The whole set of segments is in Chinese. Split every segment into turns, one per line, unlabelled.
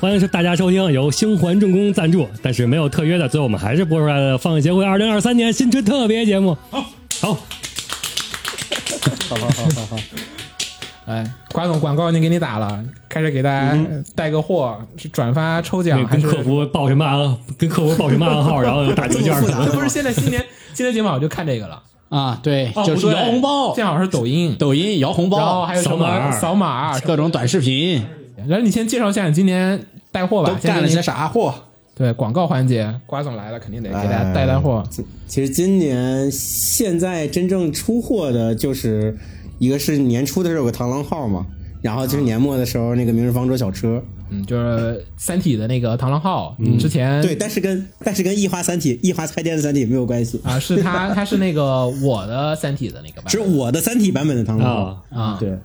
欢大家收听由星环重工赞助，但是没有特约的，所以我们还是播出来的放映协会二零二三年新春特别节目。好，好，
好好好好好。哎，瓜总，广告已经给你打了，开始给大家带个货，是转发抽奖还
跟
是？
客服报什么暗，跟客服报什么暗号，然后打折价
这么复 杂
这不是现在新年 新年节目好像就看这个了，
啊，对，
哦
就是
不对
摇红包
现，在好像是抖音，
抖音哦摇红
然后
包，
还有什
扫码
么扫码，
各种短视频
然后你先介绍一下你今年带货吧，
都
先
干了
给你
些啥货？
对广告环节，瓜总来了，肯定得给大
哎
家带带货。
其其实今年现在真正出货的就是一个是年初的时候有个螳螂号嘛，然后就是年末的时候那个明日方舟小车，
嗯，就是《三体》的那个螳螂号，之前
对，但是跟但是跟一花三体、一花开店的三体没有关系，
啊，是他， 他是那个我的《三体》的那个版
是我的三体版本的螳螂号。
啊！
啊，
对，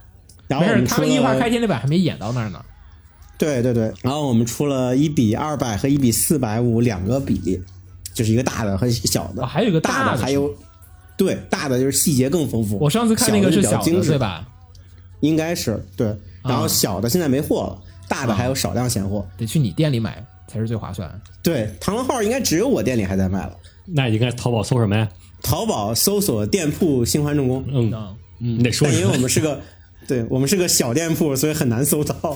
然后
没
我
事，
们
他
出
们一化
了
开天那版还没演到那儿呢。
对对对，然后我们出了一比二百和一比四百五两个比，就是一个大的和小的，
哦还有一个大
大
的
还有对大的就是细节更丰富。
我上次看那个是
小
小
的比较精
的，
致
对？吧？
应该是对，
啊
然后小的现在没货了，大的还有少量闲货。
得去你店里买才是最划算。
对，螳螂号应该只有我店里还在卖了。
那你该淘宝搜什么呀？
淘宝搜索店铺“新欢重工
嗯，
嗯，
你得”，说
但因
什
为
么
我？们是个，对我们是个小店铺，所以很难搜到。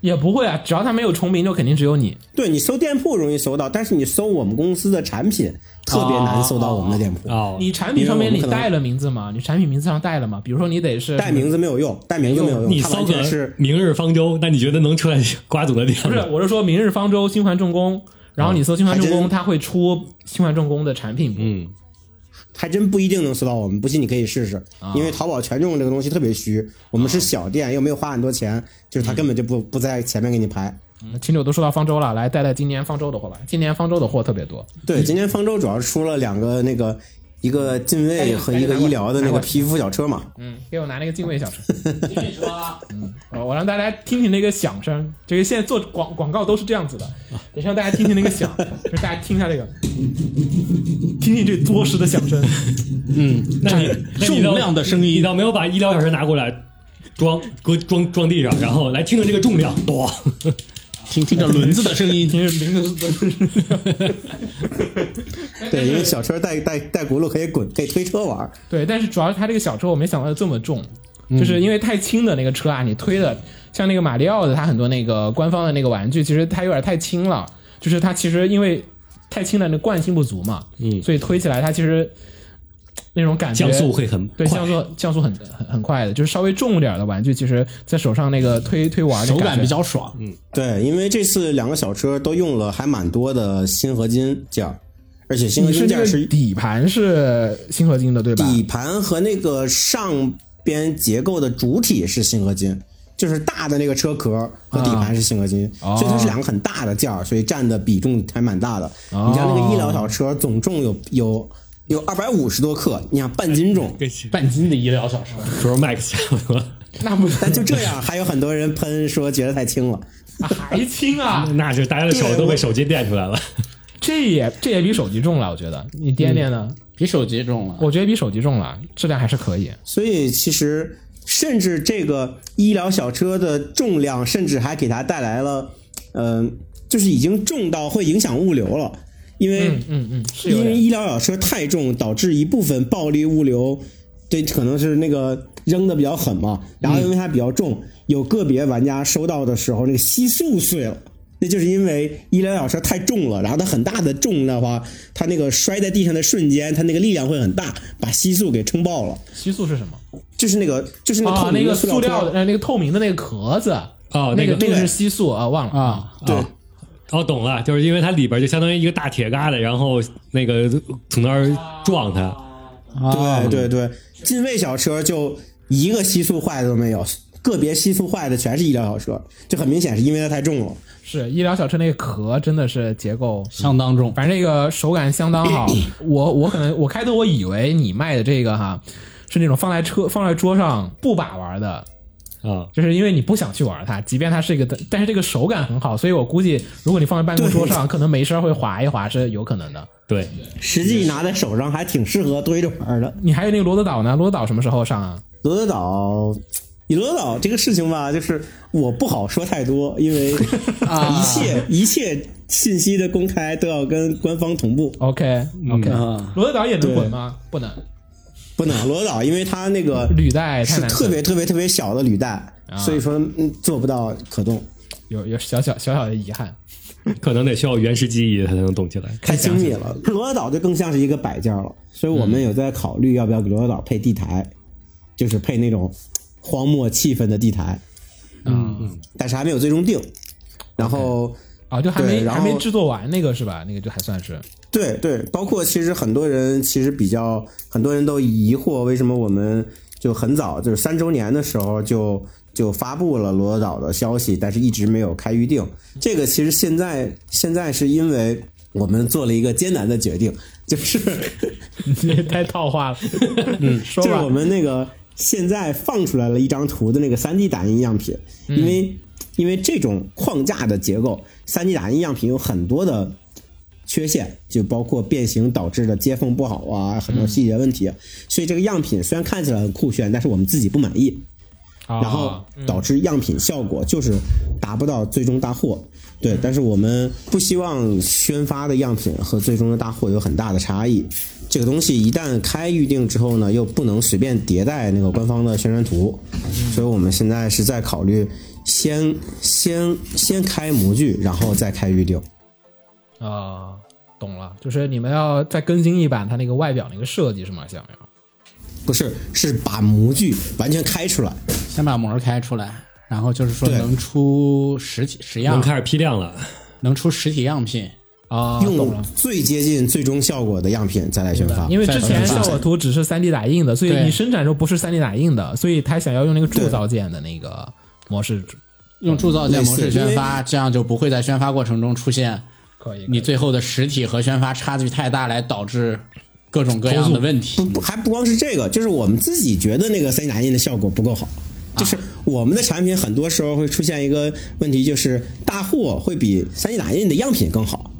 也不会啊，只要他没有重名，就肯定只有你。
对你搜店铺容易搜到，但是你搜我们公司的产品，特别
啊
难搜到我们的店铺。
哦，
你产品上面
因为
你
我们可能
带了名字吗？你产品名字上带了吗？比如说你得是
带名字没有用，带名字没有用，
你
它
搜
完
个
全是
明日方舟，那你觉得能出来瓜总的店
不是
吗？，
我是说明日方舟、星环重工，然后你搜星环重
哦还
工，
真
它会出星环重工的产品部。
嗯，
还真不一定能搜到我们，不信你可以试试，
啊
因为淘宝权重这个东西特别虚，我们是小店，又没有花很多钱，就是它
嗯
根本就不不在前面给你排。
嗯秦九都说到方舟了，来带带今年方舟的货吧。今年方舟的货特别多，
对，今天方舟主要是出了两个那个一个近卫和一个医疗的那个皮肤小车嘛，
嗯，给我拿那个敬畏小车。嗯，我我让大家听听那个响声，这个现在做广广告都是这样子的，得让大家听听那个响，就是大家听一下这个，听听这作实的响声。
嗯
那你那你倒
重量的声
你
音，
倒没有把医疗小车拿过来装，给我装装地上，然后来听听这个重量，咚！
听 听着轮子的声音，
听着铃铛，
对，因为小车带带带轱辘可以滚，可以推车玩儿。
对，但是主要是它这个小车，我没想到这么重，就是因为太轻的那个车啊，你推的像那个马里奥的，它很多那个官方的那个玩具，其实它有点太轻了，就是它其实因为太轻了，那惯性不足嘛，
嗯
所以推起来它其实那种感觉
降速会很
对
快
降速降速很很很快的，就是稍微重一点的玩具，其实在手上那个推推玩儿那
手感
觉
比较爽。
对，因为这次两个小车都用了还蛮多的锌合金件，而且锌合
你是
金
那
件
个
是
底盘是锌合金的对吧？
底盘和那个上边结构的主体是锌合金，就是大的那个车壳和底盘是锌合金，
啊哦
所以它是两个很大的件儿，所以占的比重还蛮大的。
哦
你像那个医疗小车，总重有有有二百五十多克，你想半斤
哎
重。
跟时
半斤的医疗小车，
候 Max 差不多，
那不
但就这样，还有很多人喷说觉得太轻了。
啊还轻啊？
那是大家的手都被手机垫出来了。
这也这也比手机重了，我觉得。你掂掂呢？
嗯
比手机重了。
我觉得比手机重了，质量还是可以。
所以其实，甚至这个医疗小车的重量，甚至还给它带来了，嗯、就是已经重到会影响物流了，因为、
嗯嗯嗯，是有
因为
点。
医疗小车太重，导致一部分暴力物流，对，可能是那个扔的比较狠嘛，然后因为它比较重，有个别玩家收到的时候那个吸塑碎了。那就是因为医疗小车太重了，然后它很大的重的话，它那个摔在地上的瞬间，它那个力量会很大，把吸塑给撑爆了。
吸塑是什么？
就是那个，就是那个
啊
透，
那
明
个
的塑
塑
料
料
壳
的，呃，那个透明的那个壳子。
哦
那
那个
那个
对
是吸塑啊，忘了
啊。
对
哦哦，懂了，就是因为它里边就相当于一个大铁疙瘩，然后那个从那儿撞它。
啊，
对对对，近卫小车就一个吸塑坏的都没有，个别吸塑坏的全是医疗小车，就很明显是因为它太重了。
是医疗小车那个壳真的是结构，
相当重。
反正这个手感相当 好。我我可能我开头我以为你卖的这个哈是那种放在车放在桌上不把玩的，
啊，
就是因为你不想去玩它，即便它是一个，但是这个手感很好，所以我估计如果你放在办公桌上，可能没事儿会划一划是有可能的。
对，
实际拿在手上还挺适合堆着玩的。
你还有那个罗德岛呢？罗德岛什么时候上啊？
罗德岛以罗岛这个事情吧，就是我不好说太多，因 为一切、一切信息的公开都要跟官方同步。
OK OK，、
啊
罗德岛也能
嗯对
滚吗？不能，
不能罗岛，因为它那 个
履带太
是
难
特
滚了
别特别特别小的履带，所以说嗯做不到可动。
有有小小小小的遗憾。
可能得需要原始记忆才能动起来。
太精密了，嗯罗德岛就更像是一个摆件了，所以我们有在考虑要不要给罗德岛配地台，就是配那种荒漠气氛的地台，嗯，但是还没有最终定。然后
啊，就还没
对然
还
后
没制作完那个是吧？那个就还算是
对对，包括其实很多人其实比较，很多人都疑惑为什么我们就很早就是三周年的时候就就发布了罗德岛的消息，但是一直没有开预定。这个其实现在现在是因为我们做了一个艰难的决定，就是。
这太套话了。嗯， 说
就是
吧
我，们那个现在放出来了一张图的那个三 D 打印样品，
嗯
因为因为这种框架的结构，三 D 打印样品有很多的缺陷，就包括变形导致的接缝不好啊，很多细节问
嗯
题。所以这个样品虽然看起来很酷炫，但是我们自己不满意，
啊
然后导致样品效果就是达不到最终大货。
嗯
对，但是我们不希望宣发的样品和最终的大货有很大的差异。这个东西一旦开预定之后呢，又不能随便迭代那个官方的宣传图，
嗯
所以我们现在是在考虑先先先开模具，然后再开预定。
啊，懂了，就是你们要再更新一版它那个外表那个设计是吗？想要
不是，是把模具完全开出来。
先把膜开出来，然后就是说
对
能出实体实样
能，开始批量了，
能出实体样品。
啊，懂
用啊
了。
最接近最终效果的样品再来宣发，
因为之前效果图只是3 D 打印的，所以
对
你生产的时候不是3 D 打印的，所以他想要用那个铸造件的那个模式，
用铸造件模式宣发，这样就不会在宣发过程中出现
可以。
你最后的实体和宣发差距太大，来导致各种各样的问
不
题。
嗯
不还不光是这个，就是我们自己觉得那个三 D 打印的效果不够好，
啊
就是我们的产品很多时候会出现一个问题，就是大货会比三 D 打印的样品更好，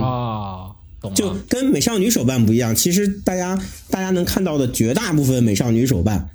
啊，懂了。
就跟美少女手办不一样。其实大家大家能看到的绝大部分美少女 手办，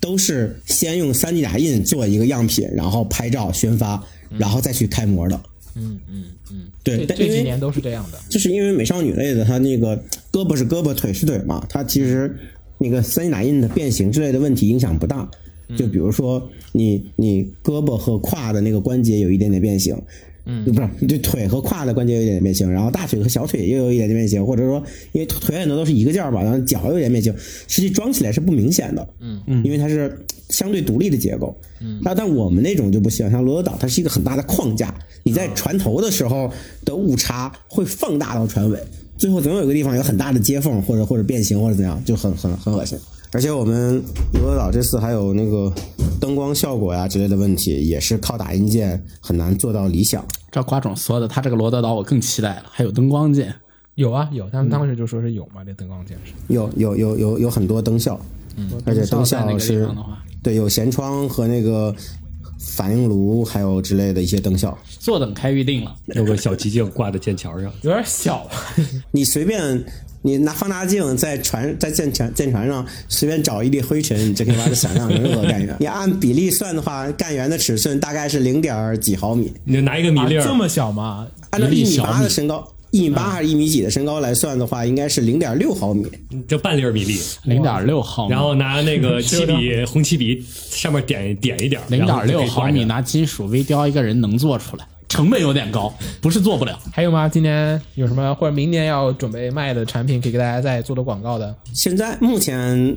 都是先用三 D 打印做一个样品，然后拍照宣发，然后再去开模的。
嗯嗯嗯，
对，
这
但
这
因
几
为
年都是这样的。
就是因为美少女类的，它那个胳膊是胳膊，腿是腿嘛，它其实那个三 D 打印的变形之类的问题影响不大。就比如说你你胳膊和胯的那个关节有一点点变形，嗯，不是，对腿和胯的关节有一点点变形，然后大腿和小腿又有一点点变形，或者说因为腿很多都是一个件儿吧，然后脚有一点变形，实际装起来是不明显的，嗯嗯，因为它是相对独立的结构，嗯，那但我们那种就不行，像罗德岛它是一个很大的框架，你在船头的时候的误差会放大到船尾，最后总有一个地方有很大的接缝或者或者变形或者怎样，就很很很恶心。而且我们罗德岛这次还有那个灯光效果啊呀之类的问题，也是靠打印件很难做到理想。
照瓜总说的，他这个罗德岛我更期待了，还有灯光键。
有啊有，他们
嗯
当时就说是有嘛，这灯光键是。
有有有有有很多灯效，嗯，而且灯效
灯效在那个地
是
方的话，
对，有舷窗和那个反应炉，还有之类的一些灯效。
坐等开预定了，
有个小极镜挂在剑桥上，
有点小啊吧，
你随便你拿放大镜在船在舰船舰船上随便找一粒灰尘，你就可以把它想象成任何 干员。你按比例算的话，干员的尺寸大概是零点几毫米，
你就拿一个米粒
啊这
儿，
么小吗？
按照
一粒
一米
小
八
米
的身高，一米八还是一米几的身高来算的话，应该是零点六毫米。
就半粒儿米粒，
零点六毫米，
然后拿那个漆笔红漆笔上面点点一点儿，
零
然后
点
就可
六
以
毫
挂
米
着
拿金属微雕一个人能做出来，成本有点高，不是做不了。
还有吗？今年有什么或者明年要准备卖的产品，可以给大家再做做广告的？
现在目前，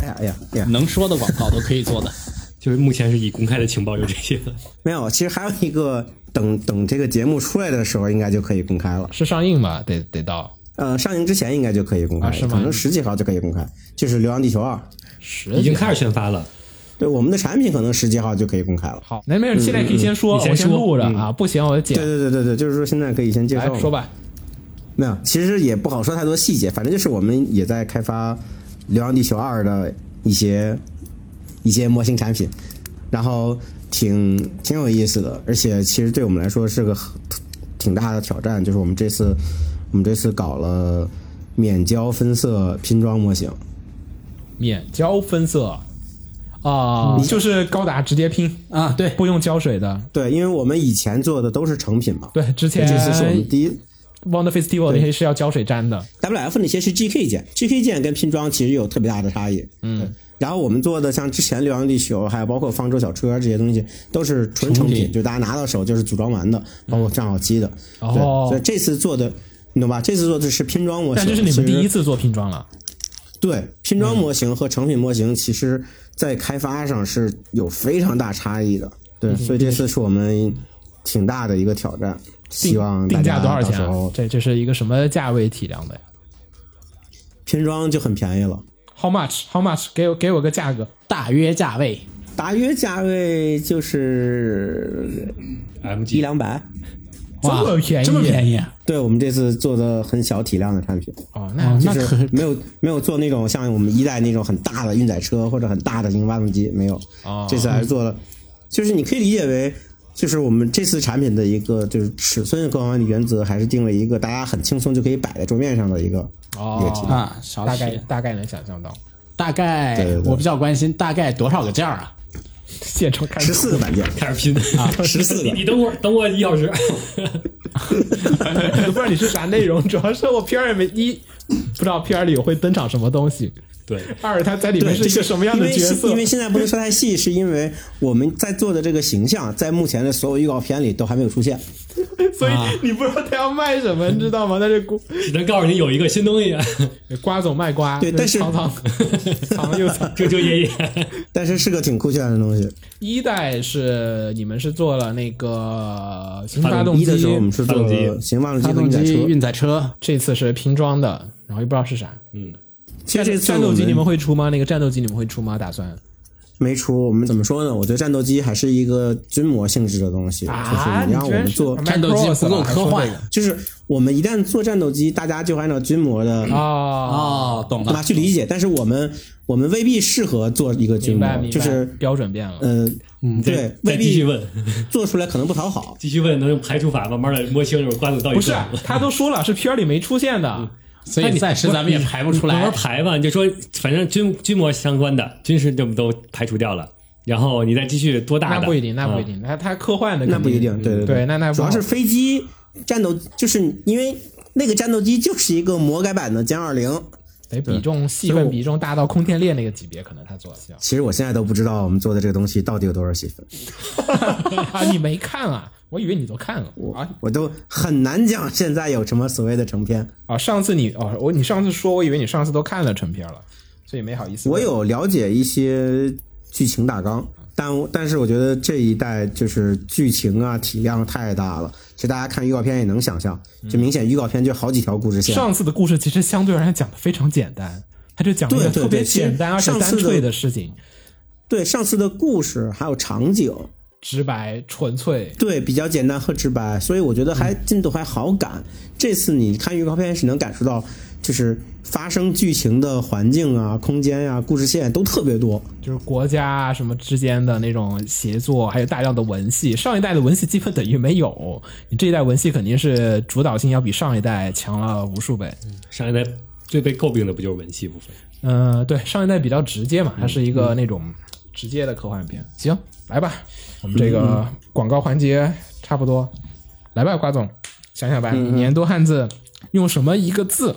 哎呀哎呀哎呀，
能说的广告都可以做的。
就是目前是已公开的情报就这些了。
没有，其实还有一个，等等这个节目出来的时候，应该就可以公开了。
是上映吧？得得到
呃，上映之前应该就可以公开，
啊是吗
可能十几号就可以公开，就是《流浪地球二》。
十
已经开始宣发了，
对，我们的产品可能十几号就可以公开了。
好，那没有，现在可以先
嗯
说，
嗯嗯
我
你先说
录着啊，不行我就剪。
对对对对对，就是说现在可以先介绍
来
了
说吧，
没有，其实也不好说太多细节，反正就是我们也在开发《流浪地球二》的一些一些模型产品，然后挺挺有意思的，而且其实对我们来说是个很挺大的挑战，就是我们这次我们这次搞了免胶分色拼装模型，
免胶分色。啊，就是高达直接拼，
啊，对，
不用胶水的。
对，因为我们以前做的都是成品嘛，
对，之前
这次是我们第一
Wonder Festival 那些是要胶水粘的，
WF 那些是 GK 键，GK 键跟拼装其实有特别大的差异。嗯，然后我们做的像之前《流浪地球》，还有包括《方舟小车》这些东西，都是纯成品，就大家拿到手就是组装完的，包括上好机的。
嗯哦
对所以这次做的，你懂吧？这次做的是拼装模
但
型，
这是你们第
其
一
实
次做嗯拼装了。
对拼装模型和成品模型，其实在开发上是有非常大差异的。
嗯
对，所以这次是我们挺大的一个挑战。希望大
定
家
价多少
到
钱
时
啊
候？
这这是一个什么价位体量的呀
拼装就很便宜了。
？How much? How much? 给我给我个价格。
大约价位
大约价位就是一
MG
两百。
这么便宜
这么便宜啊，
对我们这次做的很小体量的产品，
哦，那
就
那可
是没有没有做那种像我们一代那种很大的运载车或者很大的型发动机，没有。
哦
这次还是做了，就是你可以理解为，就是我们这次产品的一个就是尺寸各方面的原则，还是定了一个大家很轻松就可以摆在桌面上的一个一个体
哦，
量。
啊，少
大概
许
大概能想象到，
大概
对对对
我比较关心大概多少个件儿啊？
现成开
十四个板件，
开始拼 啊，
十四
你
个。
你等会儿，等我一小时。
不知道你是啥内容，主要是我片儿也没一不知道片儿里会登场什么东西，
对，
二他在里面
对，
是一个什么样的角
因为
色？
因为现在不能说太细，是因为我们在做的这个形象，在目前的所有预告片里都还没有出现。
所
啊
以你不知道他要卖什么，你知道吗？但是瓜
只能告诉你有一个新东西，
瓜总卖瓜，
对但是
藏藏藏又藏。
遮遮掩掩。
但是是个挺酷炫的东西。
一代是你们是做了那个新发动
一的
机
时候我，们是做了型发动机
发
和
动
运载
机、
车，
运载车，
这次是拼装的，然后也不知道是啥。
其实这次
战斗机你们
会
会出吗？那个战斗机你们会出吗？打算
没出。我们怎么说呢？我觉得战斗机还是一个军模性质的东西，
啊
啊就是你让我们做。
战斗机不够科幻
就是我们一旦做战斗机，大家就按照军模的
啊！
哦，懂
对吧
了，
去理解，但是我们我们未必适合做一个军
明白明白，
模，嗯就是
标准变了。
呃，
嗯
再
对，
再
未
继续
必
问，
做出来可能不讨好。
继续问，能用排除法慢慢的摸清楚瓜子到底
不是啊
什么，
他都说了是片儿里没出现的，
嗯所以暂时咱们也排不出
慢慢
来。
排吧，你就说反正军军模相关的军事这么都排除掉了，然后你再继续多大
那
的？
不一定，那不一
嗯。
定，那他科幻的
那不一定，对
嗯对
对对，
那那不
主要
好
是飞机战斗，就是因为那个战斗机就是一个魔改版的歼二零。
得比重戏份比重大到空天猎那个级别，可能他做 戏
其实我现在都不知道我们做的这个东西到底有多少戏份，
啊，你没看啊？我以为你都看了啊
我都很难讲 现在有什么所谓的成片。
啊！上次你哦，我你上次说，我以为你上次都看了成片了，所以没好意思
我
问。
有了解一些剧情大纲，但我但是我觉得这一代就是剧情啊体量太大了，其实大家看预告片也能想象，就明显预告片就好几条故事线。
上次的故事其实相对而言讲的非常简单，他就讲了一个
对对
特别
对其实
简单而且
上
单
次的
纯的事情，
对上次的故事还有场景，
直白纯粹。
对，比较简单和直白，所以我觉得还进度还好赶。这次你看预告片是能感受到，就是发生剧情的环境啊、空间啊、故事线都特别多。
就是国家啊什么之间的那种协作，还有大量的文戏。上一代的文戏基本等于没有，你这一代文戏肯定是主导性要比上一代强了无数倍。
上一代最被诟病的不就是文戏部分？
嗯、对，上一代比较直接嘛，它是一个那种直接的科幻片。嗯行，来吧，我们这个广告环节差不多，来吧，瓜总，想想吧，年度汉字用什么一个字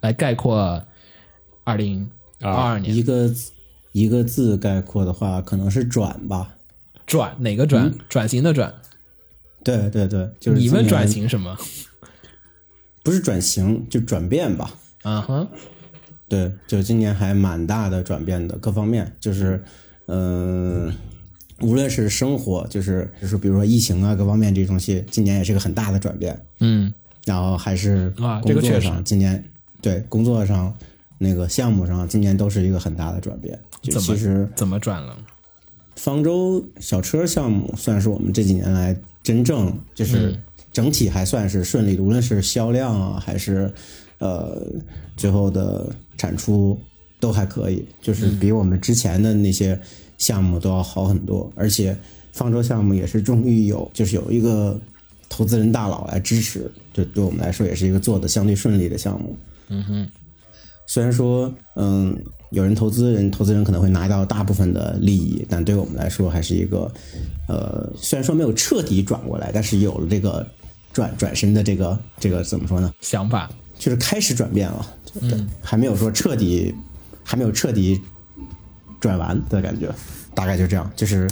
来概括二零二二年？
一个一个字概括的话，可能是转吧。
转哪个转？转型的转？
对对对，就是
你
今
们
年
转型什么？
不是转型，就转变吧。
啊哈。
对，就今年还蛮大的转变的，各方面就是，嗯、无论是生活，就是就是比如说疫情啊，各方面这种东西，今年也是个很大的转变。
嗯，
然后还是
啊这个
工
确
作
实
上，今年对工作上那个项目上，今年都是一个很大的转变。就
怎么
其实
怎么转了？
方舟小车项目算是我们这几年来真正就是整体还算是顺利的，无论是销量啊，还是呃最后的产出都还可以，就是比我们之前的那些项目都要好很多。而且方舟项目也是终于有就是有一个投资人大佬来支持，这对我们来说也是一个做的相对顺利的项目。嗯哼。虽然说，嗯，有人投资人，投资人可能会拿到大部分的利益，但对我们来说还是一个，呃，虽然说没有彻底转过来，但是有了这个转转身的这个这个怎么说呢？
想法，
就是开始转变了，对，还没有说彻底，还没有彻底转完的感觉，大概就这样，就是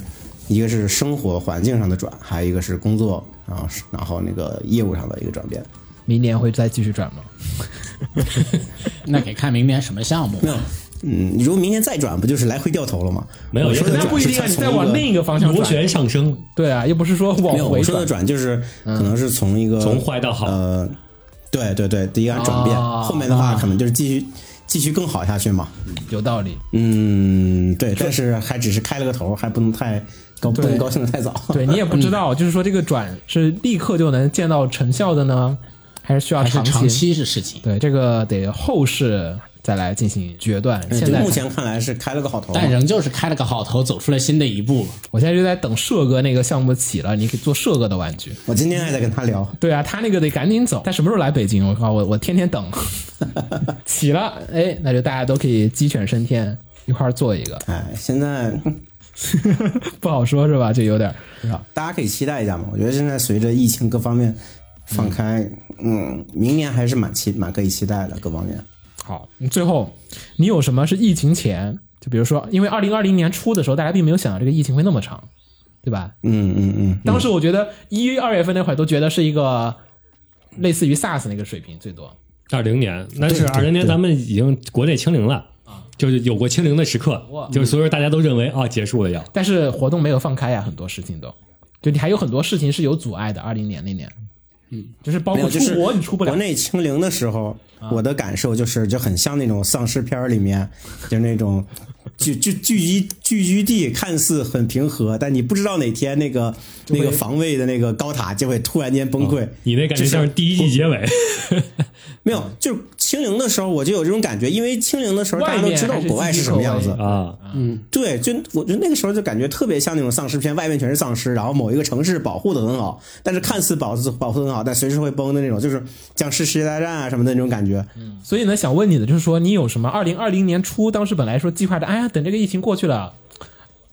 一个是生活环境上的转，还有一个是工作啊，然后那个业务上的一个转变。
明年会再继续转吗？
那得看明年什么项目。
没有，嗯，你如果明年再转，不就是来回掉头了吗？
没有
我说的
那
那
转
不一定啊，你
是从
再往另一个方向
螺
转，
旋上升，
对啊，又不是说往
没有
回
我说的
转，
转就是
嗯
可能是从一个
从坏到好
呃，对对对，第一个转变，
啊
后面的话可能就是继续继续更好下去嘛。
有道理。
嗯，对，但是还只是开了个头，还不能太高，不
对
能高兴的太早。
对你也不知道，就是说这个转是立刻就能见到成效的呢，还是需要
还是
长
长期是事情，
对，这个得后世再来进行决断。
嗯，
现
就
在
目，前看来是开了个好头嘛，
但仍旧是开了个好头，走出了新的一步。
我现在就在等社哥那个项目起了，你可以做社哥的玩具。
我今天还在跟他聊，
对啊，他那个得赶紧走。他什么时候来北京？我靠，我我天天 等。起了，哎，那就大家都可以鸡犬升天，一块儿做一个，
哎，现在
不好说是吧？就有点儿。
大家可以期待一下嘛。我觉得现在随着疫情各方面放开，嗯，明年还是蛮期蛮可以期待的各方面。
好，最后你有什么是疫情前？就比如说，因为二零二零年初的时候，大家并没有想到这个疫情会那么长，对吧？
嗯嗯嗯，
当时我觉得一二月份那会儿都觉得是一个类似于 SARS 那个水平最多。
二零年，但是二零年咱们已经国内清零了。
啊
就是有过清零的时刻，就是所以说大家都认为啊结束了要，
但是活动没有放开呀，很多事情都，就你还有很多事情是有阻碍的。二零年那年，嗯，就是包
没有，
括
就
出
是
国你出不了啊
国，内清零的时候，我的感受就是，就很像那种丧尸片儿 里面，就是那种聚聚聚集聚居地，看似很平和，但你不知道哪天那个那个防卫的那个高塔就会突然间崩
哦
溃。
你那感觉像是第一季结尾，
没有，就是清零的时候我就有这种感觉，因为清零的时候大
外
家都
面
知道
还是
国外
岌
是
岌
什么
可
样
危
子，
啊，
对，就我觉得那个时候就感觉特别像那种丧尸片，外面全是丧尸，然后某一个城市保护的很好，但是看似保保护得很好，但随时会崩的那种，就是僵尸世界大战啊什么的那种感觉。
所以呢，想问你的就是说，你有什么二零二零年初当时本来说计划着，哎呀，等这个疫情过去了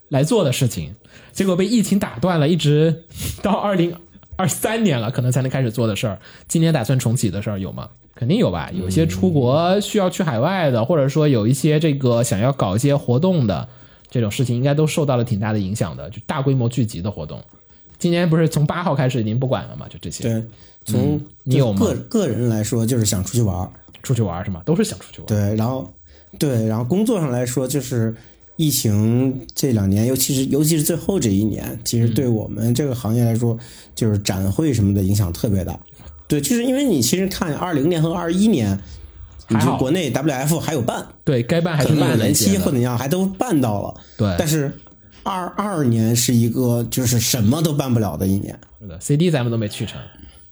来做的事情，结果被疫情打断了，一直到二零二三年了，可能才能开始做的事儿，今年打算重启的事儿有吗？肯定有吧，有一些出国需要去海外的，或者说有一些这个想要搞一些活动的这种事情，应该都受到了挺大的影响的，就大规模聚集的活动。今年不是从八号开始已经不管了嘛？就这些，
对，从
嗯你有吗
个个人来说，就是想出去玩儿，
出去玩儿是吗？都是想出去玩儿。
对，然后对，然后工作上来说，就是疫情这两年，尤其是尤其是最后这一年，其实对我们这个行业来说，就是展会什么的影响特别大。对，就是因为你其实看二零年和二一年，你
还
就
好
国内 WF 还有办，
对该办还
可
是
能有
办了
延
一些
期
的，
或怎样，还都办到了。
对
但是二二年是一个就是什么都办不了的一年。
是的，CD 咱们都没去成，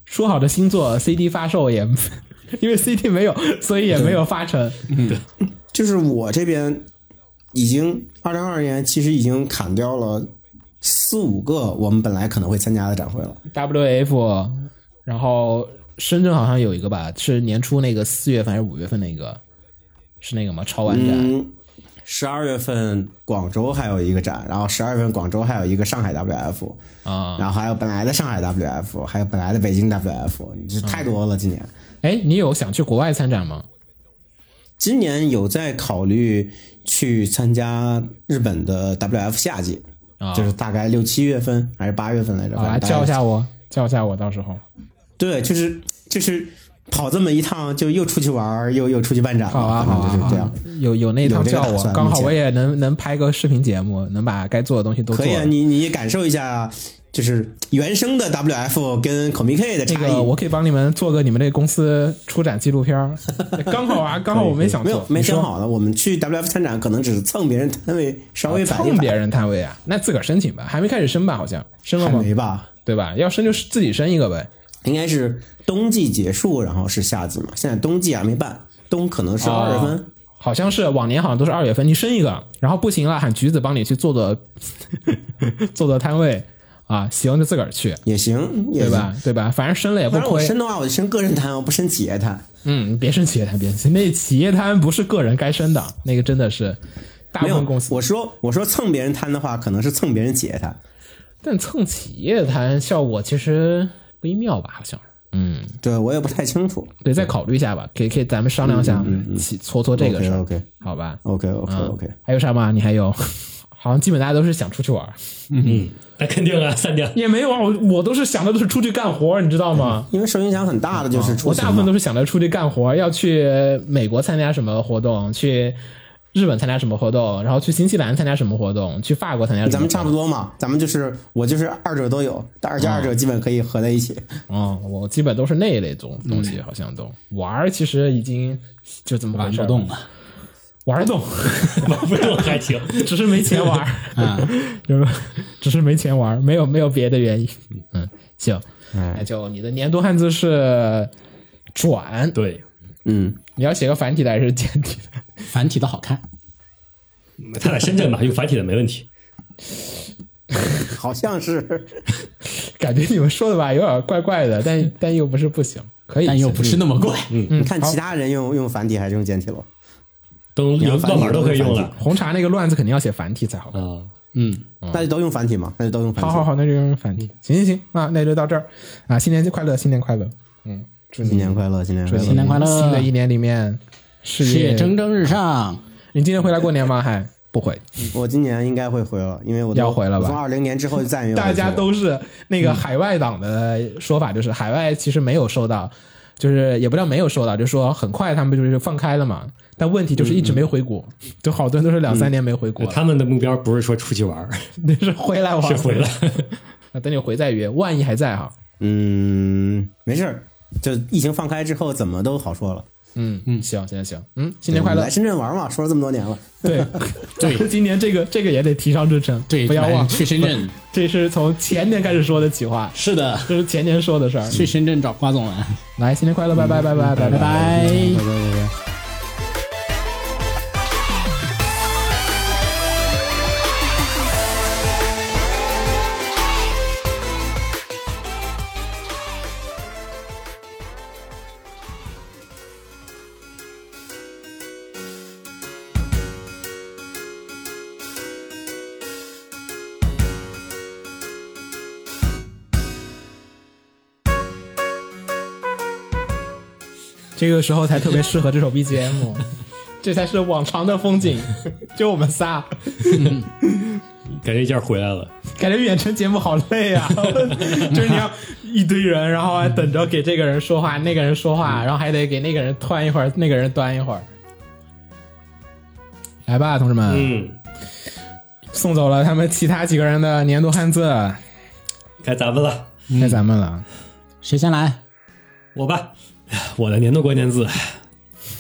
说好的星座 CD 发售也， 因为 CD 没有，所以也没有发成。
就是我这边已经二零二二年其实已经砍掉了四五个我们本来可能会参加的展会了。
WF，然后深圳好像有一个吧，是年初那个四月份还是五月份那个，是那个吗？潮玩展、
嗯，十二月份广州还有一个展，然后十二月份广州还有一个上海 WF，
啊，
然后还有本来的上海 WF，还有本来的北京 WF，这
啊
太多了。今年，
哎，你有想去国外参展吗？
今年有在考虑去参加日本的 WF 夏季，
啊，
就是大概六七月份还是八月份来着？
好来
反正大概
叫一下我，叫一下我，到时候
对，就是就是跑这么一趟，就又出去玩儿，又又出去办展嘛，
好啊，好啊，
反正就是
好
这样
啊。有有那一
有
趟
这个
叫
打
我，
算
刚
目
好
前
我也能能拍个视频节目，能把该做的东西都做
可以啊，
了。
你你也感受一下，就是原生的 WF 跟 Comic K 的
那
差异。
个，我可以帮你们做个你们这公司出展纪录片 儿，刚好啊，刚好我没想
没
做
有，没
你说啊
想好呢。我们去 WF 参展，可能只是蹭别人摊位，稍微摆一
哦蹭
摆，
别人摊位啊，那自个儿申请吧，还没开始申吧？好像申了
还
吗？
没吧？
对吧？要申就自己申一个呗。
应该是冬季结束，然后是夏季嘛。现在冬季还没办，冬可能是二月份
哦。好像是往年好像都是二月 份，你申一个，然后不行了喊橘子帮你去做做做做摊位啊，行就自个儿去，
也行，也
啊对
行？
吧？对吧？反正申了也不
反正我
亏。
申的话，我就申个人谈，我不申企业谈。
嗯，别申企业摊，别申那企业摊不是个人该申的，那个真的是大
没
部
有
分公，司。
我说我说蹭别人摊的话，可能是蹭别人企业摊。
但蹭企业摊效果其实微妙吧，好像是。嗯，
对我也不太清楚。
对，再考虑一下吧，可以可以，咱们商量一下，
嗯
起搓搓这个事儿
OK，OK
好吧
OK OK
嗯
OK，
还有啥吗？你还有？ 好像基本大家都是想出去玩儿，
嗯，那肯定啊，三点。
也没有啊，我我都是想的都是出去干活儿，你知道吗？
因为受影响很大的就是
嗯
出
我
行
大
嘛
部分都是想着出去干活儿，要去美国参加什么活动，去日本参加什么活动，然后去新西兰参加什么活动，去法国参加什么活动。
咱们差不多嘛，咱们就是我就是二者都有，但而且二者基本可以合在一起。
啊、我基本都是那一类东
嗯
东西，好像都、玩儿，其实已经就这么
玩
回事
不
儿
动，了。
玩儿动，
玩不动还行。
只是没钱玩儿，
啊，
就是只是没钱玩儿，没有没有别的原因。嗯，行，
哎
那就你的年度汉字是转，
对，
嗯，
你要写个繁体的还是简体的？
繁体的好看，
他在深圳吧，用繁体的没问题。
好像是
感觉你们说的吧，有点怪怪的， 但但又不是不行，可以，
但又不哎是那嗯么怪。
嗯
你看其他人用用繁体还是用简体了？
都用乱码都可以用了
红茶那个乱字肯定要写繁体才好。
啊。
嗯，
那就都用繁体嘛，那就都用繁
好好
体。
好，那就用繁体。行行行啊，那就到这儿啊，新年快乐，新年快乐，嗯，祝你
新年快乐，新年快
新
乐！
年快乐
新的一年里面，事
事业
业
蒸蒸日上。
你今年回来过年吗？还不回。
我今年应该会回了，因为我都
要回了吧
我从二零年之后就再也没有回
大
去
家
了
都是那个海外党的说法，就是海外其实没有收到，就是也不叫没有收到，就说很快他们就是放开了嘛。但问题就是一直没回国，就好多人都是两三年没回 国了，
他们的目标不是说出去玩儿，
那是回来玩，
嗯是回来。
那等你回再约，万一还在哈。
嗯，没事儿，就疫情放开之后怎么都好说了。
嗯嗯，行行行，嗯，新年快
对
乐
来。深圳玩嘛，说了这么多年了，
对对， 今年这个这个也得提上日程，
对，
不要忘
来，去深圳。
这是从前年开始说的企划，
是的，
这是前年说的事儿。
去深圳找瓜总玩。
来，新年快乐，拜拜拜拜拜拜
拜拜。
拜拜拜拜。
这个时候才特别适合这首 BGM，这才是往常的风景， 就我们仨。
感觉一下回来了，
感觉远程节目好累啊， 就是你要一堆人，然后还等着给这个人说话，那个人说话，然后还得给那个人端一会儿，那个人端一会儿。来吧，同志们，
嗯，
送走了他们其他几个人的年度汉字，
该咱们了，
该咱们了。
谁先来？
我吧，我的年度关键字。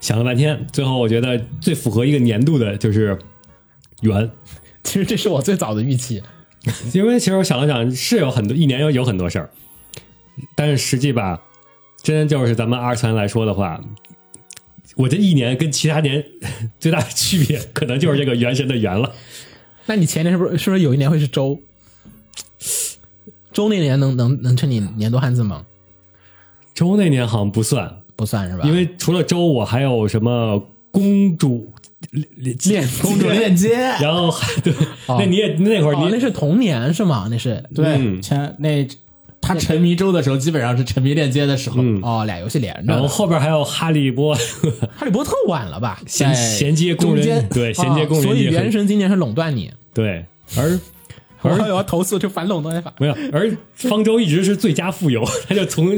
想了半天，最后我觉得最符合一个年度的就是圆，
其实这是我最早的预期，
因为其实我想了想，是有很多一年有有很多事儿，但是实际吧，真就是咱们二次元来说的话，我这一年跟其他年 最大的区别，可能就是这个原神的圆了。
那你前年是不是是不是有一年会是周？周那年能能能称你年度汉字吗？
周那年好像不算，
不算是吧？
因为除了周，我还有什么公 主
练
公主链接。
然后还对，
哦
那你也那会儿
哦，
你、
那是童年是吗？那是嗯
对，前那他沉迷周的时候，基本上是沉迷链接的时候。
嗯
哦，俩游戏连着
然后
的。
后边还有哈利波 特
哈利波特晚了吧？哎
衔
在
衔接工
中
人
间
对衔接工
啊所
人
以
也
原
很
神今年是垄断你，
对，而
我要投诉去反垄断法。
没有而方舟一直是最佳富有， 他就从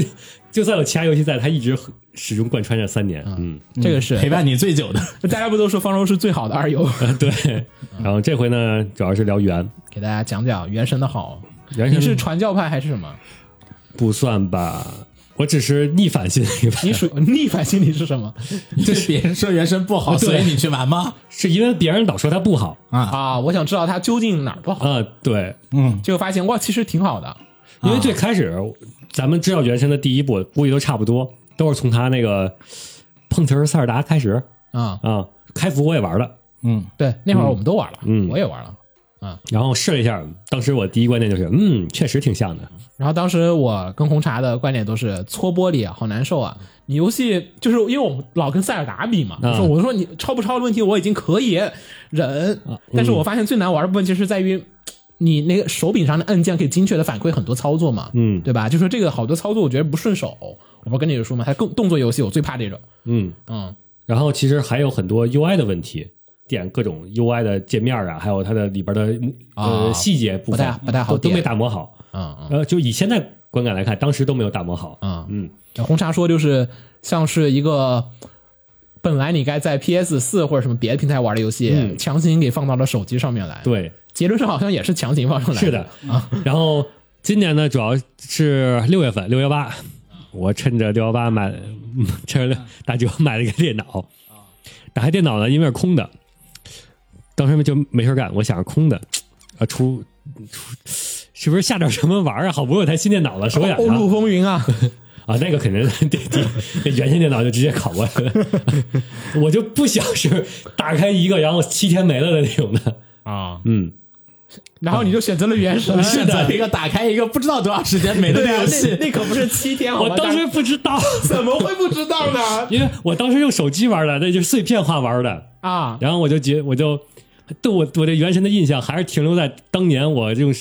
就算有其他游戏在，他一直很始终贯穿着三年，嗯，
这个是
陪伴你最久的，
大家不都说方舟是最好的二游？
嗯
嗯 对。然后这回呢，主要是聊原
给大家讲讲原神的好。
原
你
神
是传教派还是什么？
不算吧，我只是逆反心理吧，
你属
嗯
逆反心理是什么
就是别人说原神不好，
对
所以你去玩 吗？
是因为别人老说他不好
啊，
啊？我想知道它究竟哪儿不好，
啊，对，
嗯，
结果发现哇，其实挺好的。
因为最开始咱们知道原神的第一部，估计都差不多，都是从他那个碰瓷儿塞尔达开始
啊、
啊。开服我也玩了，
嗯，
对，那会儿我们都玩了，
嗯
我也玩了。啊。
然后试了一下，当时我第一观念就是，嗯，确实挺像的。
然后当时我跟红茶的观点都是搓玻璃啊，好难受啊！你游戏就是因为我们老跟塞尔达比嘛，
嗯啊
我说我说你超不超的问题我已经可以忍，
嗯
但是我发现最难玩的部分其实在于。你那个手柄上的按键可以精确的反馈很多操作嘛，
嗯
对吧？就说这个好多操作我觉得不顺手，我不是跟你说嘛，它更动作游戏我最怕这种，
嗯，
嗯，
然后其实还有很多 UI 的问题，点各种 UI 的界面啊，还有它的里边的呃、
啊
细节部分
不太不太好
都都没
点
打磨好。
嗯嗯
呃，就以现在观感来看，当时都没有打磨好。
嗯
嗯，
红茶说就是像是一个本来你该在 PS 四或者什么别的平台玩的游戏，
嗯
强行给放到了手机上面来。，
对，
结论上好像也是强行放上来。
是的，然后今年呢，主要是六月份六幺八，我趁着六幺八买， 嗯趁着打折买了一个电脑。打开电脑呢，因为是空的，当时就没事干，我想着空的，啊，出出是不是下点什么玩儿啊？好不容易有台新电脑了，手痒
欧
痒
陆风云啊，
啊，那个肯定得得那原先电脑就直接拷过来了， 我就不想是打开一个然后七天没了的那种的，
啊，
嗯，啊
然后你就选择了原神，
选择一个打开一个不知道多长时间 没的
对啊，
游
那
戏，
那可不是七天好
我
吗？
当时不知道。
怎么会不知道呢？
因为我当时用手机玩的，那就是碎片化玩的，
啊，
然后我就觉我就对我我对原神的印象还是停留在当年我用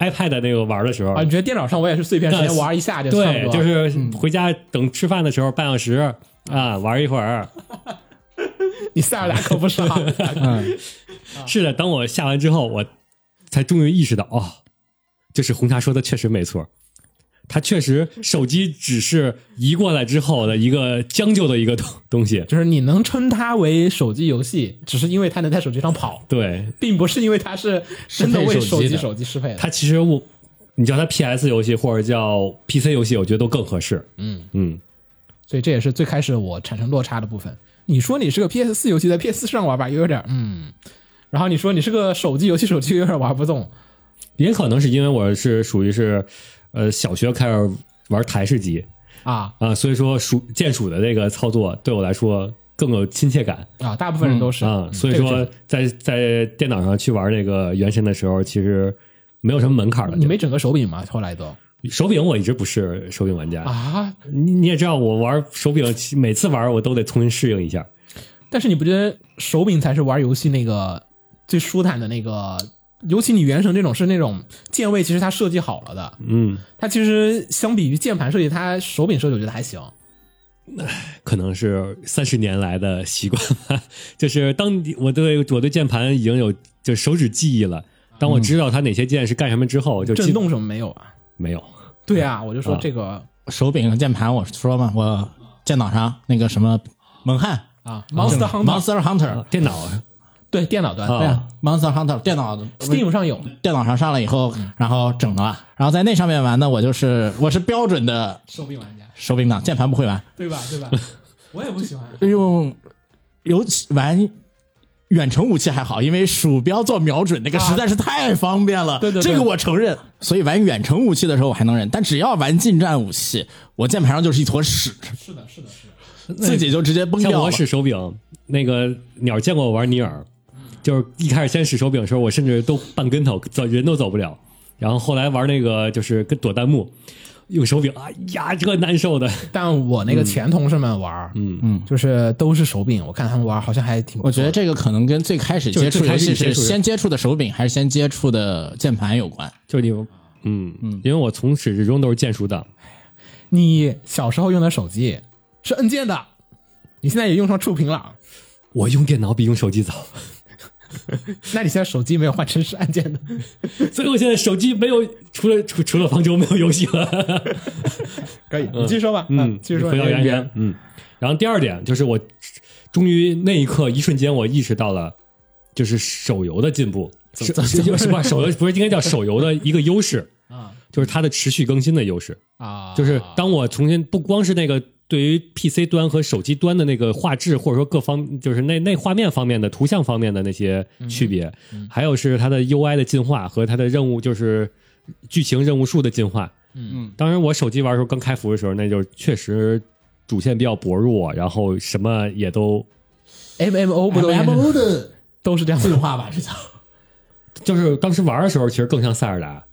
iPad 那个玩的时候，
啊，你觉得电脑上我也是碎片时间玩一下就差不
对，
多，
就是回家等吃饭的时候半小时啊玩一会儿，
你塞尔达可不 是啊，
是的，当我下完之后，我才终于意识到，哦，就是红茶说的确实没错，它确实手机只是移过来之后的一个将就的一个东东西，
就是你能称它为手机游戏，只是因为它能在手机上跑，
对，
并不是因为它是真的为手机手机适配的。
它其实我，你叫它 PS 游戏或者叫 PC 游戏，我觉得都更合适。
嗯
嗯，
所以这也是最开始我产生落差的部分。你说你是个 PS 四游戏，在 PS 上玩吧，又有点嗯，然后你说你是个手机游戏，手机又有点玩不动
也可能是因为我是属于是，呃，小学开始玩台式机
啊
啊、所以说鼠键鼠的这个操作对我来说更有亲切感
啊！大部分人都是
啊、所以
这
说
个
在在电脑上去玩那个原神的时候，其实没有什么门槛了。
你没整个手柄吗？后来都
手柄，我一直不是手柄玩家。
啊，
你你也知道，我玩手柄，每次玩我都得重新适应一下。
但是你不觉得手柄才是玩游戏那个最舒坦的那个？尤其你原神这种是那种键位，其实它设计好了的，
嗯，
它其实相比于键盘设计，它手柄设计我觉得还行。
可能是三十年来的习惯吧，就是当你我对我对键盘已经有就手指记忆了，当我知道它哪些键是干什么之后，我就记
嗯震动什么没有啊？
没有
对啊，我就说
啊
这个
手柄和键盘，我说嘛，我电脑上那个什么猛汉
啊，Monster Hunter
Monster Hunter，
啊电脑
对电脑端
啊
对啊，Monster Hunter 电脑
Steam 上有
电脑上上了以后，然后整了，然后在那上面玩呢，我就是我是标准的
手柄玩家，
手柄党，键盘不会玩，
对吧？对吧？我也不喜欢。
用尤其玩。远程武器还好，因为鼠标做瞄准那个
啊
实在是太方便了。
对对对
这个我承认。所以玩远程武器的时候我还能忍，但只要玩近战武器，我键盘上就是一坨屎，
是的，是的，是的。
自己就直接崩
像
掉
我
了。
使手柄，那个鸟见过我玩尼尔，就是一开始先使手柄的时候，我甚至都半跟头走人都走不了，然后后来玩那个就是跟躲弹幕。用手柄，哎呀，这个难受的。
但我那个前同事们玩，嗯嗯，就是都是手柄，我看他们玩好像还挺不错。
我觉得这个可能跟最开始接触游戏
就是最开始接
是
触的
先接触的手柄还是先接触的键盘有关。
就是你，嗯嗯，因为我从始至终都是键鼠党，
你小时候用的手机是按键的，你现在也用上触屏了，
我用电脑比用手机早。
那你现在手机没有换成是按键的，
所以我现在手机没有，除了除除了方舟没有游戏了。
可以，你继续说吧，啊
嗯，
继续说
回
你
到
这个
原神，嗯。然后第二点就是我终于那一刻一瞬间我意识到了，就是手游的进步，是是是吧？手游不是应该叫手游的一个优势，
啊
就是它的持续更新的优势。
啊，
就是当我重新不光是那个对于 PC 端和手机端的那个画质，或者说各方就是那那画面方面的图像方面的那些区别，
嗯
还有是它的 UI 的进化和它的任务就是剧情任务数的进化。
嗯，
当然我手机玩的时候刚开服的时候，那就确实主线比较薄弱，然后什么也都
啊 M M O 不都
MMO 的
都是这样
进
的
化吧，这叫
就是当时玩的时候，其实更像塞尔达，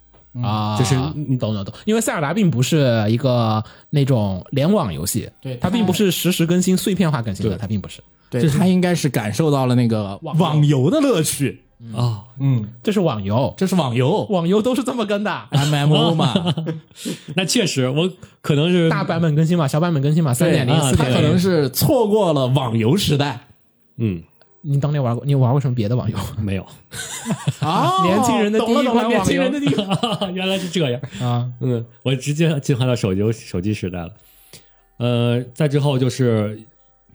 啊，
就是
你懂懂懂，因为塞尔达并不是一个那种联网游戏，
对
它并不是实时更新、碎片化更新的，它并不是，
对他应该是感受到了那个网游的乐趣。
哦，
嗯，
这是网游，
这是网游
网游都是这么跟 的，
M M O 嘛，
那确实，我可能是
大版本更新嘛，小版本更新嘛，三点零、
啊
四
他
对
可
点
能
零，
是错过了网游时代
嗯
你当年玩过，你玩过什么别的网游？
没有，
啊
年轻人的
懂了
第一
懂了，
款
年
网
轻
游
人的第一款
原来是这样。
啊，
嗯，我直接进化到手机手机时代了。呃，再之后就是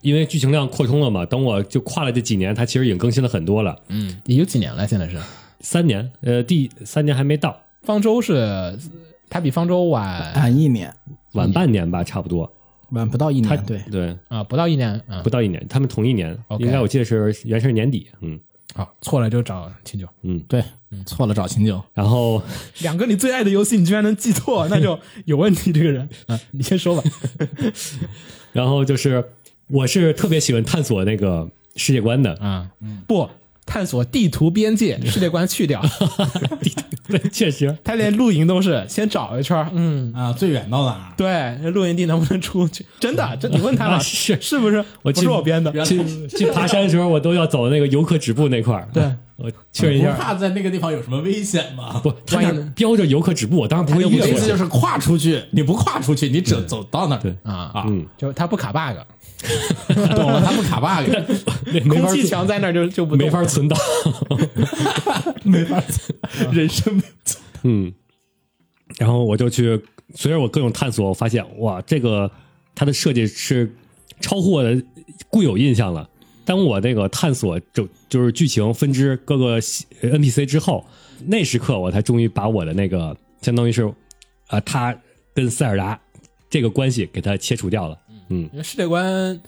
因为剧情量扩充了嘛，等我就跨了这几年，它其实已经更新了很多了，
嗯，也有几年了，现在是
三年，呃，第三年还没到，
方舟是，它比方舟晚
晚一年，
晚半年吧，差不多。
晚不到一
它
年，对，
对，
啊，不到一年啊
不，到一年，他们同一年
OK
应该我记得是原是年底，嗯，
好，错了就找秦九。
对，错了找秦九。
然后
两个你最爱的游戏，你居然能记错，那就有问题。这个人 啊，你先说吧。
然后就是我是特别喜欢探索那个世界观的，
啊，不探索地图边界，世界观 去掉，
对，确实，
他连露营都是先找一圈儿，嗯。
啊，最远到哪？
对，这露营地能不能出去？ 真的，这你问他
啊
了，
是
是不是？
我
不
记
是我编的。
去去爬山的时候，我都要走那个游客止步那块儿，
对，
我确认一下，
在那个地方有什么危险吗？
不，他那
万一
儿标着游客止步，哎我当然不会
你
越
的意
过
思就
去。
是跨出去，你不跨出去，你只走到那儿，
对
啊
啊，
嗯
就他不卡 bug，
懂了，他不 卡 bug，
那没
空
法
气
存
墙在那儿就就不动
没法存档。
没 法走，人生没走
嗯， 然后我就去，随着我各种探索，我发现哇，这个它的设计是超乎我的固有印象了。当我那个探索就就是剧情分支各个细呃 NPC 之后，那时刻我才终于把我的那个相当于是，啊，他跟塞尔达这个关系给它切除掉了。嗯，
因为世界观，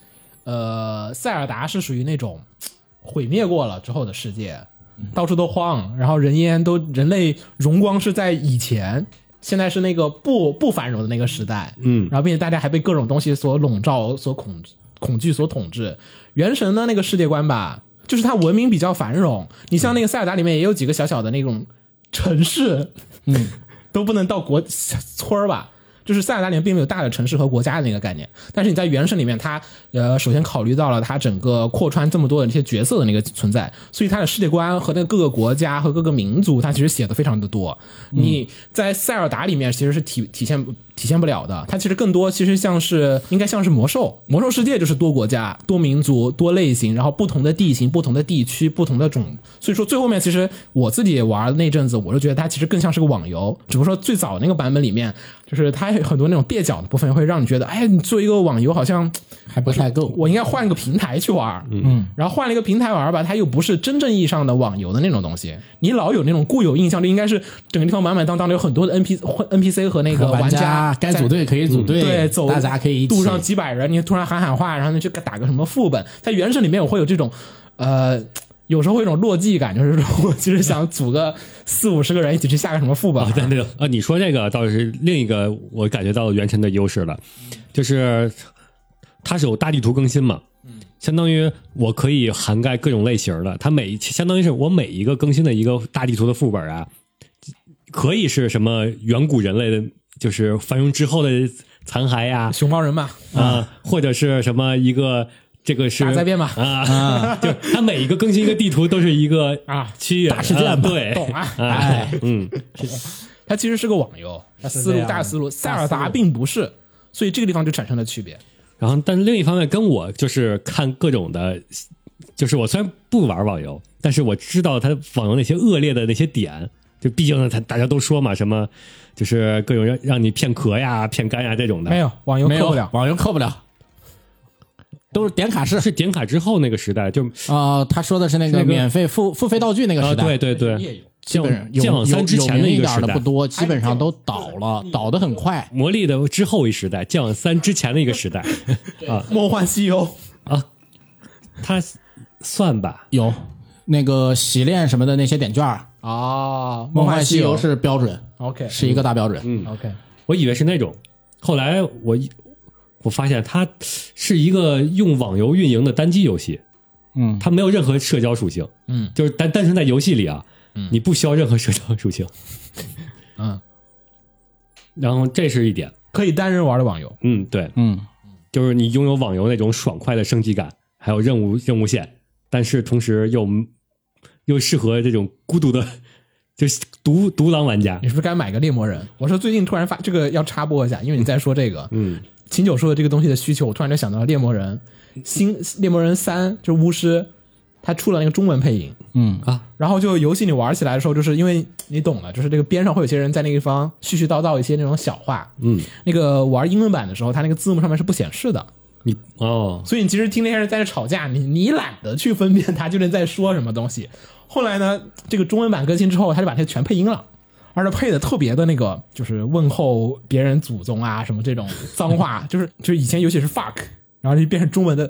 呃，塞尔达是属于那种嘖毁灭过了之后的世界，
嗯
到处都荒，然后人烟都人类荣光是在以前，现在是那个不不繁荣的那个时代，
嗯
然后并且大家还被各种东西所笼罩、所恐恐惧、所统治。原神的那个世界观吧，就是它文明比较繁荣，你
嗯
像那个塞尔达里面也有几个小小的那种城市，
嗯，
都不能到国村儿吧。就是塞尔达里面并没有大的城市和国家的那个概念，但是你在原神里面它，呃首先考虑到了它整个扩穿这么多的这些角色的那个存在，所以它的世界观和那个各个国家和各个民族，它其实写的非常的多。你在塞尔达里面其实是体体现体现不了的，它其实更多其实像是应该像是魔兽，魔兽世界就是多国家、多民族、多类型，然后不同的地形、不同的地区、不同的种，所以说最后面其实我自己也玩的那阵子，我就觉得它其实更像是个网游，只不过说最早那个版本里面，就是它有很多那种蹩脚的部分，会让你觉得，哎，你做一个网游好像
还不太够。
我应该换个平台去玩，嗯，然后换了一个平台玩吧，它又不是真正意义上的网游的那种东西，你老有那种固有印象，就应该是整个地方满满当当的有很多的 N P N P C 和那个
玩
家
该
在嗯
组队可以组队，
对，走
大家可以一起
路上几百人，你突然喊喊话，然后你去打个什么副本，在原神里面我会有这种，呃，有时候会有一种落寂感，就是说我其实想组个四五十个人一起去下个什么副 本
啊，，对对啊，你说这个倒是另一个我感觉到原神的优势了，就是它是有大地图更新嘛，相当于我可以涵盖各种类型的，它每一相当于是我每一个更新的一个大地图的副本啊，可以是什么远古人类的，就是繁荣之后的残骸呀、
熊猫人嘛，
啊，或者是什么一个。这个是
大灾变嘛
啊，就它每一个更新一个地图都是一个
啊
区域
大事件
啊
嘛
对，
懂啊
哎，嗯，
它其实是个网游，它思
这
路
样
大
的
思路，塞
大
尔
思
达
路
并不是，所以这个地方就产生了区别。
然后，但另一方面，跟我就是看各种的，就是我虽然不玩网游，但是我知道他网游那些恶劣的那些点。就毕竟呢，他大家都说嘛，什么就是各种让让你骗壳呀、骗肝呀这种的。
啊没有网游
没
扣
有
不了，
网游扣不了，都是点卡式
是点卡之后那个时代，就
啊。他说的是那
那
个
个
免费付付费道具那个
啊，
时代，
对，对对，
也有
基
剑
本上
网
有
剑网三之前
有有
一
名
个
点
时
的
代
不，多，基本上都倒了，倒的很快。
魔力的之后一时代，剑网三之前的一个时代 啊
《梦幻西游》
啊，它算吧，
有那个洗练什么的那些点券儿，
啊，《
《梦幻
幻
西游
游》》
是标准，
OK
是一个大标准。嗯，
OK，
我以为是那种，后来我一我发现它是一个用网游运营的单机游戏，
嗯
它没有任何社交属性，
嗯，
就是单单纯在游戏里啊，你不需要任何社交属性。
嗯，
然后这是一点，
可以单人玩的网游，
嗯，对，
嗯，
就是你拥有网游那种爽快的升级感，还有任务任务线，但是同时又又适合这种孤独的，就是独独狼玩家
你。是不是该买个猎魔人？ 我说最近突然发这个要插播一下，因为你在说这个，
嗯，
秦九说的这个东西的需求，我突然就想到了猎魔人新猎魔人三，就是巫师，他出了那个中文配音，
嗯
啊，
然后就游戏你玩起来的时候，就是因为你懂了，就是这个边上会有些人在那个地方絮絮叨叨一些那种小话，
嗯，
那个玩英文版的时候，它那个字幕上面是不显示的，
你哦，
所以你其实听那些人在这吵架，你你懒得去分辨他究竟在说什么东西。 后来呢，这个中文版更新之后，他就把它全配音了，而且配的特别的那个，就是问候别人祖宗啊什么这种脏话，就是就是以前尤其是 fuck，然后就变成中文的。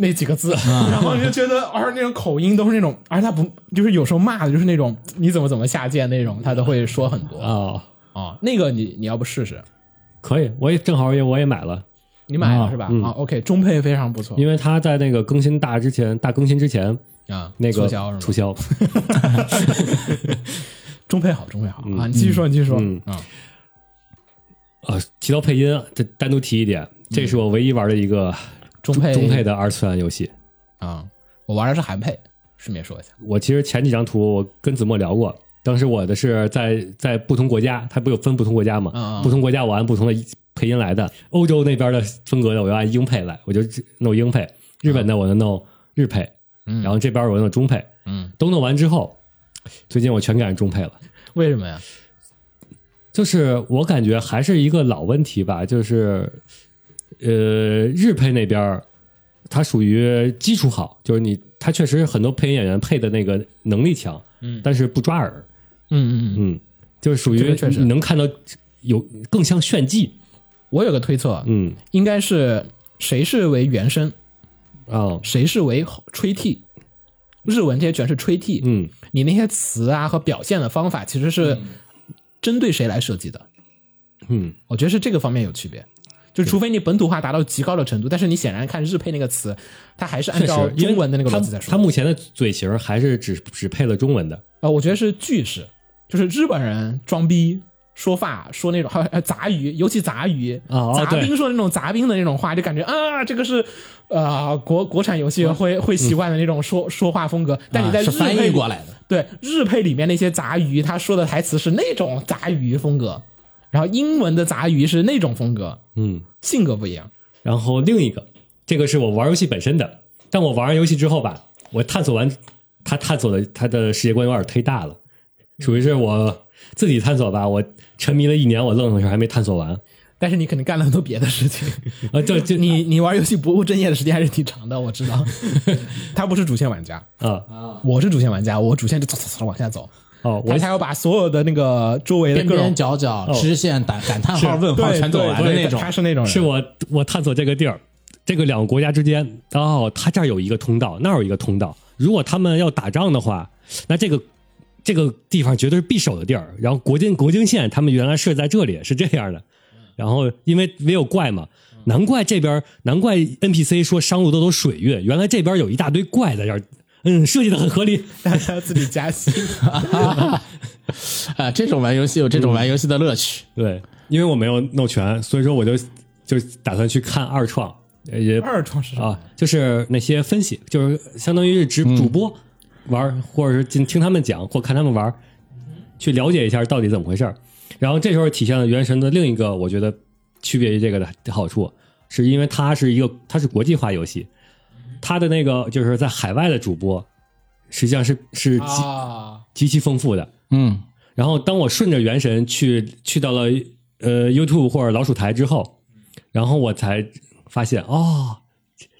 那几个字，然后你就觉得，而那种口音都是那种，而且他不就是有时候骂的就是那种你怎么怎么下贱那种，他都会说很多啊、
哦，
那个你你要不试试，
可以，我也正好也我也买了，
你买了
啊
是吧？啊，OK，中配非常不错
因为它在那个更新大之前，大更新之前
啊，
那个
促销是吗？
促销，
中配好，中配好、啊！你继续说，你继续说。
嗯
啊，
啊，提到配音，这单独提一点，这是我唯一玩的一个
中嗯配
中配的二次元游戏。
啊，我玩的是韩配，顺便说一下。
我其实前几张图我跟子墨聊过，当时我的是在在不同国家，它不有分不同国家嘛？
嗯嗯
不同国家我按不同的配音来的。欧洲那边的风格的我要按英配来，我就弄英配；日本的我就弄日配，
嗯
然后这边我就弄中配。
嗯，
都弄完之后，最近我全改成中配了。
为什么呀？
就是我感觉还是一个老问题吧，就是呃，日配那边儿它属于基础好，就是你它确实很多配音演员配的那个能力强，
嗯
但是不抓耳，
嗯嗯嗯，
嗯，就是属于
这个确实
你能看到有更像炫技，
我有个推测，
嗯
应该是谁是为原声，
啊，
谁是为后吹替。日文这些全是吹替，
嗯
你那些词啊和表现的方法其实是针对谁来设计的？
嗯，
我觉得是这个方面有区别。就除非你本土化达到极高的程度，但是你显然看日配那个词，它还是按
确实
照，
因为
中文的那个逻辑在
他
说
他。目前的嘴型还是只只配了中文的，
呃，我觉得是句式，就是日本人装逼说话说那种， 还有还有杂鱼，尤其杂鱼
啊
哦哦
杂
对
兵说那种杂兵的那种话，就感觉啊，这个是呃国国产游戏会会习惯的那种说、说话风格。但你在
嗯啊
日哦
是
配
翻
里
译过来的，
对日配里面那些杂鱼，他说的台词是那种杂鱼风格，然后英文的杂鱼是那种风格，
嗯，
性格不一样。
然后另一个，这个是我玩游戏本身的，但我玩完游戏之后吧，我探索完他探索的他的世界观有点忒大了，属于是我自己探索吧，我沉迷了一年，我愣愣是还没探索完，
但是你肯定干了很多别的事情，
啊，就就
你你玩游戏不务正业的时间还是挺长的，我知 道。 他不是主线玩家，
啊
我是主线玩家，我主线就嗖嗖嗖往下走，
哦，我
他才要把所有的那个周围的
边
各
边
种
角角、支线、感感叹号、问号
对
全走完的
对对
那种
他。是那种人
是我我探索这个地儿，这个两个国家之间，哦，它这儿有一个通道，那儿有一个通道。如果他们要打仗的话，那这个这个地方绝对是必守的地儿。然后国境国境线，他们原来设在这里是这样的。然后因为没有怪嘛，难怪这边难怪 NPC 说商路都走水运，原来这边有一大堆怪在这儿。嗯，设计的很合理。
大家 自己加戏，
啊，这种玩游戏有这种玩游戏的乐趣。
对，因为我没有弄全，所以说我就就打算去看二创，呃也
二创是什么？
啊，就是那些分析，就是相当于是指主
嗯
播玩儿，或者是进听他们讲或看他们玩儿，去了解一下到底怎么回事儿。然后这时候体现了《原神》的另一个我觉得区别于这个的好处，是因为它是一个它是国际化游戏，它的那个就是在海外的主播实际上是是极、
啊，
极其丰富的。
嗯，
然后当我顺着《原神去》去到了呃 YouTube 或者老鼠台之后，然后我才发现哦，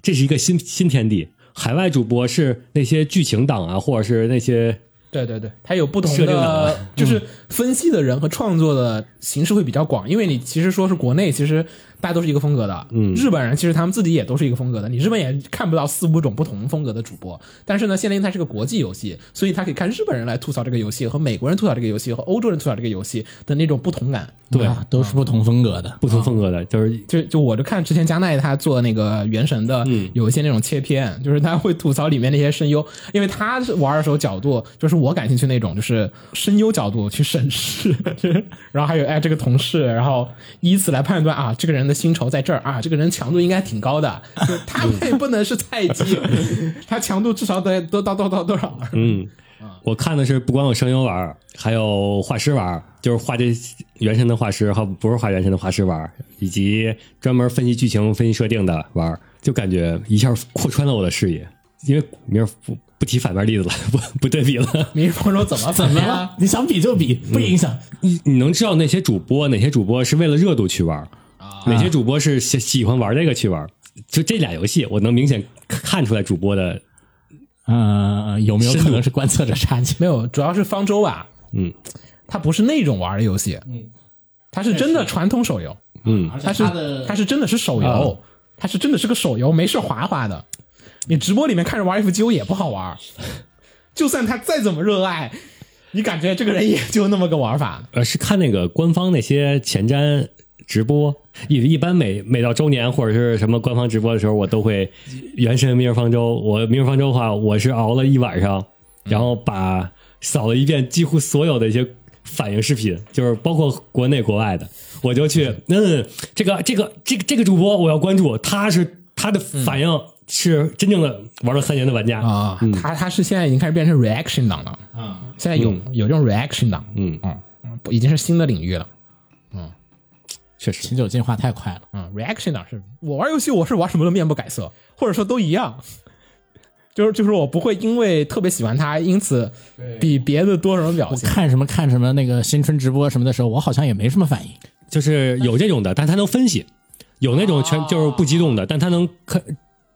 这是一个新新天地。海外主播是那些剧情党啊，或者是那些
对对对，他有不同
设定
的
的，
就是分析的人和创作的形式会比较广，因为你其实说是国内，其实大家都是一个风格的。嗯，日本人其实他们自己也都是一个风格的，你日本也看不到四五种不同风格的主播。但是呢，现在因为它是个国际游戏，所以他可以看日本人来吐槽这个游戏，和美国人吐槽这个游戏，和欧洲人吐槽这个游戏的那种不同感。
对
啊都是不同风格的。
不同风格的，就是
就就我就看之前加奈他做那个《原神》的，有一些那种切片，就是他会吐槽里面那些声优，因为他是玩的时候角度就是我感兴趣那种，就是声优角度去审视， 就是然后还有哎这个同事，然后依此来判断啊这个人的薪酬在这儿啊，这个人强度应该挺高的，就是他也不能是菜鸡， 他强度至少得都到到到多少？
嗯，我看的是不光有声优玩儿，还有画师玩儿，就是画这原神的画师，和不是画原神的画师玩儿，以及专门分析剧情、分析设定的玩儿，就感觉一下扩穿了我的视野。因为明儿不不提反面例子了， 不不对比了。
明日方舟 怎么怎
哎
么了？
你想比就比，不影响。
你你能知道哪些主播，哪些主播是为了热度去玩儿，哪些主播是喜喜欢玩这个去玩儿。就这俩游戏，我能明显看出来主播的
呃，有没有可能是观测者差距？
没有，主要是方舟吧，
嗯，
它不是那种玩儿的游戏，嗯，它是真的传统手游。
嗯
而且
它是
他的嗯
它是真的是手
啊
游，它是真的是个手游，没事滑滑的。你直播里面看着玩 FGO 也不好玩， 就算他再怎么热爱，你感觉这个人也就那么个玩法。
呃，是看那个官方那些前瞻直播，一一般每每到周年或者是什么官方直播的时候，我都会《原神》《明日方舟》。我《明日方舟》的话，我是熬了一晚上，然后把扫了一遍几乎所有的一些反应视频，就是包括国内国外的，我就去，嗯，这个这个这个这个主播我要关注，他是他的反应是真正的玩了三年的玩家，
啊，他他是现在已经开始变成 reaction 档了，
嗯，
现在有有这种 reaction 档，
嗯
嗯，不已经是新的领域了。
确实。
秦九进化太快了。
嗯，reaction 档是我玩游戏，我是玩什么都面不改色，或者说都一样， 就是就是我不会因为特别喜欢他，因此比别的多什么表
我
现。
看什么看什么那个新春直播什么的时候，我好像也没什么反应。
就是有这种的，但他能分析；有那种全就是不激动的，但他能看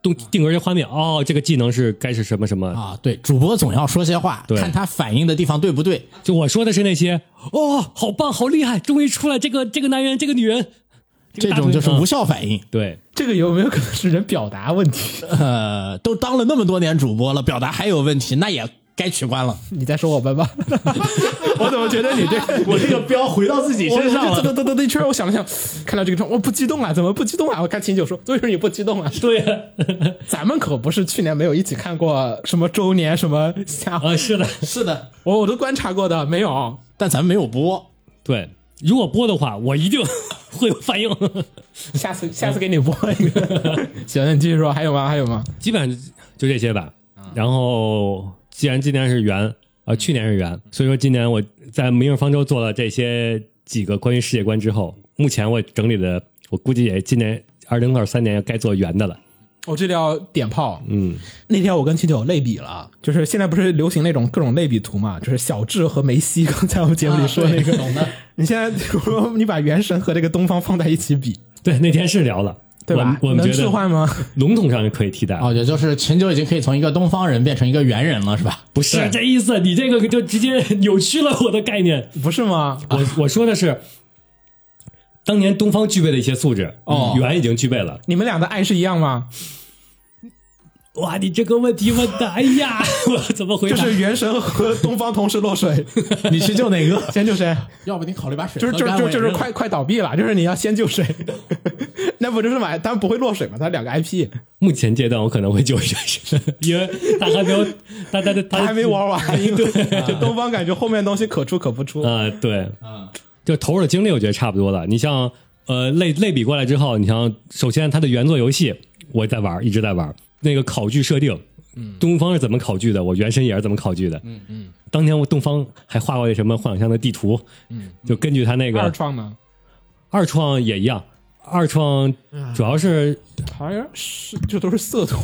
动定格这画面。哦，这个技能是该是什么什么？
啊，对，主播总要说些话，
对
看他反应的地方对不对。
就我说的是那些哦，好棒，好厉害，终于出来这个这个男人，这个女人，
这
个大
种就是
腿
无效反应
嗯。对，
这个有没有可能是人表达问题？
呃，都当了那么多年主播了，表达还有问题，那也该取关 了。
你再说我们吧，我怎么觉得你 这
我这个标回到自己
我我这。噔噔噔噔一圈，我想了想，看到这个状，我不激动了，怎么不激动了？啊我看秦九说，为什么你不激 动了？啊
对 呀、
咱们可不是去年没有一起看过什么周年什么夏，
啊，是的，
是的，
我我都观察过的，没有。
但咱们没有播。
对。如果播的话，我一定 会有反应。
下次下次给你播一 个。行，那你继续说，还有吗？还有吗？
基本上就这些吧。然后，既然今年是圆，呃，去年是圆，所以说今年我在《明日方舟》做了这些几个关于世界观之后，目前我整理的，我估计也今年二零二三年该做圆的了。
我这里要点炮，
嗯，
那天我跟秦九类比了，就是现在不是流行那种各种类比图嘛，就是小智和梅西，刚才我们节目里说那个，
啊
懂的，
你现在你把原神和这个东方放在一起比，
对，那天是聊了，
对吧？
我们我
能
们觉
置
得
换吗？
笼统上可以替代，
哦，也就是秦九已经可以从一个东方人变成一个猿人了，是吧？
不是这意思，你这个就直接扭曲了我的概念。
不是吗？
我我说的是，当年东方具备的一些素质，
哦
圆已经具备了。
你们俩的爱是一样吗？
哇，你这个问题问的，哎呀， 我怎么回
就
答？
是原神和东方同时 落水，
你去救哪个？
先救谁？
要不你考虑把水
就是就
喝干
就
我也
就是
认了
快快倒闭了，就是你要先救谁？ 那不就是买，当然不会落水嘛，它两个 IP，
目前阶段我可能会救原神，因为他还没 有，他他他
它还没玩完。
对
就东方感觉后面东西可出可不出，
啊，对，就投入的精力我觉得差不多了。你像呃类类比过来之后，你像首先它的原作游戏我在玩，一直在玩那个考据设定，东方是怎么考据的，我原神也是怎么考据的，嗯嗯。当年我东方还画过那什么幻想乡的地图，嗯，就根据他那
二
个
创呢？
二创也一样，二创主要是
好像是这都是色图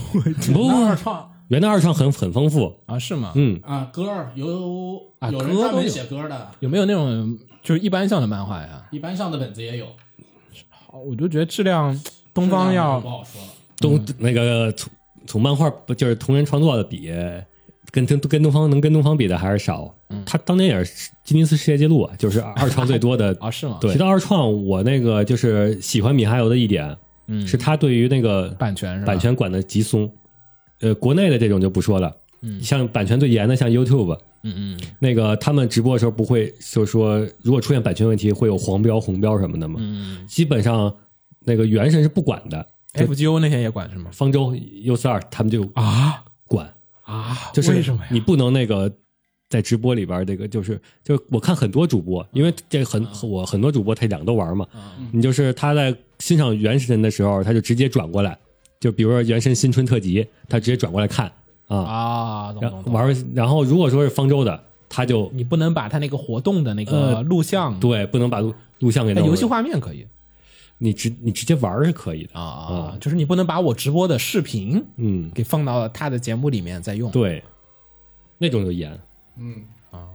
不
那二创
原的二创很很丰富，
啊？是吗？
嗯，
嗯啊，歌儿有
啊
有人
歌
专
都
门
有
写歌的，
有没有那种就是一般向的漫画呀？
一般上的本子也有。
哦我就觉得质量东方
这样
要嗯
就不好说了。
东那个从从漫画就是同人创作的比跟跟跟东方能跟东方比的还是少。
嗯
他当年也是吉尼斯世界纪录啊，就是二二创最多的
啊是吗
对，提到二创，我那个就是喜欢米哈游的一点，
嗯
是他对于那个
版权是吧？
版权管的极松。呃，国内的这种就不说了，
嗯
像版权最严的，像 YouTube
嗯嗯
那个，他们直播的时候不会就说，如果出现版权问题，会有黄标、红标什么的嘛。
嗯
基本上那个原神是不管的，
哎
嗯，FGO 那天也管是吗？
方舟 U 四二他们就
啊
管，
啊，
就是
为什么呀？
你不能那个在直播里边儿这个就是就是我看很多主播，因为这很
啊
我很多主播他两都玩嘛，嗯你就是他在欣赏原神的时候，他就直接转过来，就比如说原神新春特辑，他直接转过来看啊，
啊，懂嗯
然
懂
后
懂。
玩儿，然后如果说是方舟的，他就
你不能把他那个活动的那个
呃
录像，
对不能把录录像给
哎
弄了，
游戏画面可以
你直你直接玩儿是可以的，
啊，就是你不能把我直播的视频
嗯，
给放到他的节目里面再用。
对，那种就严，
嗯，
啊，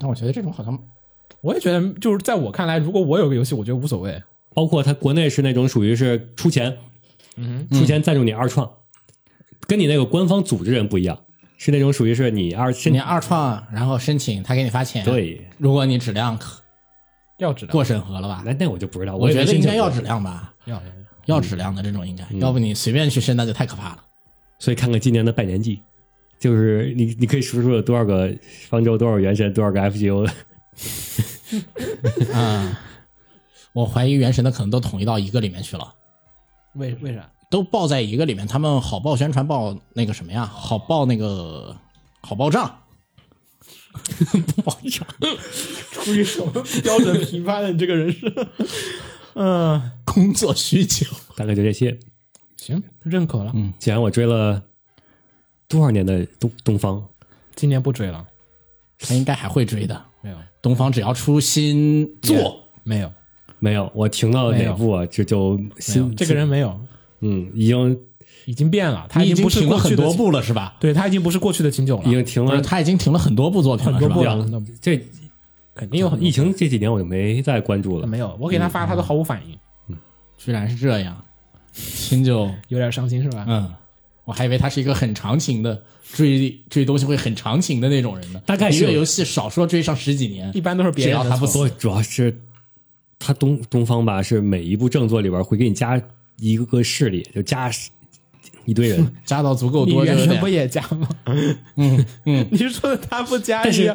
但我觉得这种好像
我也觉得，就是在我看来，如果我有个游戏，我觉得无所谓。
包括他国内是那种属于是出钱，
嗯
出钱赞助你二创，跟你那个官方组织人不一样，是那种属于是你二申
你二创，然后申请，他给你发钱。，
对，
如果你质量可
要质量，
过审核了吧？
那那我就不知道，
我
也
觉
没
得
申
应
请
该
过
要质，量吧，
要要
要质量的这种应该，要不你随便去申那就太可怕了。
所以看看今年的拜年季，就是你你可以数数有多少个方舟，多少原神，多少个 FGO，
嗯，我怀疑原神的可能都统一到一个里面去了，
为为啥？
都报在一个里面，他们好报宣传，报那个什么呀，好报那个好报账。不好账，
出于什么标准评判的？你这个人是， 嗯，
工作需求。
大概就这些。
行，认可了。
既然我追了多少年的东东方，
今年不追了，
他应该还会追的。
没有，
东方只要出新作，
没有，
没有我停到
没有
哪部啊？这就
没有
新
这个人没有，
嗯，已经
已经变了，他
你已
不是
停了
过去
很
的嗯
多，部了，是吧？
对他已经不是过去的秦九了
已，经停
不是，
了
他已经停了很多部作品了，
很多部
是吧？
两
了
这
肯定有很多
疫情这几年我就没再关注了。
没有，我给他发他都毫无反应，
居然是这样，新就
有点伤心是吧？
嗯，我还以为他是一个很长情的追追东西会很长情的那种人呢。
大概
一
是
个游戏少说追上十几年
一，般都是别
只
人
要
的
他不
错
死
不，，主要是他东东方吧，是每一部正作里边会给你加一个个势力，就加一堆 人。
加到足够
你
多就
原
有
神不
点。
也加吗？
嗯嗯，
你说的他不加，
但是
也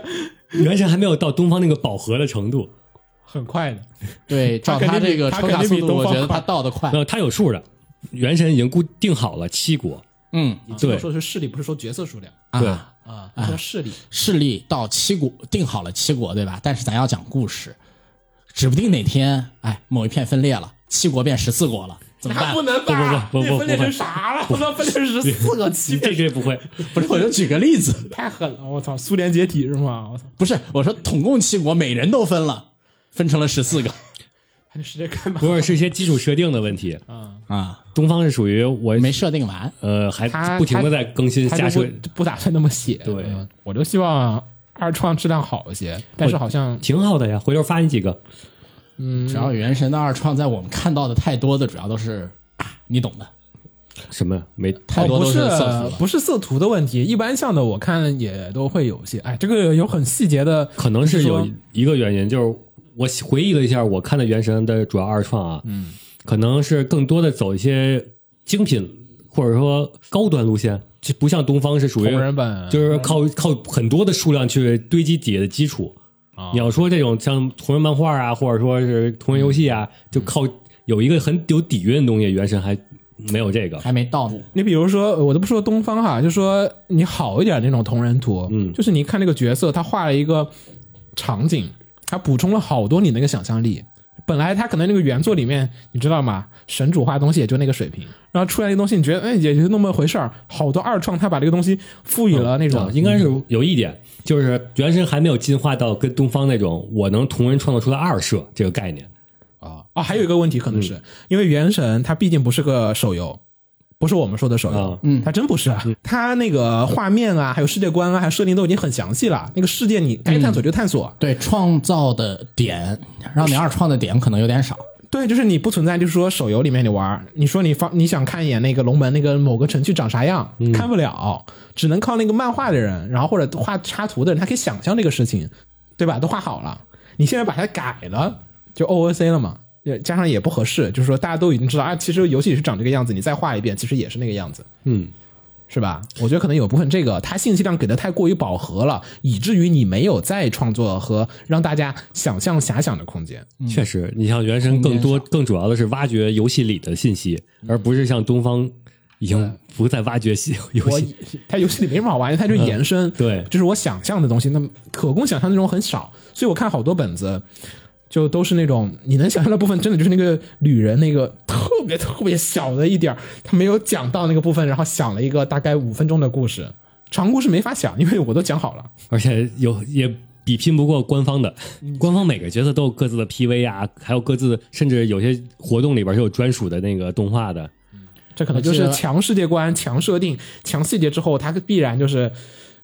原神还没有到东方那个饱和的程度，
很快的，
对，照
他
他
肯定比
这个
他
抽卡
肯定
速
比
度，我
东方
觉得
快嗯
他到的快
没。有他有数的。原神已经固定好了七国，
嗯
对
我说的是势力，不是说角色数量
对
啊，
啊，他说势力。
势力到七国定好了七国，对吧？但是咱要讲故事，指不定哪天哎某一片分裂了，七国变十四国了，怎么办？
那不能吧？
不不不不
那分裂
不
成
会
啥了？我操，分裂成十四
这
个 七，
这这不会，
不是，我就举个例子，
太狠了！我操，苏联解体是吗？我操，
不是我说统共七国每人都分了，分成了十四个
还得时间 干嘛？
不是是一些基础设定的问题。
啊，
啊，
东方是属于我
没设定完。
呃
他
还不停的在更新
他
加
就
设，
不不打算那么写。
对
嗯，我就希望二创质量好一些，但是好像
挺好的呀。回头发你几个，
主要原神的二创在我们看到的太多的，主要都是啊你懂的，
什么没
太多
哦
都
不是
色服了。
不是色图的问题，一般像的我看也都会有一些。哎，这个有很细节的，
可能是有
说
一个原因，就是我回忆了一下我看的《原神》的主要二创啊，嗯，可能是更多的走一些精品或者说高端路线，就不像东方是属于
同人本
就是靠靠很多的数量去堆积底下的基础。你要说这种像同人漫画啊，或者说是同人游戏啊，就靠有一个很有底蕴的东西，《原神》还没有这个。
还没到呢，
你比如说，呃我都不说东方哈，就说你好一点那种同人图，
嗯
就是你看那个角色，他画了一个场景，他补充了好多你那个想象力。本来他可能那个原作里面，你知道吗？神主画东西也就那个水平，然后出来一个东西，你觉得哎也就那么回事儿。好多二创他把这个东西赋予了那种，
啊应该是有一点，就是《原神》还没有进化到跟东方那种我能同人创造出来二社这个概念。
啊啊，还有一个问题可能是、因为《原神》它毕竟不是个手游，不是我们说的手游
啊，
嗯，它真不是啊，它那个画面啊，还有世界观啊，还有设定都已经很详细了，那个世界你该探索就探索，
对创造的点，让你二创的点可能有点少。
对，就是你不存在，就是说手游里面你玩儿，你说你放你想看一眼那个龙门那个某个城区长啥样，看不了，只能靠那个漫画的人，然后或者画插图的人，他可以想象这个事情，对吧？都画好了，你现在把它改了，就 OOC 了嘛。也加上也不合适，就是说大家都已经知道啊，其实游戏是长这个样子，你再画一遍，其实也是那个样子。
嗯，
是吧？我觉得可能有部分这个它信息量给的太过于饱和了，以至于你没有再创作和让大家想象遐想的空间。
确实，你像原神更多更主要的是挖掘游戏里的信息，而不是像东方已经不再挖掘戏游
我
戏。
它游戏里没什么好玩，它
嗯
就是延伸，
对
就是我想象的东西，那么可供想象的内容很少，所以我看好多本子。就都是那种你能想象的部分，真的就是那个旅人那个特别特别小的一点儿，他没有讲到那个部分，然后想了一个大概五分钟的故事，长故事没法想，因为我都讲好了。
而且有也比拼不过官方的，官方每个角色都有各自的 PV 啊，还有各自甚至有些活动里边是有专属的那个动画的。
这可能就
我
是
记得
强世界观、强设定、强细节之后，它必然就是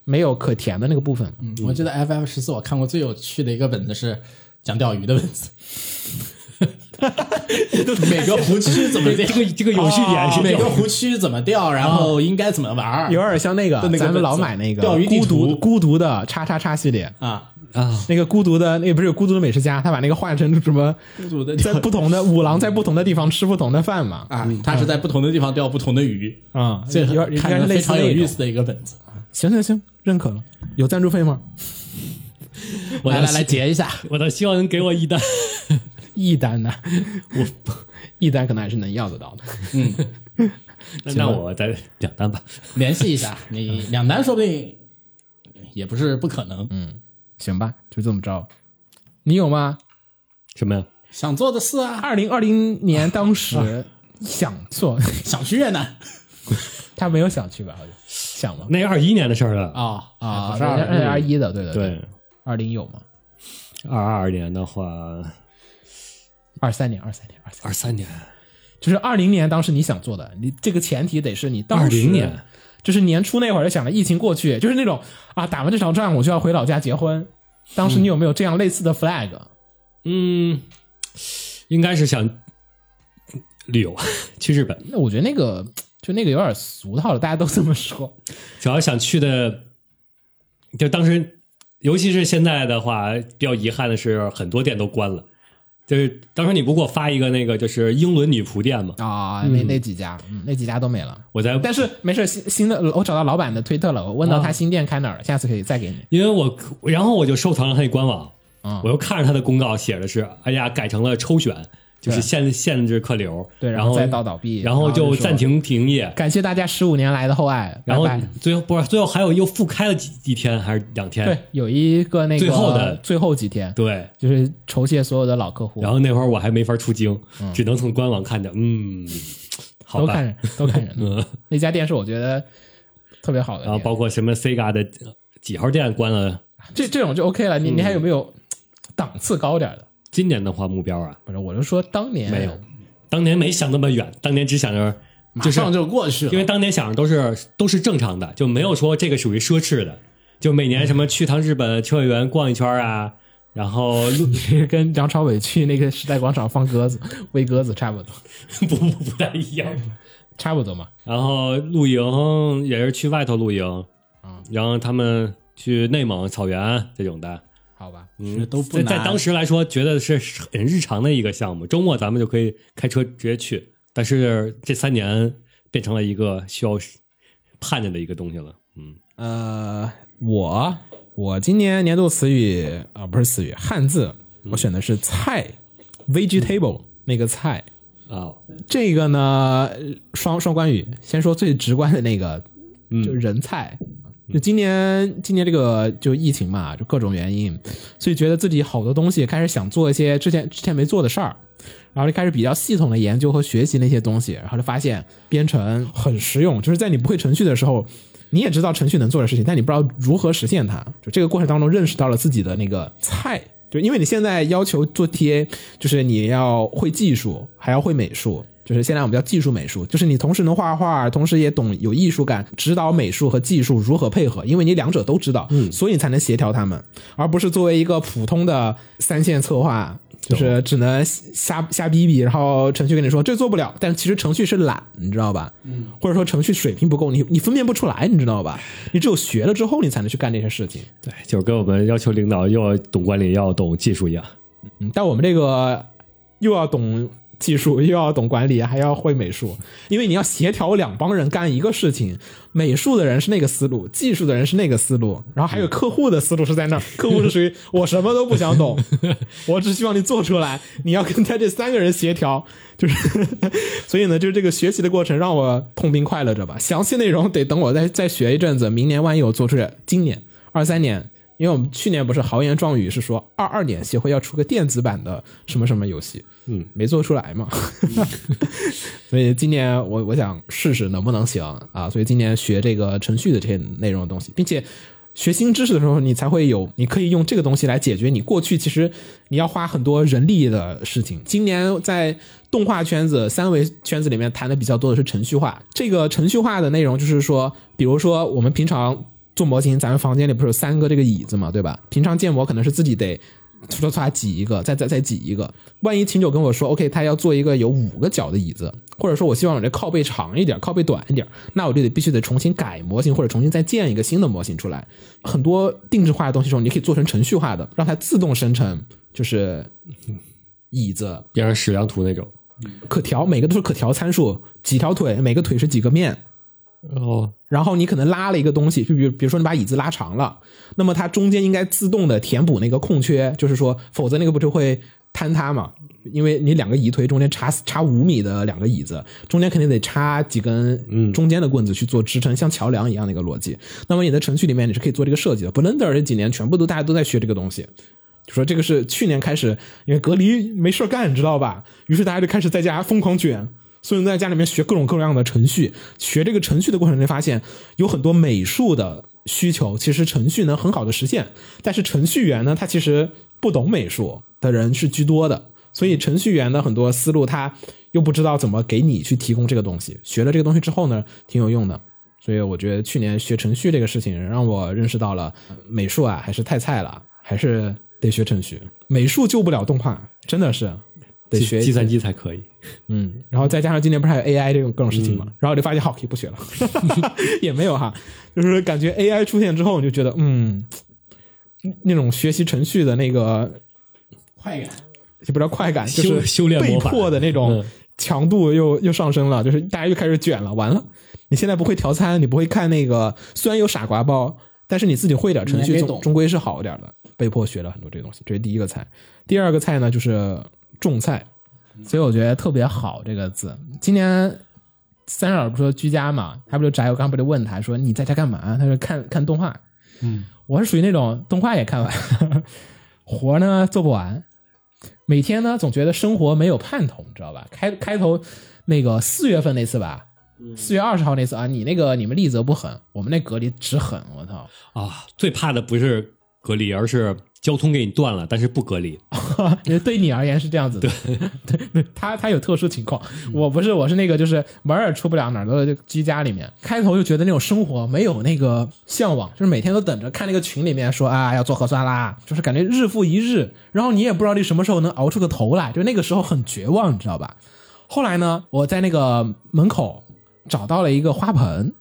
没有可填的那个部分。
嗯我记得 FF 十四我看过最有趣的一个本子是讲钓鱼的本子，每个湖区怎么 钓，
这个这个有序点是
每
有
个湖区怎么钓，然后应该怎么玩儿
有点像那个
对那个
咱们老
本子
买那个
钓鱼地
孤独
图
孤独的叉叉叉系列，
啊，
啊，
那个孤独的那个不是有孤独的美食家，他把那个换成什么
孤独的
在不同的五郎在不同的地方吃不同的饭嘛？
啊，它是在不同的地方钓不同的鱼，
啊、
这
有点应
看
该
着
是类
非
似
常有
那
意
种。
思的一个本子。
行行行，认可了。有赞助费吗？
我
来
倒
来
希
来，结一下，
我倒希望能给我一 单。
一单呢？我一单可能还是能要得到的。
那那我再两单吧。
联系一下，你两单说不定也不是不可能。
行吧，就这么着。你有吗？
什么呀？
想做的事啊，
二零二零年当时想做，
想去越南
他没有想去吧？好像想吗？
那二一年的事儿了。
啊啊，
二
不是
二二一的，对对
对，
二零有吗？
二二年的话，
二三年，二三年，二三，
二三年，
就是二零年当时你想做的，你这个前提得是你当时
20年，
就是年初那会儿就想着疫情过去，就是那种啊，打完这场仗我就要回老家结婚。当时你有没有这样类似的 flag？
嗯，应该是想旅游，去日本。
那我觉得那个就那个有点俗套了，大家都这么说。
主要想去的，就当时，尤其是现在的话，比较遗憾的是很多店都关了。就是当时你不给我发一个那个就是英伦女仆店嘛，
啊，那那几家，嗯那几家都没了。
我在，
但是没事，新新的我找到老板的推特了，我问到
啊
他新店开哪儿了，下次可以再给你。
因为我然后我就收藏了他的官网，
啊
我又看着他的公告写的是，哎呀，改成了抽选，就是
对
限限制客流，
对，
然
然后再到倒闭，
然后就
说
暂。停停业，
感谢大家十五年来的厚爱，
然后
拜拜
最后不是最后还有又复开了几几天还是两天，
对有一个那个
最后的
最后几天，
对
就是酬谢所有的老客户，
然后那会儿我还没法出京，只能从官网看着，嗯，好
都
吧嗯
看， 人，都看人的。那家店是我觉得特别好的
然后
店，
包括什么 Sega 的几号店关了。
这这种就 OK 了。你你还有没有档次高点的？
今年的话，目标啊，
不是，我就说当年
没有，当年没想那么远，当年只想着，
马
就是
上就过去了，
因为当年想着都是都是正常的，就没有说这个属于奢侈的，就每年什么去趟日本秋叶原逛一圈啊，然后路
这跟梁朝伟去那个时代广场放鸽子、 喂鸽子差不多，
不不不太一样，
差不多嘛。
然后露营也是去外头露营，然后他们去内蒙草原这种的，
好吧，
是都不
在在
难。
当时来说，觉得是很日常的一个项目，周末咱们就可以开车直接去。但是这三年变成了一个需要盼着的一个东西了。嗯，
呃，我我今年年度词语啊、不是词语，汉字，我选的是菜、v e g e t a b l e 那个菜。
啊、
这个呢，双双关语，先说最直观的那个，就人菜。就今年，今年这个就疫情嘛，就各种原因，所以觉得自己好多东西开始想做一些之前之前没做的事儿，然后就开始比较系统的研究和学习那些东西，然后就发现编程很实用，就是在你不会程序的时候，你也知道程序能做的事情，但你不知道如何实现它。就这个过程当中，认识到了自己的那个菜，就因为你现在要求做 TA，就是你要会技术，还要会美术，就是现在我们叫技术美术，就是你同时能画画，同时也懂有艺术感，指导美术和技术如何配合，因为你两者都知道，所以你才能协调他们，而不是作为一个普通的三线策划，就是只能瞎瞎逼逼，然后程序跟你说这做不了，但其实程序是懒，你知道吧？嗯，或者说程序水平不够，你你分辨不出来，你知道吧？你只有学了之后，你才能去干这些事情。
对，就是跟我们要求领导又要懂管理，又要懂技术一样。
嗯，但我们这个又要懂技术，又要懂管理，还要会美术，因为你要协调两帮人干一个事情。美术的人是那个思路，技术的人是那个思路，然后还有客户的思路是在那儿。客户是属于我什么都不想懂，我只希望你做出来。你要跟他这三个人协调，就是 所以呢，就是这个学习的过程让我痛并快乐着吧。详细内容得等我再再学一阵子，明年万一我做出来，今年二三年因为我们去年不是豪言壮语是说二二年协会要出个电子版的什么什么游戏，嗯，没做出来嘛， 所以今年我我想试试能不能行啊，所以今年学这个程序的这些内容的东西，并且。学新知识的时候，你才会有，你可以用这个东西来解决你过去其实你要花很多人力的事情。今年在动画圈子、三维圈子里面谈的比较多的是程序化。这个程序化的内容就是说，比如说我们平常做模型，咱们房间里不是有三个这个椅子嘛，对吧？平常建模可能是自己得唰唰唰挤一个，再再再挤一个。万一秦九跟我说，OK，他要做一个有五个角的椅子，或者说我希望我这靠背长一点，靠背短一点，那我就得必须得重新改模型，或者重新再建一个新的模型出来。很多定制化的东西时候，你可以做成程序化的，让它自动生成，就是椅子、
变成矢量图那种。
可调，每个都是可调参数，几条腿，每个腿是几个面，
哦，
然后你可能拉了一个东西，就比如比如说你把椅子拉长了，那么它中间应该自动的填补那个空缺，就是说，否则那个不就会坍塌嘛？因为你两个椅腿中间插插五米的两个椅子，中间肯定得插几根中间的棍子去做支撑，像桥梁一样的一个逻辑。那么你的程序里面你是可以做这个设计的。Blender 这几年全部都大家都在学这个东西，就说这个是去年开始，因为隔离没事儿干，你知道吧？于是大家就开始在家疯狂卷，所以在家里面学各种各样的程序。学这个程序的过程中，发现有很多美术的需求，其实程序能很好的实现，但是程序员呢，他其实不懂美术的人是居多的。所以程序员的很多思路，他又不知道怎么给你去提供这个东西。学了这个东西之后呢，挺有用的。所以我觉得去年学程序这个事情，让我认识到了美术啊，还是太菜了，还是得学程序。美术救不了动画，真的是得
计
学
计算机才可以。
嗯，然后再加上今年不是还有 AI 这种各种事情
嗯
嘛，然后我就发现好，可以 不学了，也没有哈，就是感觉 AI 出现之后，你就觉得嗯，那种学习程序的那个
快感。
也不知道快感，就是
修修炼
被
魔法
迫的那种
嗯
强度又又上升了，就是大家又开始卷了，完了，你现在不会调参，你不会看那个，虽然有傻瓜包，但是你自己会点程
你
序
还没
总
懂
终归是好一点的。被迫学了很多这个东西，这是第一个菜。第二个菜呢就是种菜，
嗯
所以我觉得特别好这个字。今年三少不是说居家嘛，他不就宅？我刚不就问他说你在家干嘛？他说看看动画。嗯，我是属于那种动画也看完，活儿呢做不完，每天呢总觉得生活没有盼头，你知道吧？开开头那个四月份那次吧，四月二十号那次啊，你那个你们丽泽不狠，我们那隔离只狠，我操！
啊，最怕的不是隔离，而是交通给你断了，但是不隔离。
对你而言是这样子的，对，嗯对他他有特殊情况，我不是，我是那个就是门儿也出不了，哪儿都就居家里面。开头就觉得那种生活没有那个向往，就是每天都等着看那个群里面说啊要做核酸啦，就是感觉日复一日，然后你也不知道你什么时候能熬出个头来，就那个时候很绝望，你知道吧？后来呢，我在那个门口找到了一个花盆，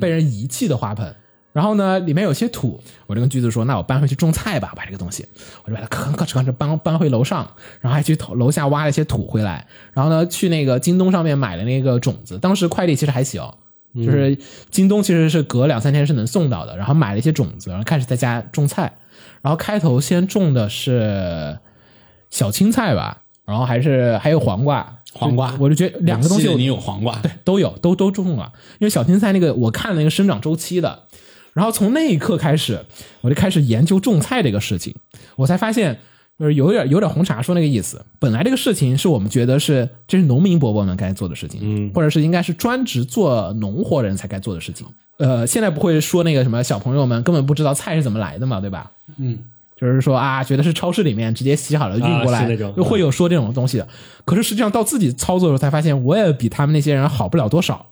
被人遗弃的花盆。然后呢，里面有些土，我就跟橘子说：“那我搬回去种菜吧，把这个东西。”我就把它吭吭哧吭哧搬搬回楼上，然后还去头楼下挖了一些土回来。然后呢，去那个京东上面买了那个种子，当时快递其实还行，就是京东其实是隔两三天是能送到的。然后买了一些种子，然后开始在家种菜。然后开头先种的是小青菜吧，然后还是还有黄瓜，
黄瓜
就我就觉得两个东西
我记
我
得你有黄瓜，对，
都有，都都种了。因为小青菜那个我看了那个生长周期的，然后从那一刻开始，我就开始研究种菜这个事情，我才发现。就是有点有点红茶说那个意思，本来这个事情是我们觉得是这是农民伯伯们该做的事情，嗯，或者是应该是专职做农活人才该做的
嗯
事情。呃，现在不会说那个什么小朋友们根本不知道菜是怎么来的嘛，对吧？就就是说啊，觉得是超市里面直接洗好了运过来，
啊是那种
就会有说这种东西的。可是实际上到自己操作的时候才发现，我也比他们那些人好不了多少。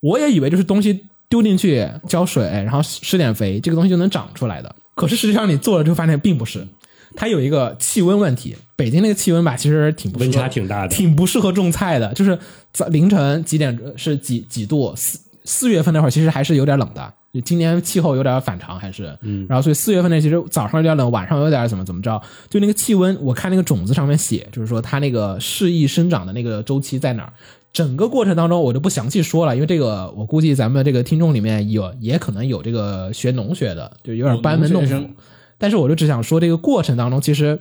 我也以为就是东西丢进去浇水，然后施点肥，这个东西就能长出来的。可是实际上你做了之后发现并不是，它有一个气温问题。北京那个气温吧，其实挺不适
温
合
差挺大的
挺不适合种菜的。就是早凌晨几点是几几度？四四月份那会儿其实还是有点冷的。就今年气候有点反常，还是嗯，然后所以四月份那其实早上有点冷，晚上有点怎么怎么着，就那个气温，我看那个种子上面写，就是说它那个适宜生长的那个周期在哪儿。整个过程当中我就不详细说了，因为这个我估计咱们这个听众里面有也可能有这个学农学的，就有点班门
嗯
弄
农学
斧
生。
但是我就只想说，这个过程当中其实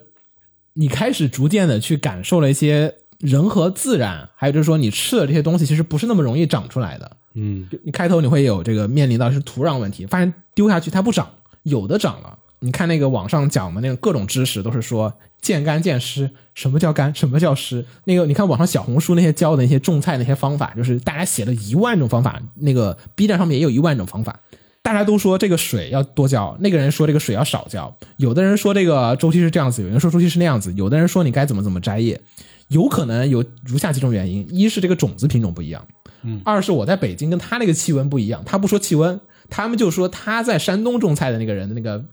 你开始逐渐的去感受了一些人和自然，还有就是说你吃的这些东西其实不是那么容易长出来的。
嗯，
就你开头你会有这个面临到是土壤问题，发现丢下去它不长，有的长了。你看那个网上讲嘛，那个各种知识都是说见干见湿，什么叫干，什么叫湿。那个你看网上小红书那些教的那些种菜那些方法，就是大家写了一万种方法，那个 B 站上面也有一万种方法。大家都说这个水要多浇，那个人说这个水要少浇，有的人说这个周期是这样子，有人说周期是那样子，有的人说你该怎么怎么摘叶，有可能有如下几种原因：一是这个种子品种不一样，二是我在北京跟他那个气温不一样，他不说气温，他们就说他在山东种菜的那个人的那个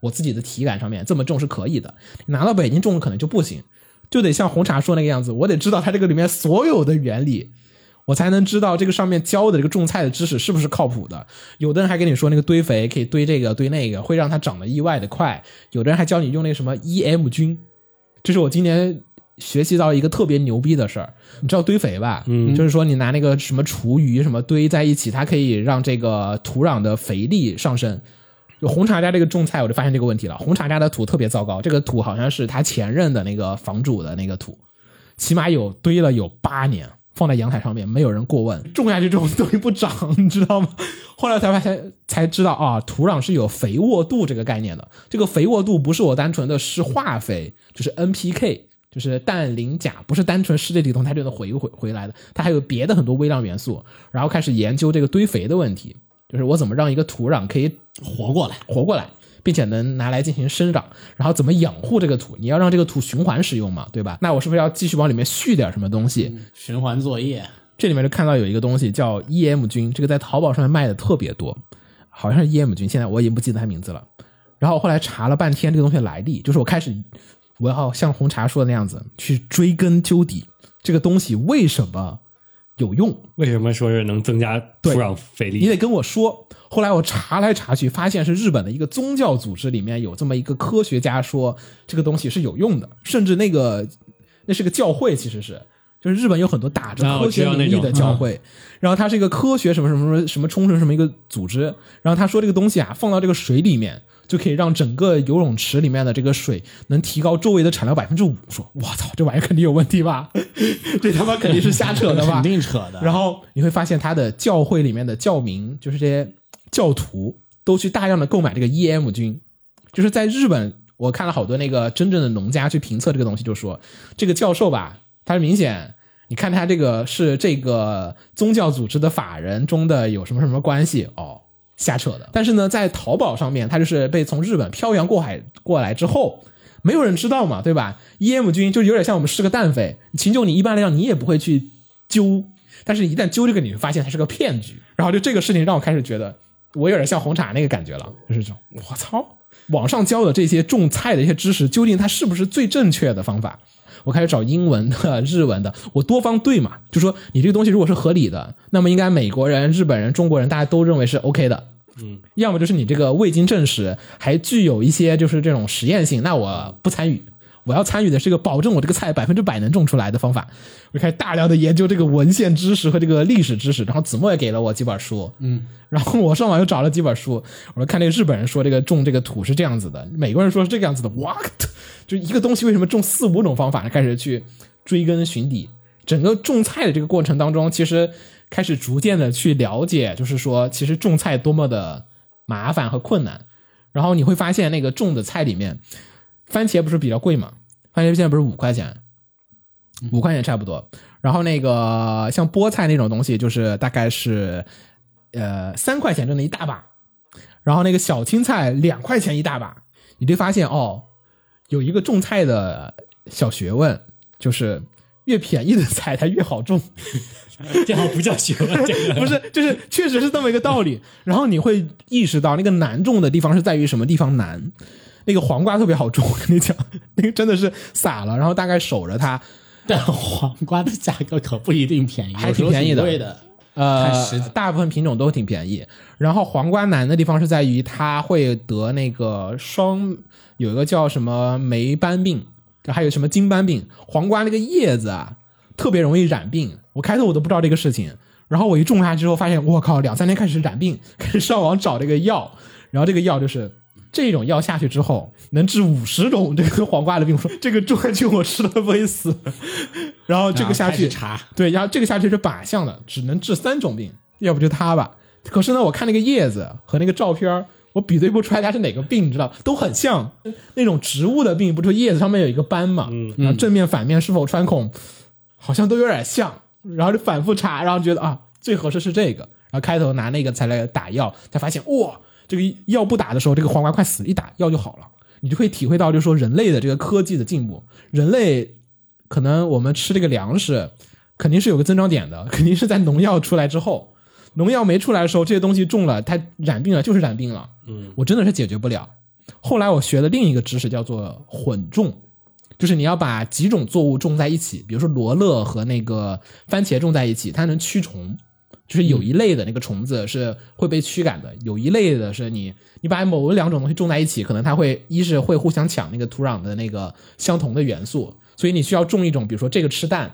我自己的体感上面这么种是可以的，拿到北京种可能就不行，就得像红茶说那个样子，我得知道它这个里面所有的原理。我才能知道这个上面教的这个种菜的知识是不是靠谱的。有的人还跟你说那个堆肥可以堆这个堆那个，会让它长得意外的快。有的人还教你用那个什么 EM 菌，这是我今年学习到一个特别牛逼的事儿。你知道堆肥吧？嗯，就是说你拿那个什么厨余什么堆在一起，它可以让这个土壤的肥力上升。就红茶家这个种菜，我就发现这个问题了。红茶家的土特别糟糕，这个土好像是他前任的那个房主的那个土，起码有堆了有八年，放在阳台上面，没有人过问，种下去这种东西不长，你知道吗？ 后来才发现才知道啊，土壤是有肥沃度这个概念的。这个肥沃度不是我单纯的施化肥，就是 NPK，就是氮磷钾，不是单纯施这几个东西它就能回回回来的，它还有别的很多微量元素。然后开始研究这个堆肥的问题，就是我怎么让一个土壤可以
活过来。
活过来，并且能拿来进行生长，然后怎么养护这个土？你要让这个土循环使用嘛，对吧？那我是不是要继续往里面续点什么东西？
循环 作业，
这里面就看到有一个东西叫 EM 菌，这个在淘宝上面卖的特别多，好像是 EM 菌，现在我已经不记得它名字了。然后我后来查了半天这个东西的来历，就是我开始我要像红茶说的那样子去追根究底，这个东西为什么有用？
为什么说是能增加土
对
壤肥
你
力？
得跟我说。后来我查来查去，发现是日本的一个宗教组织里面有这么一个科学家说这个东西是有用的，甚至那个那是个教会，其实是就是日本有很多打着
啊我
科学
知道
名义
那
的
种
教会，然后它是一个科学什么什么什么什么冲绳什么一个组织，然后他说这个东西啊放到这个水里面。就可以让整个游泳池里面的这个水能提高周围的产量百分之五。说，我操，这玩意儿肯定有问题吧？ 这他妈肯定是瞎扯的吧？
肯定扯的。
然后你会发现，他的教会里面的教民，就是这些教徒，都去大量的购买这个 E EM 菌，就是在日本，我看了好多那个真正的农家去评测这个东西，就说这个教授吧，他是明显，你看他这个是这个宗教组织的法人中的有什么什么关系哦，瞎扯的。 但是呢，在淘宝上面，他就是被从日本漂洋过海过来之后。没有人知道嘛，对吧？EM ？E 菌就有点像我们施个氮肥，秦九，你一般来讲你也不会去揪但是，一旦揪这个，你会发现它是个骗局。然后就这个事情让我开始觉得，我有点像红茶那个感觉了，就是这种，我操，网上教的这些种菜的一些知识，究竟它是不是最正确的方法？我开始找英文的、日文的，我多方对嘛，就说你这个东西如果是合理的，那么应该美国人、日本人、中国人大家都认为是 OK 的。嗯，要么就是你这个未经证实，还具有一些就是这种实验性，那我不参与。我要参与的是一个保证我这个菜百分之百能种出来的方法。我开始大量的研究这个文献知识和这个历史知识，然后子墨也给了我几本书，嗯，然后我上网又找了几本书，我说看这个日本人说这个种这个土是这样子的，美国人说是这个样子的，what？就一个东西为什么种四五种方法，开始去追根寻底。整个种菜的这个过程当中，其实开始逐渐的去了解，就是说，其实种菜多么的麻烦和困难。然后你会发现，那个种的菜里面，番茄不是比较贵嘛？番茄现在不是五块钱，五块钱差不多。然后那个像菠菜那种东西，就是大概是呃三块钱就那一大把，然后那个小青菜两块钱一大把。你会发现哦，有一个种菜的小学问，就是越便宜的菜它越好种。
这好像不叫学问，这个
不是，就是确实是这么一个道理。然后你会意识到那个难种的地方是在于什么地方难。那个黄瓜特别好种，我跟你讲，那个真的是撒了，然后大概守着它，
但黄瓜的价格可不一定便宜，
还挺便宜
的，
的
贵的。
呃
看实，
大部分品种都挺便宜。然后黄瓜难的地方是在于它会得那个双，有一个叫什么霉斑病，还有什么金斑病。黄瓜那个叶子啊，特别容易染病。我开头我都不知道这个事情，然后我一种它之后，发现我靠，两三天开始染病，开始上网找这个药，然后这个药就是。这种药下去之后，能治五十种这个黄瓜的病。我说这个种下去，我吃了不会死。然后这个下去，
然后开始查，
对，然后这个下去是靶向的，只能治三种病，要不就它吧。可是呢，我看那个叶子和那个照片儿，我比对不出来它是哪个病，你知道，都很像那种植物的病，不就叶子上面有一个斑嘛，
嗯
然后正面反面是否穿孔，好像都有点像，然后就反复查，然后觉得啊，最合适是这个，然后开头拿那个才来打药，才发现哇，这个药不打的时候，这个黄瓜快死了，一打药就好了，你就会体会到，就是说人类的这个科技的进步，人类可能我们吃这个粮食，肯定是有个增长点的， 肯定是在农药出来之后，农药没出来的时候，这些东西种了，它染病了就是染病了，嗯，我真的是解决不了。后来我学了另一个知识，叫做混种，就是你要把几种作物种在一起，比如说罗勒和那个番茄种在一起，它能驱虫。就是有一类的那个虫子是会被驱赶的，有一类的是你你把某两种东西种在一起，可能它会一是会互相抢那个土壤的那个相同的元素，所以你需要种一种，比如说这个吃蛋，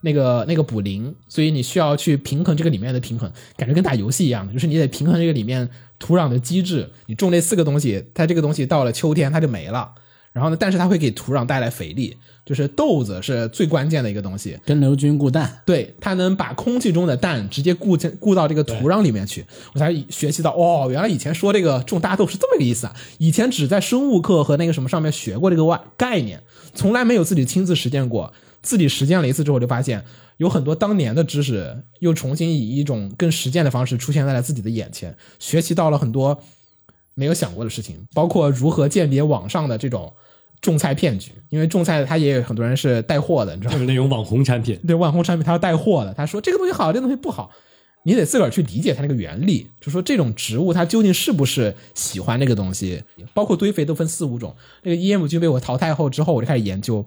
那个那个补磷，所以你需要去平衡这个里面的平衡，感觉跟打游戏一样的，就是你得平衡这个里面土壤的机制。你种这四个东西，它这个东西到了秋天它就没了，然后呢，但是它会给土壤带来肥力，就是豆子是最关键的一个东西，
跟刘军固氮，
对，它能把空气中的氮直接固进固到这个土壤里面去，我才学习到哦，原来以前说这个种大豆是这么个意思啊，以前只在生物课和那个什么上面学过这个外概念，从来没有自己亲自实践过。自己实践了一次之后，就发现有很多当年的知识又重新以一种更实践的方式出现在了自己的眼前，学习到了很多没有想过的事情，包括如何鉴别网上的这种种菜骗局，因为种菜它也有很多人是带货的，你知道
就？
吗
是那种网红产品，
对网红产品，他要带货的，他说这个东西好，这个东西不好，你得自个儿去理解它那个原理，就说这种植物它究竟是不是喜欢这个东西，包括堆肥都分四五种，那个 EM 菌被我淘汰后之后，我就开始研究，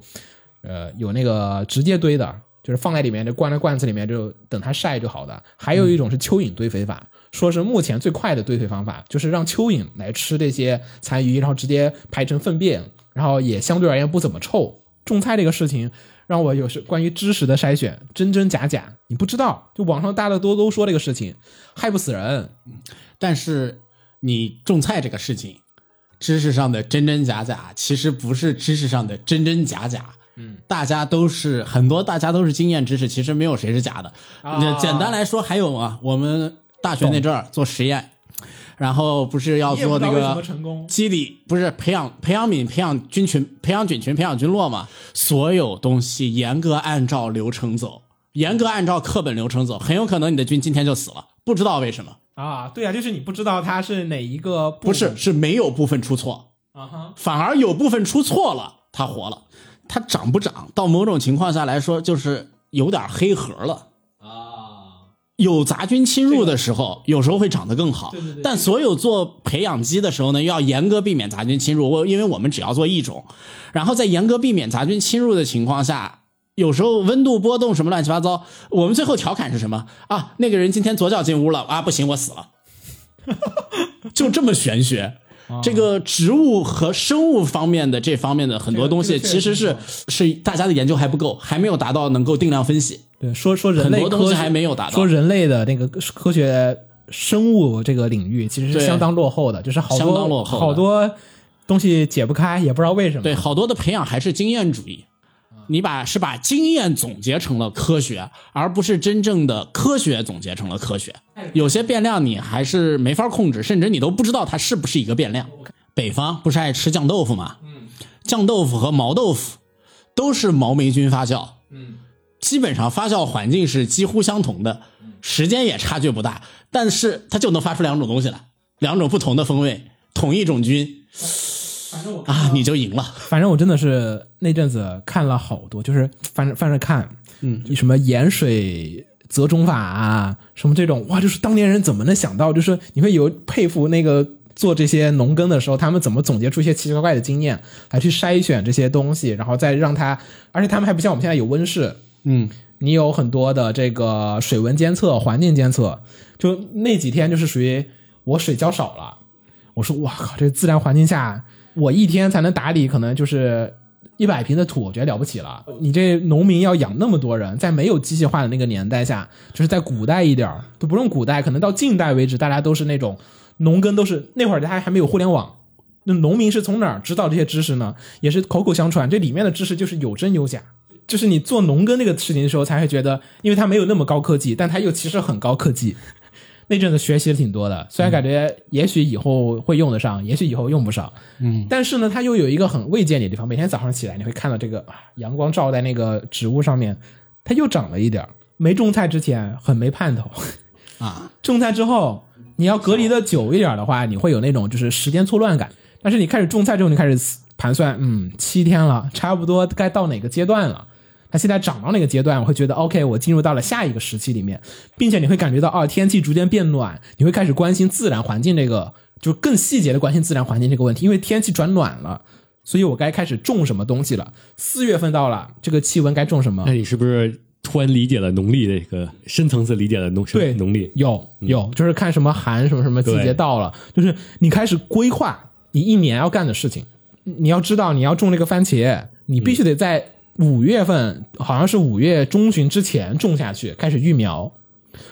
呃，有那个直接堆的，就是放在里面就灌在罐子里面就等它晒就好的，还有一种是蚯蚓堆肥法。说是目前最快的堆肥方法，就是让蚯蚓来吃这些残余，然后直接排成粪便，然后也相对而言不怎么臭。种菜这个事情，让我有时关于知识的筛选，真真假假，你不知道。就网上大家多都说这个事情，害不死人。
但是你种菜这个事情，知识上的真真假假，其实不是知识上的真真假假。嗯，大家都是很多，大家都是经验知识，其实没有谁是假的。
啊
那简单来说，还有啊，我们大学那阵儿做实验，然后不是要做那
你也不知道为什
个
么成功
基底，不是培养培养皿、培养菌群、培养菌群、培养菌落嘛？所有东西严格按照流程走，严格按照课本流程走，很有可能你的菌今天就死了，不知道为什么。
啊，对啊，就是你不知道它是哪一个部
不是，是没有部分出错，
啊哈，
反而有部分出错了，它活了。它长不长，到某种情况下来说，就是有点黑盒了。
啊，
有杂菌侵入的时候，有时候会长得更好。
对对对
但所有做培养基的时候呢，要严格避免杂菌侵入。我因为我们只要做一种，然后在严格避免杂菌侵入的情况下，有时候温度波动什么乱七八糟，我们最后调侃是什么啊？那个人今天左脚进屋了啊，不行，我死 了。就这么玄学。
啊
这个植物和生物方面的这方面的很多东西，
这个这个
其实是是大家的研究还不够，还没有达到能够定量分析。
对，说说人类
很多东西
科学
还没有达到
说人类的那个科学生物这个领域其实是
对
相当落后的，就是好多
相当落后的
好多东西解不开，也不知道为什么。
对，好多的培养还是经验主义，你把是把经验总结成了科学，而不是真正的科学总结成了科学。有些变量你还是没法控制，甚至你都不知道它是不是一个变量。北方不是爱吃酱豆腐吗？酱豆腐和毛豆腐都是毛霉菌发酵，基本上发酵环境是几乎相同的，时间也差距不大，但是它就能发出两种东西来，两种不同的风味，同一种菌，啊，你就赢了。
反正我真的是那阵子看了好多，就是反正反正看，嗯，什么盐水折中法啊，什么这种，哇，就是当年人怎么能想到，就是你会有佩服那个做这些农耕的时候，他们怎么总结出一些奇奇怪怪的经验，来去筛选这些东西，然后再让它，而且他们还不像我们现在有温室，
嗯，
你有很多的这个水文监测、环境监测，就那几天就是属于我水浇少了，我说哇靠，这自然环境下我一天才能打理可能就是一百平的土，我觉得了不起了。你这农民要养那么多人，在没有机械化的那个年代下，就是在古代一点儿都不用古代，可能到近代为止，大家都是那种农耕，都是那会儿还还没有互联网。那农民是从哪儿知道这些知识呢？也是口口相传，这里面的知识就是有真有假。就是你做农耕那个事情的时候，才会觉得，因为它没有那么高科技，但它又其实很高科技。那阵子学习了挺多的，虽然感觉也许以后会用得上，也许以后用不上，嗯，但是呢，它又有一个很慰藉你的地方。每天早上起来，你会看到这个啊阳光照在那个植物上面，它又长了一点儿。没种菜之前很没盼头，
啊，
种菜之后，你要隔离的久一点的话，你会有那种就是时间错乱感。但是你开始种菜之后，你开始盘算，嗯，七天了，差不多该到哪个阶段了。它现在涨到哪个阶段，我会觉得 OK，我进入到了下一个时期里面，并且你会感觉到啊，天气逐渐变暖，你会开始关心自然环境这个，就更细节的关心自然环境这个问题，因为天气转暖了，所以我该开始种什么东西了。四月份到了，这个气温该种什么？
那你是不是突然理解了农历这个深层次理解了农
对
农历？
有有，就是看什么寒什么什么季
嗯
节
对
到了，就是你开始规划你一年要干的事情。你你要知道，你要种这个番茄，你
嗯
必须得在五月份，好像是五月中旬之前种下去，开始育苗，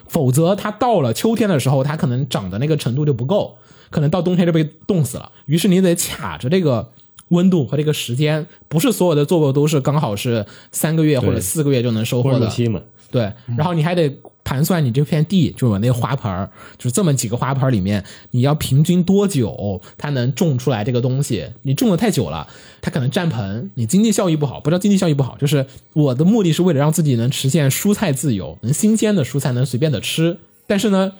否则它到了秋天的时候，它可能长的那个程度就不够，可能到冬天就被冻死了。于是你得卡着这个。温度和这个时间，不是所有的作物都是刚好是三个月或者
对
四个月就能收
或
获
者
的
六，期嘛？
对，然后你还得盘算你这片地，就是我那个花盆儿，就是这么几个花盆儿里面，你要平均多久它能种出来这个东西？你种的太久了，它可能占盆，你经济效益不好。不知道经济效益不好，就是我的目的是为了让自己能实现蔬菜自由，能新鲜的蔬菜能随便的吃。但是呢，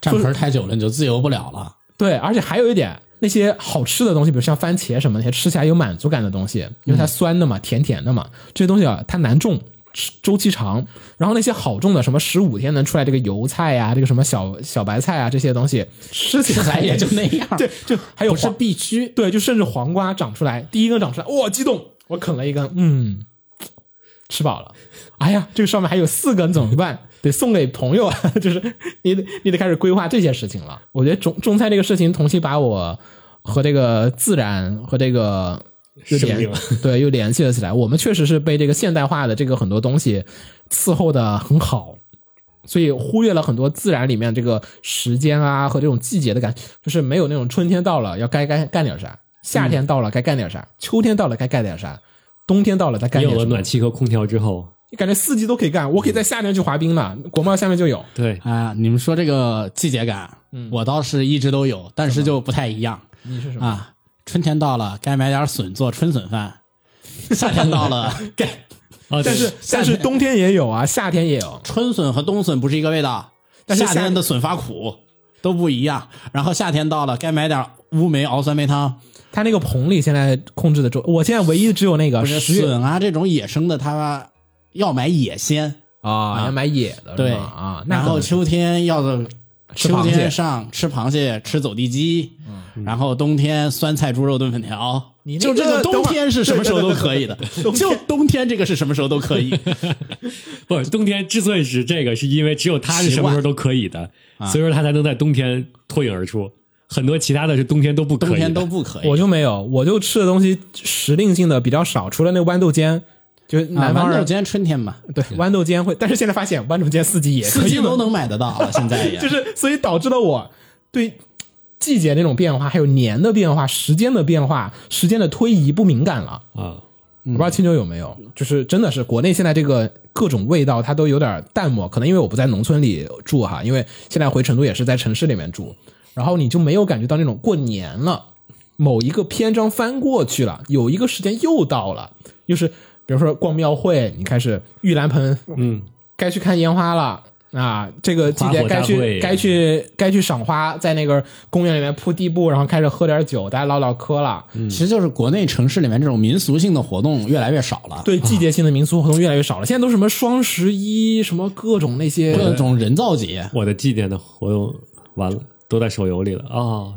占盆太久了，你就自由不了了。
对，而且还有一点，那些好吃的东西，比如像番茄什么那些吃起来有满足感的东西，因为它酸的嘛，甜甜的嘛，这些东西啊，它难种。吃周期长，然后那些好种的，什么十五天能出来这个油菜呀、这个什么小小白菜啊，这些东西吃起来也就那样。 对，就还有
不是
黄
必须，
对，就甚至黄瓜长出来，第一根长出来，哇、激动！我啃了一根，嗯，吃饱了。哎呀，这个上面还有四根怎么办？ 得送给朋友啊， 就是你得你得开始规划这些事情了。我觉得种种菜这个事情，同期把我和这个自然和这个又
生
联
命
对又联系了起来。我们确实是被这个现代化的这个很多东西伺候的很好，所以忽略了很多自然里面这个时间啊和这种季节的感，就是没有那种春天到了要该该干点啥，夏天到了该干点啥，秋天到了该干点啥，冬天到了再干
你
点
有
什
了
么
暖。气和空调之后，
你感觉四季都可以干，我可以在夏天去滑冰了，国贸下面就有。
对，
啊，你们说这个季节感，我倒是一直都有，但是就不太一样
你嗯是什么？
啊。春天到了，该买点笋做春笋饭；夏天 到了，该
啊，
但
呃
是但是冬天也有啊，夏天也有。
春笋和冬笋不是一个味道，
但是夏
夏天的笋发苦，都不一样。然后夏天到了，该买点乌梅熬酸梅汤，
它那个棚里现在控制的住，我现在唯一只有那个
不是
十月
笋啊这种野生的，它要买野鲜。
啊，要买野的
对
是吗啊，那
然后
可能
秋天要是
吃
秋
螃蟹嗯
天上吃螃蟹、吃走地鸡，然后冬天酸菜猪肉炖粉条。
你那
就这
个
个冬
等会儿
天是什么时候都可以的，就冬天这个是什么时候都可以。
不是冬天之所以是这个，是因为只有它是什么时候都可以的，所以说它才能在冬天脱颖而出。很多其他的是冬天都不可以
冬
的，
天都不可以。
我就没有，我就吃的东西时令性的比较少，除了那个豌豆尖，就是
啊
南方
豌
人、
豆尖春天嘛，
对豌豆尖会，但是现在发现豌豆尖 四季也可
四
以
季
了，
都能买得 到了，现在也
就是所以导致了我对季节那种变化，还有年的变化、时间的变化、时间的推移不敏感了。
啊，
我不知道青州有没有，就是真的是国内现在这个各种味道它都有点淡漠，可能因为我不在农村里住哈，因为现在回成都也是在城市里面住，然后你就没有感觉到那种过年了，某一个篇章翻过去了，有一个时间又到了，又是比如说逛庙会，你开始玉兰盆，
嗯，
该去看烟花了，啊，这个季
花
节
火
该
大
去
会
该去该去赏花，在那个公园里面铺地布，然后开始喝点酒，大家唠唠嗑
嗯
了。
嗯其实就是国内城市里面这种民俗性的活动越来越少了，
对季节性的民俗活动越来越少了，现在都是什么双十一，什么各种那些
各种人造节。
我的纪念的活动完了，都在手游里了啊、哦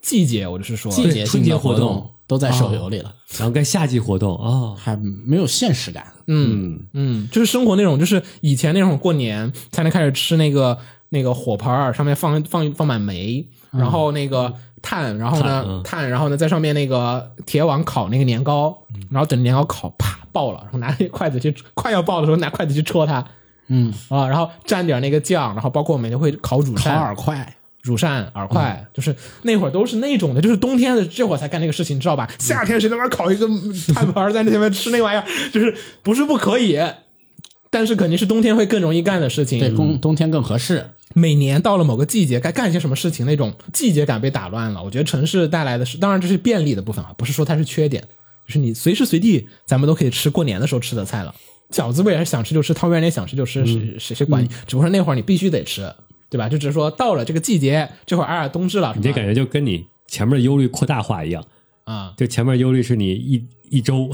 季节，我就是说，
季
对
节性的活
春节活动
都在
啊
手游里了，
然后该夏季活动啊、哦
还没有现实感。
嗯，
嗯，就是生活那种，就是以前那种过年才能开始吃那个那个火盆儿，上面放放放满煤，然后那个炭，然后
炭
呢
嗯
炭，然后呢在上面那个铁网烤那个年糕，然后等着年糕烤啪爆了，然后拿那筷子去快要爆的时候拿筷子去戳它
嗯，
啊，然后蘸点那个酱，然后包括我们就会烤乳
烤
扇
饵、块，
乳扇、饵块，就是那会儿都是那种的，就是冬天的这会儿才干这个事情，你知道吧？夏天谁他妈烤一个炭盆儿在那前面吃那玩意儿，就是不是不可以，但是肯定是冬天会更容易干的事
对，
情。
冬冬天更合适。
每年到了某个季节，该干一些什么事情，那种季节感被打乱了。我觉得城市带来的是，当然这是便利的部分啊，不是说它是缺点，就是你随时随地咱们都可以吃过年的时候吃的菜了。饺子不也是想吃就吃，汤
嗯
圆也想吃就吃，谁谁谁管你？只不过那会儿你必须得吃，对吧？就只是说到了这个季节，这会儿啊冬至了，
你这感觉就跟你前面的忧虑扩大化一样，
啊，
就前面忧虑是你一一周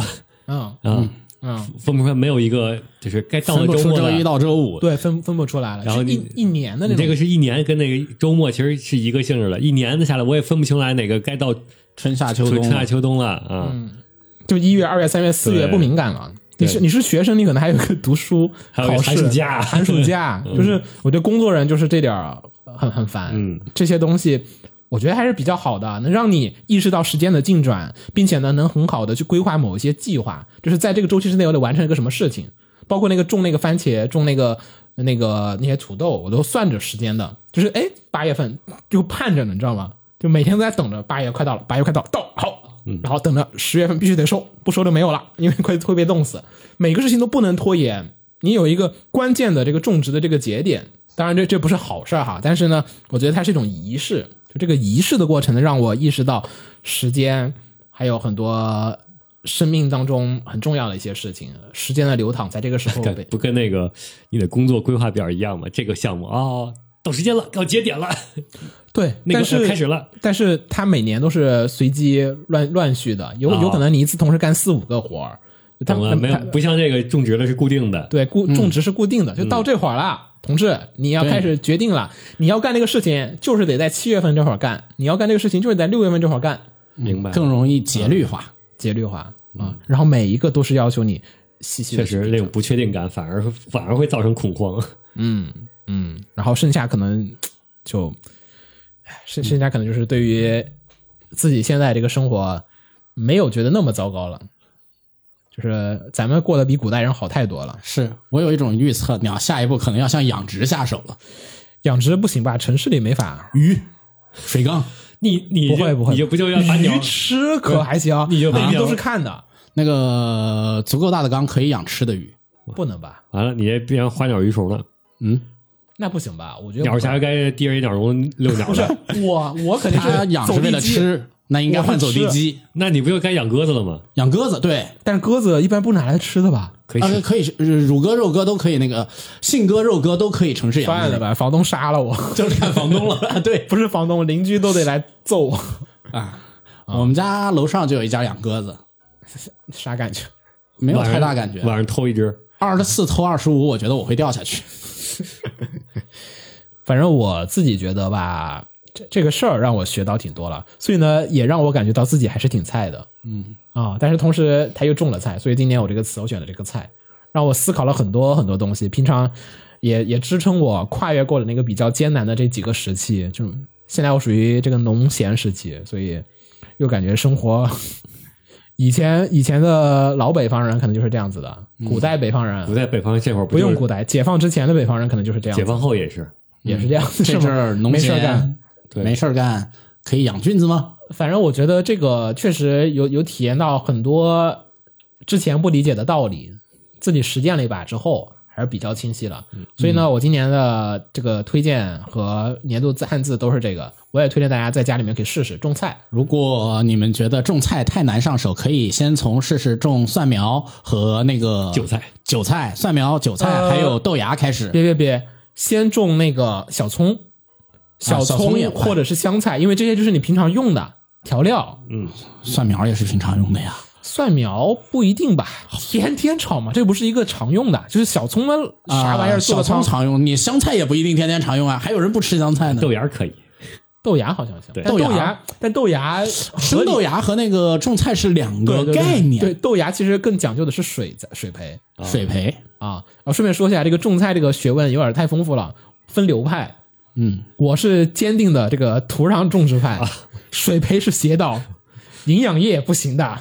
嗯
啊，
嗯，
分不出来没有一个就是该到了
分不
周
出
末
周
了
一到周五，
对，分分不出来了。
然后
是
你
一一年的那
你
种，
这个是一年跟那个周末其实是一个性质了，一年的下来我也分不清来哪个该到
春夏秋
春
冬，
春夏秋冬了
嗯
啊。
就一月、二月、三月、四月
对
不敏感了。你
对
是你是学生，你可能还有一个读书、
还有一
考
个
试、
寒暑假
寒暑 假，就是我觉得工作人就是这点儿呃很很烦。
嗯，
这些东西我觉得还是比较好的，能让你意识到时间的进转，并且呢，能很好的去规划某一些计划，就是在这个周期之内我得完成一个什么事情，包括那个种那个番茄，种那个那个那些土豆，我都算着时间的，就是哎，八月份就盼着呢，你知道吗？就每天都在等着八月快到了，八月快到了到好。
嗯
然后等着十月份必须得收，不收就没有了，因为快会被冻死。每个事情都不能拖延，你有一个关键的这个种植的这个节点。当然这，这不是好事儿哈，但是呢，我觉得它是一种仪式。就这个仪式的过程呢，让我意识到时间还有很多生命当中很重要的一些事情，时间的流淌在这个时候
跟
被
不跟那个你的工作规划表一样吗？这个项目哦，到时间了，到节 点了，
对，
那
但
个
是
呃开始了，
但是它每年都是随机乱乱序的，有有可能你一次同时干四五个活儿，就它
啊懂了没有？嗯不像这个种植的是固定的，
对，固种植是固定的，就
嗯
到这会儿了，同志，你要
对
开始决定了，你要干这个事情，就是得在七月份这会儿干，你要干这个事情，就是在六月份这会儿干，
明白？
更容易节律化。
节律化啊、然后每一个都是要求你细细
嗯确
的，
实，那种不确定感反而反而会造成恐慌。
嗯嗯，然后剩下可能就，唉剩剩下可能就是对于自己现在这个生活没有觉得那么糟糕了，就是咱们过得比古代人好太多了。
是我有一种预测，鸟下一步可能要向养殖下手了，
养殖不行吧？城市里没法，
鱼、水缸。
你你
不
就
会不会
你就不就要把鸟
鱼吃可还行，
你就被
啊
鸟
都是看的，
那个足够大的缸可以养吃的鱼，
不能吧？
完了，你这变成花鸟鱼虫了。
嗯，
那不行吧？我觉得
鸟
不
侠该逮着一鸟笼遛鸟
是
了，
我，我肯定
它
是
养
走
是为了
地鸡，
吃，那应该换走地鸡。
那你不就该养鸽子了吗？
养鸽子对，
但是鸽子一般不拿来吃的吧？
可以
啊
吃，
可以是呃乳鸽、肉鸽都可以，那个信鸽、肉鸽都可以城市养
算了
殖，
吧，房东杀了我，
就是看房东了。 对
不是房东，邻居都得来揍我，
啊，我们家楼上就有一家养鸽子，
啥感觉？
没有
晚上
太大感觉。
晚上偷一只，
二十四偷二十五，我觉得我会掉下去。
反正我自己觉得吧，这这个事儿让我学到挺多了，所以呢，也让我感觉到自己还是挺菜的，
嗯
啊、但是同时他又中了菜，所以今年我这个词我选了这个菜，让我思考了很多很多东西。平常也也支撑我跨越过了那个比较艰难的这几个时期，就现在我属于这个农闲时期，所以又感觉生活 以前以前的老北方人可能就是这样子的，古代北方人、啊
不在北方这会儿
嗯不
就是
用古代，解放之前的北方人可能就是这样子，
解放后也是，
也是这样子，
这
是
阵
吗
儿农
没事儿
闲啊
干。
对
没事儿干，可以养菌子吗？
反正我觉得这个确实有有体验到很多之前不理解的道理，自己实践了一把之后还是比较清晰了。
嗯
所以呢，我今年的这个推荐和年度字汉字都是这个，我也推荐大家在家里面可以试试种菜。
如果呃你们觉得种菜太难上手，可以先从试试种蒜苗和那个
韭菜、
韭菜、蒜苗、韭菜，
呃
还有豆芽开始。
别别别，先种那个小葱，小
啊小葱也快
或者是香菜，因为这些就是你平常用的调 料。
蒜苗也是平常用的呀。
蒜苗不一定吧，天天哦炒嘛，这不是一个常用的，就是小葱嘛，啥玩意
啊
儿做
小
个
葱
汤，
常用，你香菜也不一定天天常用啊，还有人不吃香菜呢。
豆芽儿可以，
豆芽好像行，
对
但
豆
豆
芽
芽，但豆芽
生豆芽和那个种菜是两
对
个
对对
概念。
对豆芽其实更讲究的是水在水培
啊
水培，
啊。啊，顺便说一下，这个种菜这个学问有点太丰富了，分流派。
嗯，
我是坚定的这个土壤种植派，水培是邪道，营养液不行的，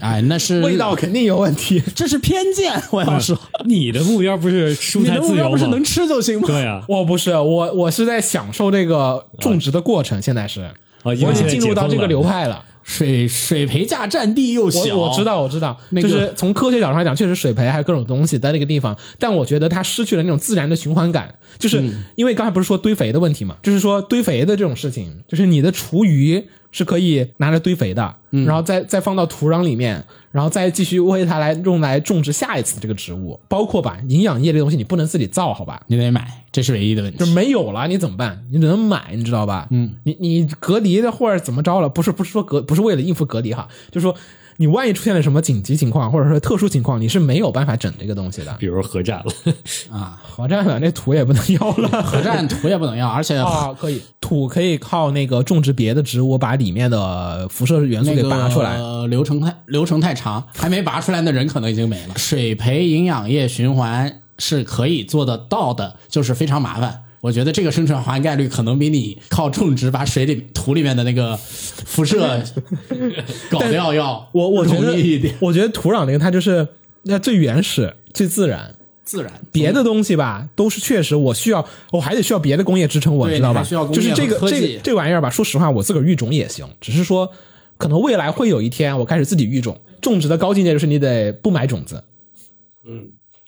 哎，那是
味道，肯定有问题。
这是偏见。我要说，
啊你的目标不是蔬
哦你
菜
的目
自
标
由
不是
吗
能？吃就行吗？
对 啊，
我不是我，我是在享受这个种植的过程。现在是，
啊，因
我
为现
已经
在
进入到
解封
这个
了
流派了。
水水培价占地又小，
我我知。道，我知道，
那个
就是从科学角度上讲，确实水培还有各种东西在那个地方，但我觉得它失去了那种自然的循环感，就是因为刚才不是说堆肥的问题嘛，就是说堆肥的这种事情，就是你的厨余是可以拿来堆肥的，然后再再放到土壤里面，然后再继续为它来用来种植下一次这个植物，包括吧营养液这东西你不能自己造，好吧？
你得买，这是唯一的问
就
题。
没有了，你怎么办？你只能买，你知道吧？嗯，你你隔离的或者怎么着了？不是不是说隔不是为了应付隔离哈，就是说你万一出现了什么紧急情况或者说特殊情况，你是没有办法整这个东西的。
比如核战了，
核战了，那土也不能要了。
核战土也不能要，而且
啊，可以， 土可以靠那个种植别的植物，把里面的辐射元素
那
给
个
拔出来。
流程太流程太长，还没拔出来的人可能已经没了。水培营养液循环是可以做得到的，就是非常麻烦。我觉得这个生存涵盖率可能比你靠种植把水里土里面的那个辐射搞掉要
我我觉
容
得
易一点，，
我觉得土壤这个它就是那最原始、最自然。
自然
别的东西吧，都是确实我需要，我还得需要别的工业支撑我，
对
知道
你
吧？
还需要工业
就是这个
和科技
这个这玩意儿吧，说实话，我自个儿育种也行，只是说可能未来会有一天我开始自己育种，种植的高境界就是你得不买种子。
嗯，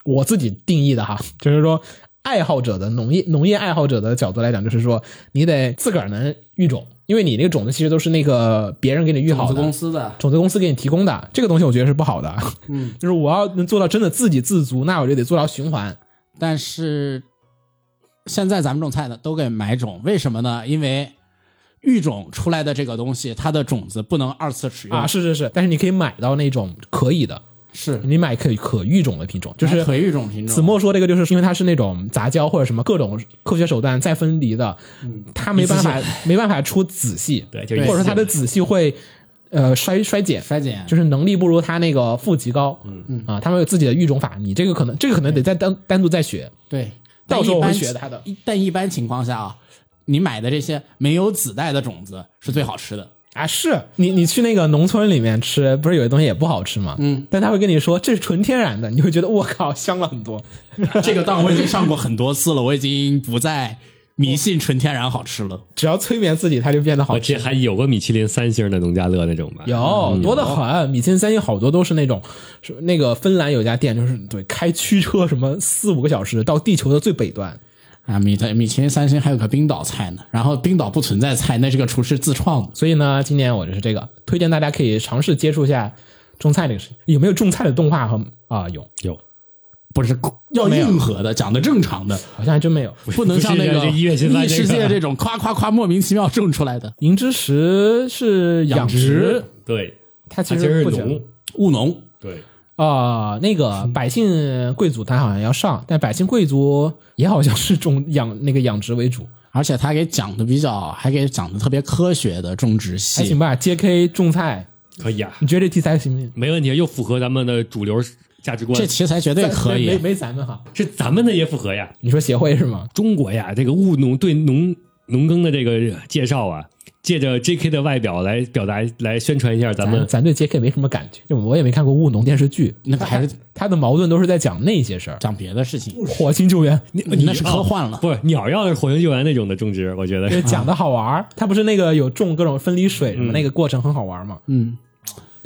我自己定义的哈，就是说爱好者的农业农业爱好者的角度来讲，就是说你得自个儿能育种，因为你那个种子其实都是那个别人给你育好的
种子公司的
种子公司给你提供的这个东西，我觉得是不好的。嗯， 就是我要能做到真的自给自足，那我就得做到循环。
但是现在咱们种菜的都给买种，为什么呢？因为育种出来的这个东西，它的种子不能二次使用
啊，是是是，但是你可以买到那种可以的，
是
你买可以可育种的品种，就
就是
是
可育种品种。
子墨说这个，就是因为它是那种杂交或者什么各种科学手段再分离的，它没办法 没办法出子系，
对就
或
一
者说
次
它的子系会呃衰衰减。
衰减
就是能力不如它那个父级高，嗯嗯啊，他们有自己的育种法，你这个可能这个可能得再单单独再学，
对，
到
但
时候
一
我会
般
学
情
它的。
一但一般情况下啊，你买的这些没有子代的种子是最好吃的。
啊，是你你去那个农村里面吃，不是有些东西也不好吃吗？嗯，但他会跟你说这是纯天然的，你会觉得我靠香了很多。
这个当我已经上过很多次了，我已经不再迷信纯天然好吃了。
只要催眠自己，它就变得 好
我
吃
这。还有过米其林三星的农家乐那种吧？
哎嗯有多得很，米其林三星好多都是那种，是那个芬兰有家店，就是对开驱车什么四五个小时到地球的最北端，
啊，米在米其林三星还有个冰岛菜呢，然后冰岛不存在菜，那是个厨师自创的。
所以呢，今年我就是这个推荐大家可以尝试接触一下种菜这个事情，有没有种菜的动画和啊、有，
有，
不是要
没有
硬核的，讲的正常的，
好像还真没有。
不能像那
不是
个
这个音乐新番
异
这个
世界这种夸夸夸莫名其妙种出来的
银之石是
养
养
殖
殖，
对，
它
它
其
其实
实
是
不
农
行，
务农。
对，
啊、那个 百姓贵族他好像要上，但百姓贵族也好像是种养那个养殖为主。
而且他给讲的比较，还给讲的特别科学的种植
还行
系，
吧，J.K. 种菜，
可以啊，
你觉得这题材行不行？
没问题，又符合咱们的主流价值观
这，题材绝对可
没
以。
没咱们好。
是咱们的也符合呀。
你说协会是吗？
中国呀，这个务农对农农耕的这个介绍啊，借着 J.K. 的外表来表达来宣传一下咱们
咱咱对 J.K. 没什么感觉，就我也没看过务农电视剧，
那还是
他的矛盾都是在讲那些事儿，
讲别的事情，嗯
火星救援。
你
那是科幻了
哦不是鸟要是火星救援那种的种植，我觉得
就是讲的好玩 儿，他不是那个有种各种分离水什么，那个过程很好玩嘛。
嗯，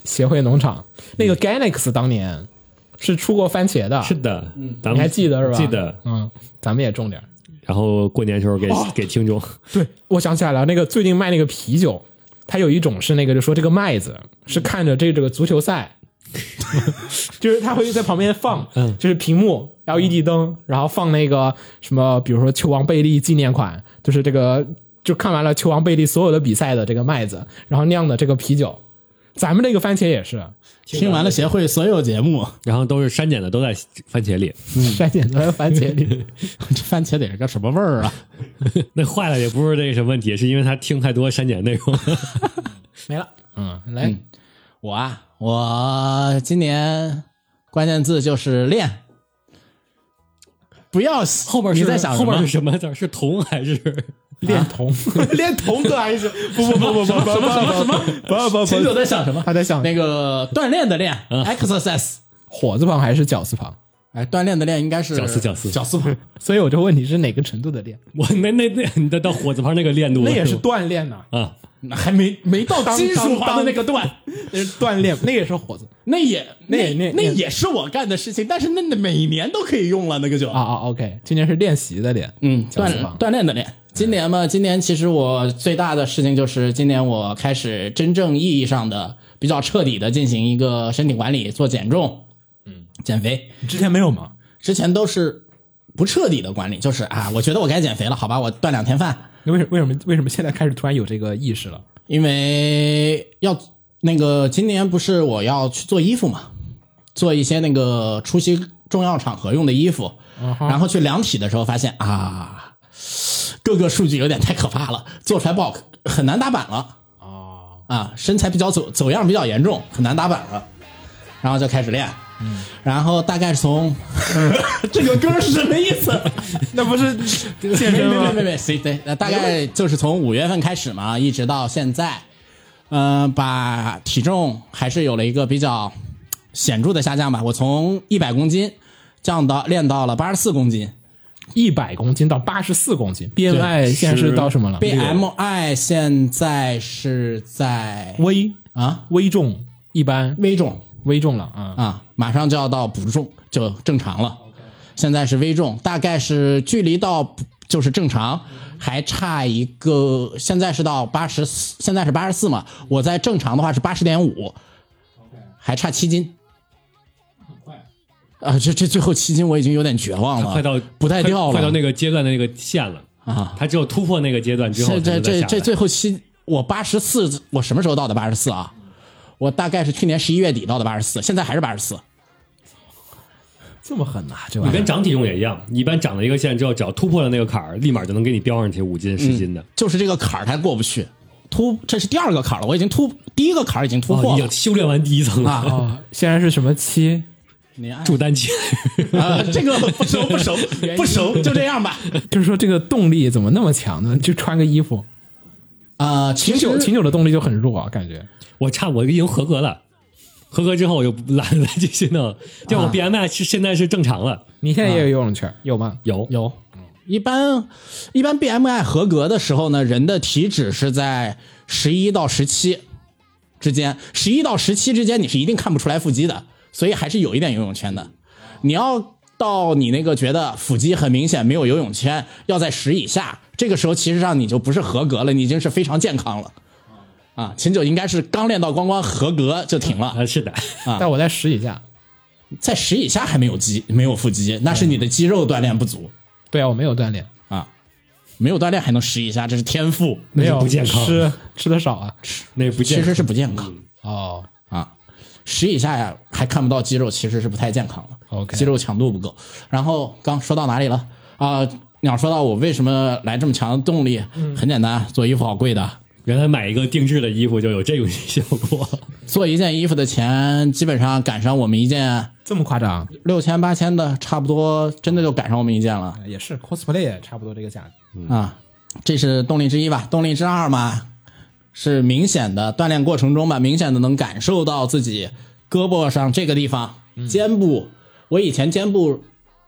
协会农场那个 Galax 当年是出过番茄的，
是的，咱们
你还记得是吧？
记得。，
嗯，咱们也种点儿。
然后过年时候给给听众，
对，我想起来了，那个最近卖那个啤酒，它有一种是那个，就说这个麦子是看着这这个足球赛，就是他会在旁边放，就是屏幕 LED 灯，然后放那个什么，比如说球王贝利纪念款，就是这个就看完了球王贝利所有的比赛的这个麦子，然后酿的这个啤酒。咱们这个番茄也是
听完了协会所有节目，
然后都是删减的，都在番茄里，
筛选的番茄里，
这番茄得是个什么味儿啊？
那坏了也不是那什么问题，是因为他听太多删减内容。
没了。嗯，来，
我啊，我今年关键字就是练。不要后
后边
你
是
在想
后边是
什么？
什么字儿？ 是铜还是啊
恋童，恋童哥还是不不不不不不不不不不
秦九在想什么？嗯
他在想
那个锻炼的练，exercise。
火字旁还是绞丝旁？
哎，锻炼的练应该是
绞丝绞丝
绞丝旁。
所以我就问你是哪个程度的练？
我那那那你的到火字旁那个练度吗，
那也是锻炼呐，
啊，
那还没没到
当
金属旁的
当
那个段，
那是锻 炼，那也是火字
那也
那那
那
那
也是我干的事情，但是那那每年都可以用了，那个就
啊啊。OK，今天是练习的练，
嗯，
绞
锻
丝旁
锻炼的练。今年嘛，今年其实我最大的事情就是，今年我开始真正意义上的比较彻底的进行一个身体管理，做减重，嗯，减肥。
之前没有吗？
之前都是不彻底的管理，就是啊，我觉得我该减肥了，好吧，我断两天饭，
那为什为什么为什么现在开始突然有这个意识了？
因为要那个今年不是我要去做衣服嘛，做一些那个出席重要场合用的衣服，然后去量体的时候发现啊，各个数据有点太可怕了，做出来不好很难打板了。哦，啊，身材比较走走样比较严重，很难打板了，然后就开始练。嗯，然后大概是从 这个歌是什么意思？
那不 是健
没
身
没
吗？
没没谁对，那大概就是从五月份开始嘛，一直到现在，嗯，把体重还是有了一个比较显著的下降吧。我从一百公斤降到练到了八十四公斤
一百公斤到八十四公斤，BMI 现在是到什么了
，BMI 现在是在
危
啊
危重一般
危重
危重了啊，
啊，马上就要到不重就正常了。现在是危重，大概是距离到不就是正常还差一个，现在是到八十四，现在是八十四嘛，我在正常的话是八十点五，还差七斤。啊，这这最后七斤我已经有点绝望了，
快到
啊不带掉了，
快到那个阶段的那个线了
啊！
他只有突破那个阶段之后
这，
才
这
能再
这
下
这
来
最后七，我八十四，我什么时候到的八十四啊？我大概是去年十一月底到的八十四，现在还是八十四。
这么狠呐，这
你
玩意
跟
儿
长体重也一样，你一般长了一个线之后，只要突破了那个坎儿，立马就能给你标上去五斤十斤的。
就是这个坎儿它过不去，突这是第二个坎儿了，我已经突第一个坎儿已经突
哦，
破
已
了、
经修炼完第一层了，
啊！
哦，现在是什么期？
你按
助丹期。
啊，这个不熟不熟不熟，就这样吧。
就是说这个动力怎么那么强呢？就穿个衣服，
啊、其
秦九
实
秦九的动力就很弱啊，感觉
我差我已经合格了，合格之后我就懒得再继续弄了。就
啊
我 BMI 是现在是正常了，
你现在也有游泳圈啊有吗？
有
有一般一般 BMI 合格的时候呢，人的体脂是在十一到十七之间，十一到十七之间你是一定看不出来腹肌的，所以还是有一点游泳圈的。你要到你那个觉得腹肌很明显没有游泳圈，要在十以下，这个时候其实上你就不是合格了，你已经是非常健康了。啊，秦九应该是刚练到光光合格就停了，
啊，是的，
但我在十以下。
在十以下还没有肌没有腹肌，那是你的肌肉锻炼不足
对啊，我没有锻炼，
啊，没有锻炼还能十以下，这是天赋。
没有
不健康
吃吃的少啊。
那不
其
健
实
康。嗯
是不健康
哦，
啊。十以下呀还看不到肌肉，其实是不太健康的。
OK
肌肉强度不够。然后刚说到哪里了啊、鸟说到我为什么来这么强的动力，很简单，做衣服好贵的，
原来买一个定制的衣服就有这种效果，
做一件衣服的钱基本上赶上我们一件
这么夸张？
六千八千的，差不多真的就赶上我们一件了。
啊也是 cosplay 也差不多这个价格。
啊，这是动力之一吧。动力之二嘛，是明显的锻炼过程中吧，明显的能感受到自己胳膊上这个地方、
嗯
肩部。我以前肩部，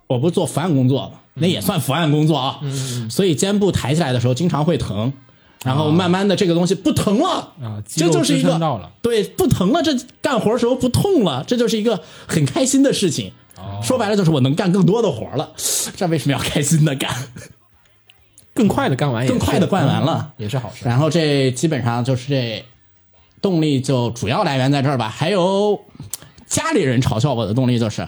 我不是做伏案工作嘛，那
嗯
也算伏案工作啊。所以肩部抬起来的时候经常会疼，然后慢慢的这个东西不疼了
啊肌
这
肉
就是一
支
个
撑到了
对不疼了，这干活的时候不痛了，这就是一个很开心的事情。
哦
说白了就是我能干更多的活了，这为什么要开心的干？
更快的干完也是，
更快地干完了
嗯也是好事。
然后这基本上就是这动力就主要来源在这儿吧。还有家里人嘲笑我的动力就是，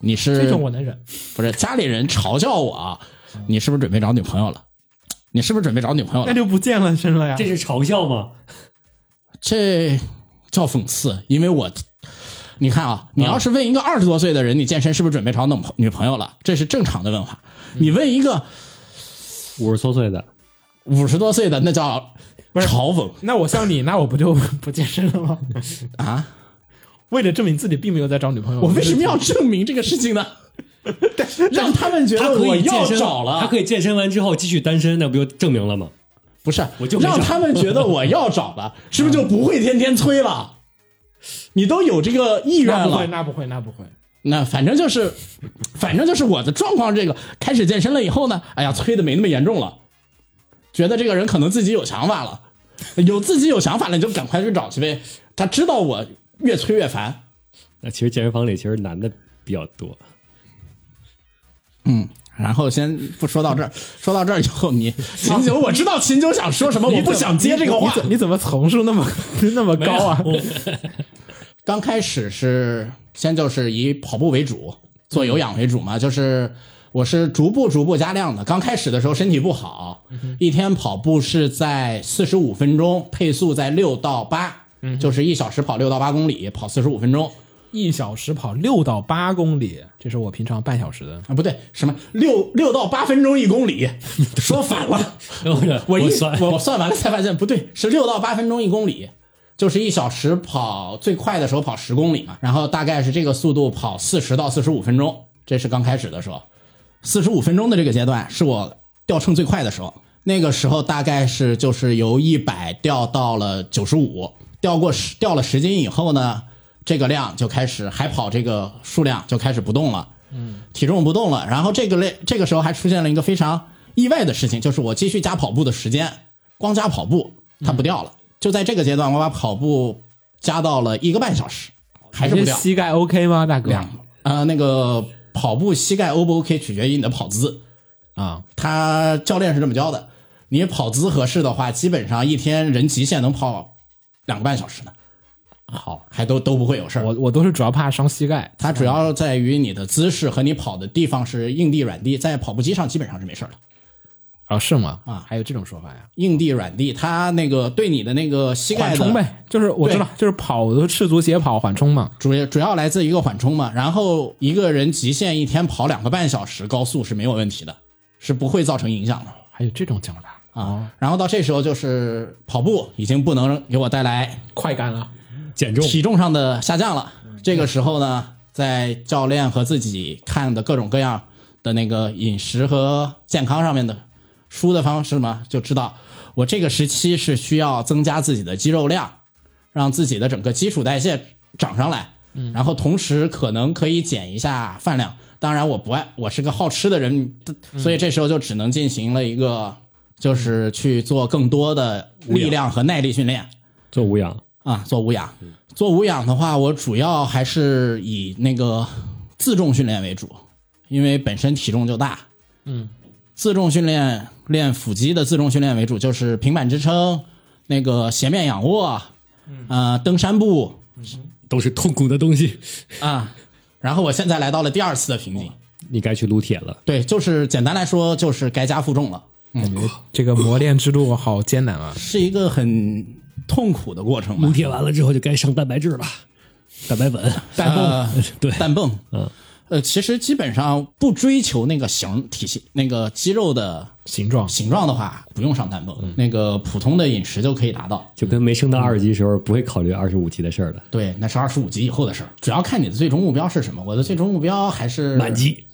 你是
这种我能忍。
不是家里人嘲笑我啊，你是不是准备找女朋友了？你是不是准备找女朋友
那
了？
就不健了身了呀
这。是嘲笑吗？
这叫讽刺，因为我，你看啊，你要是问一个二十多岁的人，你健身是不是准备找女女朋友了？这是正常的问法。你问一个
五十多岁的，
五十多岁的，那叫嘲讽
那我像你，那我不就 不健身了吗？
啊！
为了证明自己并没有在找女朋友，
我为什么要证明这个事情呢？让他们觉
他
得
可
我
以健
要
身
找
他
了，
可以健身完之后继续单身，那不就证明了吗？
不是
我就没
让
找
他们觉得我要找了，是不是就不会天天催了？你都有这个意愿
那不
了
啊会，，那不会，那不会。
那反正就是，反正就是我的状况，这个开始健身了以后呢，哎呀，催的没那么严重了，觉得这个人可能自己有想法了，有自己有想法了，你就赶快去找去呗。他知道我越催越烦，
那其实健身房里其实男的比较多，
嗯。然后先不说到这儿，说到这儿以后，你 秦九，我知道秦九想说什么，我不想接这个话
你。怎你怎么层数那么 那么高啊？
刚开始是先就是以跑步为主，做有氧为主嘛，就是我是逐步逐步加量的。刚开始的时候身体不好，一天跑步是在四十五分钟，配速在六到八，就是一小时跑六到八公里，跑四十五分钟
一小时跑六到八公里，这是我平常半小时的。
啊，不对，什么六六到八分钟一公里， 说反了。 我
我
一
算
我算完了才发现不对，是六到八分钟一公里，就是一小时跑最快的时候跑十公里嘛，然后大概是这个速度跑四十到四十五分钟，这是刚开始的时候，四十五分钟的这个阶段是我掉秤最快的时候，那个时候大概是就是由一百掉到了九十五，掉过十掉了十斤以后呢，这个量就开始还跑这个数量就开始不动了。体重不动了。然后这个类这个时候还出现了一个非常意外的事情，就是我继续加跑步的时间，光加跑步它不掉了。就在这个阶段，我把跑步加到了一个半小时，还是不
你这
掉。
膝盖 OK 吗，大哥？
两呃，那个跑步膝盖 O 不 OK 取决于你的跑姿，
啊，
他教练是这么教的。你跑姿合适的话，基本上一天人极限能跑两个半小时呢，
好，
还都都不会有事儿。
我我都是主要怕伤膝盖。
它主要在于你的姿势和你跑的地方是硬地软地，在跑步机上基本上是没事儿的。
啊，是吗？
啊
还有这种说法呀？
硬地、软地，它那个对你的那个膝盖
缓冲
的
呗，就是我知道，就是跑我都赤足斜跑缓冲嘛。
主主要来自一个缓冲嘛。然后一个人极限一天跑两个半小时，高速是没有问题的，是不会造成影响的
还有这种讲法
啊。然后到这时候就是跑步已经不能给我带来
快感了，
减重，
体重上的下降了。这个时候呢，在教练和自己看的各种各样的那个饮食和健康上面的书的方式嘛，就知道我这个时期是需要增加自己的肌肉量，让自己的整个基础代谢涨上来。然后同时可能可以减一下饭量。当然，我不爱，我是个好吃的人，所以这时候就只能进行了一个，就是去做更多的力量和耐力训练。
做无氧，
啊，做无氧。做无氧的话，我主要还是以那个自重训练为主，因为本身体重就大。
嗯，
自重训练练腹肌的自重训练为主，就是平板支撑、那个斜面仰卧，呃，登山步
都是痛苦的东西，
啊。然后我现在来到了第二次的瓶颈，
你该去撸铁了。
对，就是简单来说，就是该加负重了，
这个磨练之路好艰难啊！
是一个很痛苦的过程吧
撸。铁完了之后就该上蛋白质了，蛋白粉，
氮泵，
对
氮泵，嗯，呃，其实基本上不追求那个形体系、那个肌肉的
形状
形状的话，不用上氮泵，那个普通的饮食就可以达到。
就跟没升到二十级时候不会考虑二十五级的事儿的，
对，那是二十五级以后的事儿，主要看你的最终目标是什么。我的最终目标还是
满。级。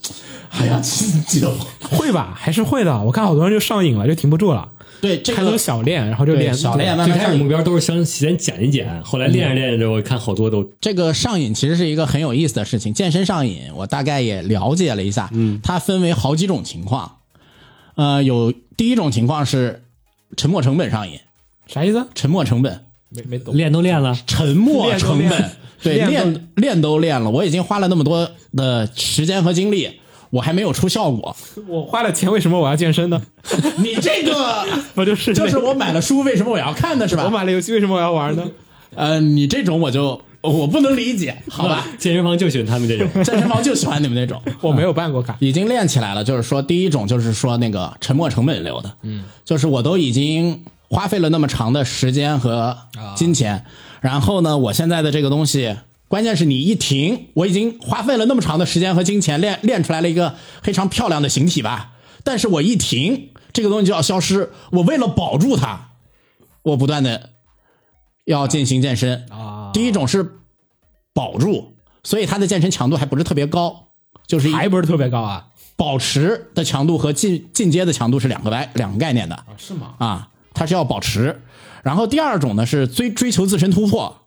哎呀，记得我。
会吧？还是会的。我看好多人就上瘾了，就停不住了，
对这
开头
个
小练，然后就
对
练
小练慢
最
慢
开
上
始目
瘾。
标都是想先减一减，后来练着练着，我看好多都
这个上瘾其实是一个很有意思的事情。健身上瘾，我大概也了解了一下，嗯，它分为好几种情况。呃，有第一种情况是沉没成本上瘾，
啥意思？
沉没成本，
没没懂。
练都练了，
沉没 成
练都
本
练，
对，
练都
练练都练了，我已经花了那么多的时间和精力，我还没有出 效果。
我花了钱，为什么我要健身呢？
你这个
不就是
就是我买了书，为什么我要看呢？是
我
吧？ 啊
买了游戏，为什么我要玩呢？
呃，你这种我就我不能理解，好吧？
健身房就喜欢他们这种，
健身房就喜欢你们那种，
我没有办 过卡，
已经练起来了。就是说，第一种就是说那个沉没成本流的，嗯，就是我都已经花费了那么长的时间和金钱，然后呢，我现在的这个东西。关键是你一停，我已经花费了那么长的时间和金钱练练出来了一个非常漂亮的形体吧，但是我一停，这个东西就要消失。我为了保住它，我不断的要进行健身啊。第一种是保住，所以它的健身强度还不是特别高，就是一
还不是特别高啊？
保持的强度和进进阶的强度是两个概两个概念的
是吗？
啊，它是要保持。然后第二种呢是追追求自身突破，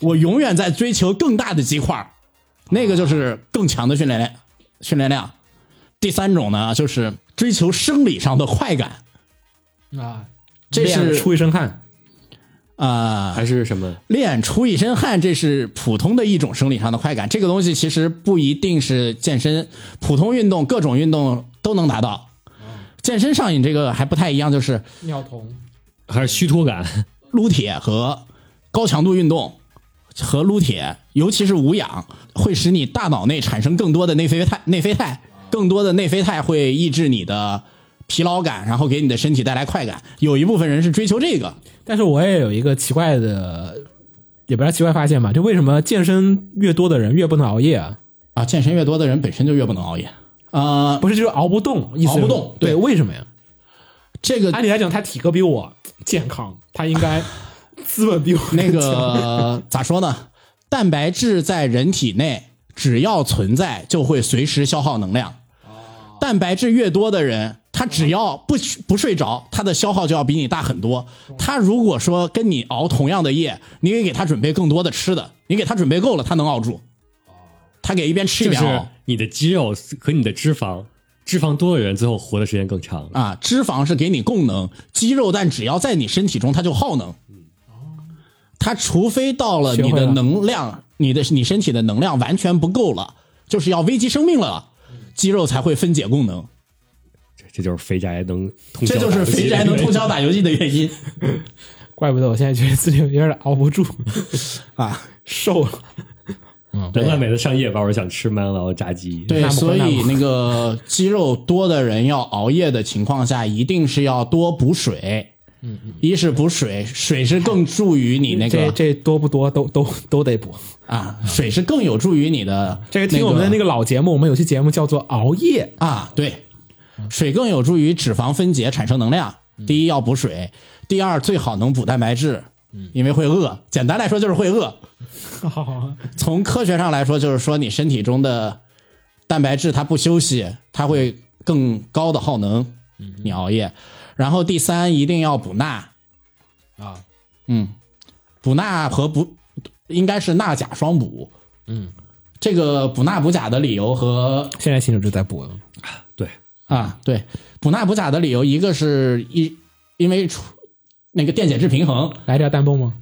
我永远在追求更大的肌块儿，那个就是更强的训练量训练量。第三种呢就是追求生理上的快感，
啊，
这是
练出一身汗，
啊。
还是什么？
练出一身汗，这是普通的一种生理上的快感。这个东西其实不一定是健身，普通运动、各种运动都能达到。健身上瘾这个还不太一样，就是
尿酮
还是虚脱感？
撸铁和高强度运动和撸铁，尤其是无氧，会使你大脑内产生更多的内啡肽，内啡肽更多的内啡肽会抑制你的疲劳感，然后给你的身体带来快感。有一部分人是追求这个，
但是我也有一个奇怪的，也不知道奇怪发现吧，就为什么健身越多的人越不能熬夜啊？
啊，健身越多的人本身就越不能熬夜。呃，
不是，就是熬不动，意思是
熬不动
对，
对
为什么呀？
这个
按理来讲，他体格比我健康，他应该资本 比我
那
强
个咋说呢？蛋白质在人体内只要存在，就会随时消耗能量。蛋白质越多的人，他只要不不睡着，他的消耗就要比你大很多。他如果说跟你熬同样的夜，你得给他准备更多的吃的，你给他准备够了，他能熬住。他给一边吃一
就
边熬、
是你的肌肉和你的脂肪，脂肪多的人最后活的时间更长。
啊，脂肪是给你供能，肌肉但只要在你身体中，它就耗能。它除非到了
学
你
会
的
了
能量，你的你身体的能量完全不够了，就是要危及生命了，肌肉才会分解供能。
这这就是肥宅能通宵
这
打游
就
戏的原因，
是肥宅能通宵打游戏的 原因
怪不得我现在觉得自己有点熬不 住，
啊。
瘦了。
难怪每次上夜班，我想吃麦当劳炸鸡。
对，
那不
所
那
以
不
那个肌肉多的人要熬夜的情况下，一定是要多补水。嗯，一是补水，水是更助于你那
这
个
这多不多都都都得补。
啊，水是更有助于你的
这个听我们的那个老节目，我们有期节目叫做《熬夜
啊，对，水更有助于脂肪分解产生能量。第一要补水，第二最好能补蛋白质，因为会饿。简单来说就是会饿。》从科学上来说，就是说你身体中的蛋白质它不休息，它会更高的耗能。你熬夜，然后第三一定要补钠，
啊，
嗯，补钠和补应该是钠钾双补。嗯，这个补钠补钾的理由和
现在新手就在补了。
对，
啊，对，补钠补钾的理由，一个是一因为出那个电解质平衡，
来点弹蹦吗？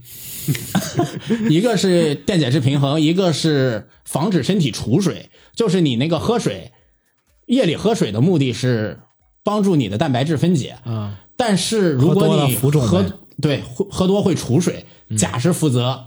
一个是电解质平衡，一个是防止身体储水，就是你那个喝水，夜里喝水的目的是帮助你的蛋白质分解，
啊，
但是如
喝
果
多了
你
浮肿
喝
呗嗯
对喝喝多会储水，钾是负责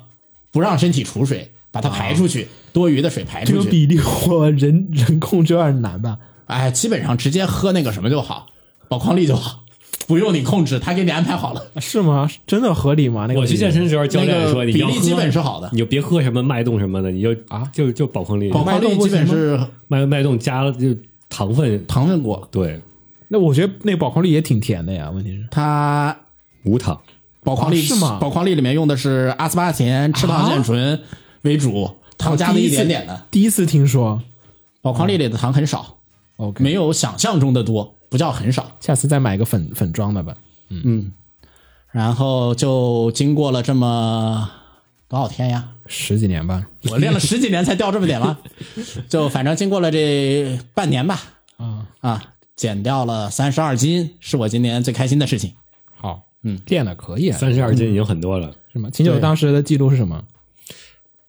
不让身体储水，把它排出去，多余的水排
这
出
个
去。
比例我人人控制有点难吧？
哎，基本上直接喝那个什么就好，宝矿力就好，不用你控制，他给你安排好了。
啊是吗？真的合理吗？那个
我去
比例
健身的时候，教
那
练
个
说你
比
要
例
喝
基本是好的
你就别喝什么脉动什么的，你就
啊
就就保康力，
宝矿
脉
力
动不
基本
行吗
是
脉脉动加了就糖分，
糖分过，
对，
那我觉得那宝矿力也挺甜的呀。问题是
它
无糖。
宝矿力
啊是吗
宝矿力里面用的是阿斯巴甜、赤糖腺醇为主，糖加的一点点的。
第一次听说。
宝矿力里的糖很少，
OK，
没有想象中的多，不叫很少。
下次再买个粉粉装的吧。
然后就经过了这么多少天呀？
十几年吧。
我练了十几年才掉这么点吗？就反正经过了这半年吧，
啊，
啊，减掉了三十二斤，是我今年最开心的事情。
好，
嗯，
练了可以啊。
三十二斤已经很多了，
是吗？秦九当时的记录是什么？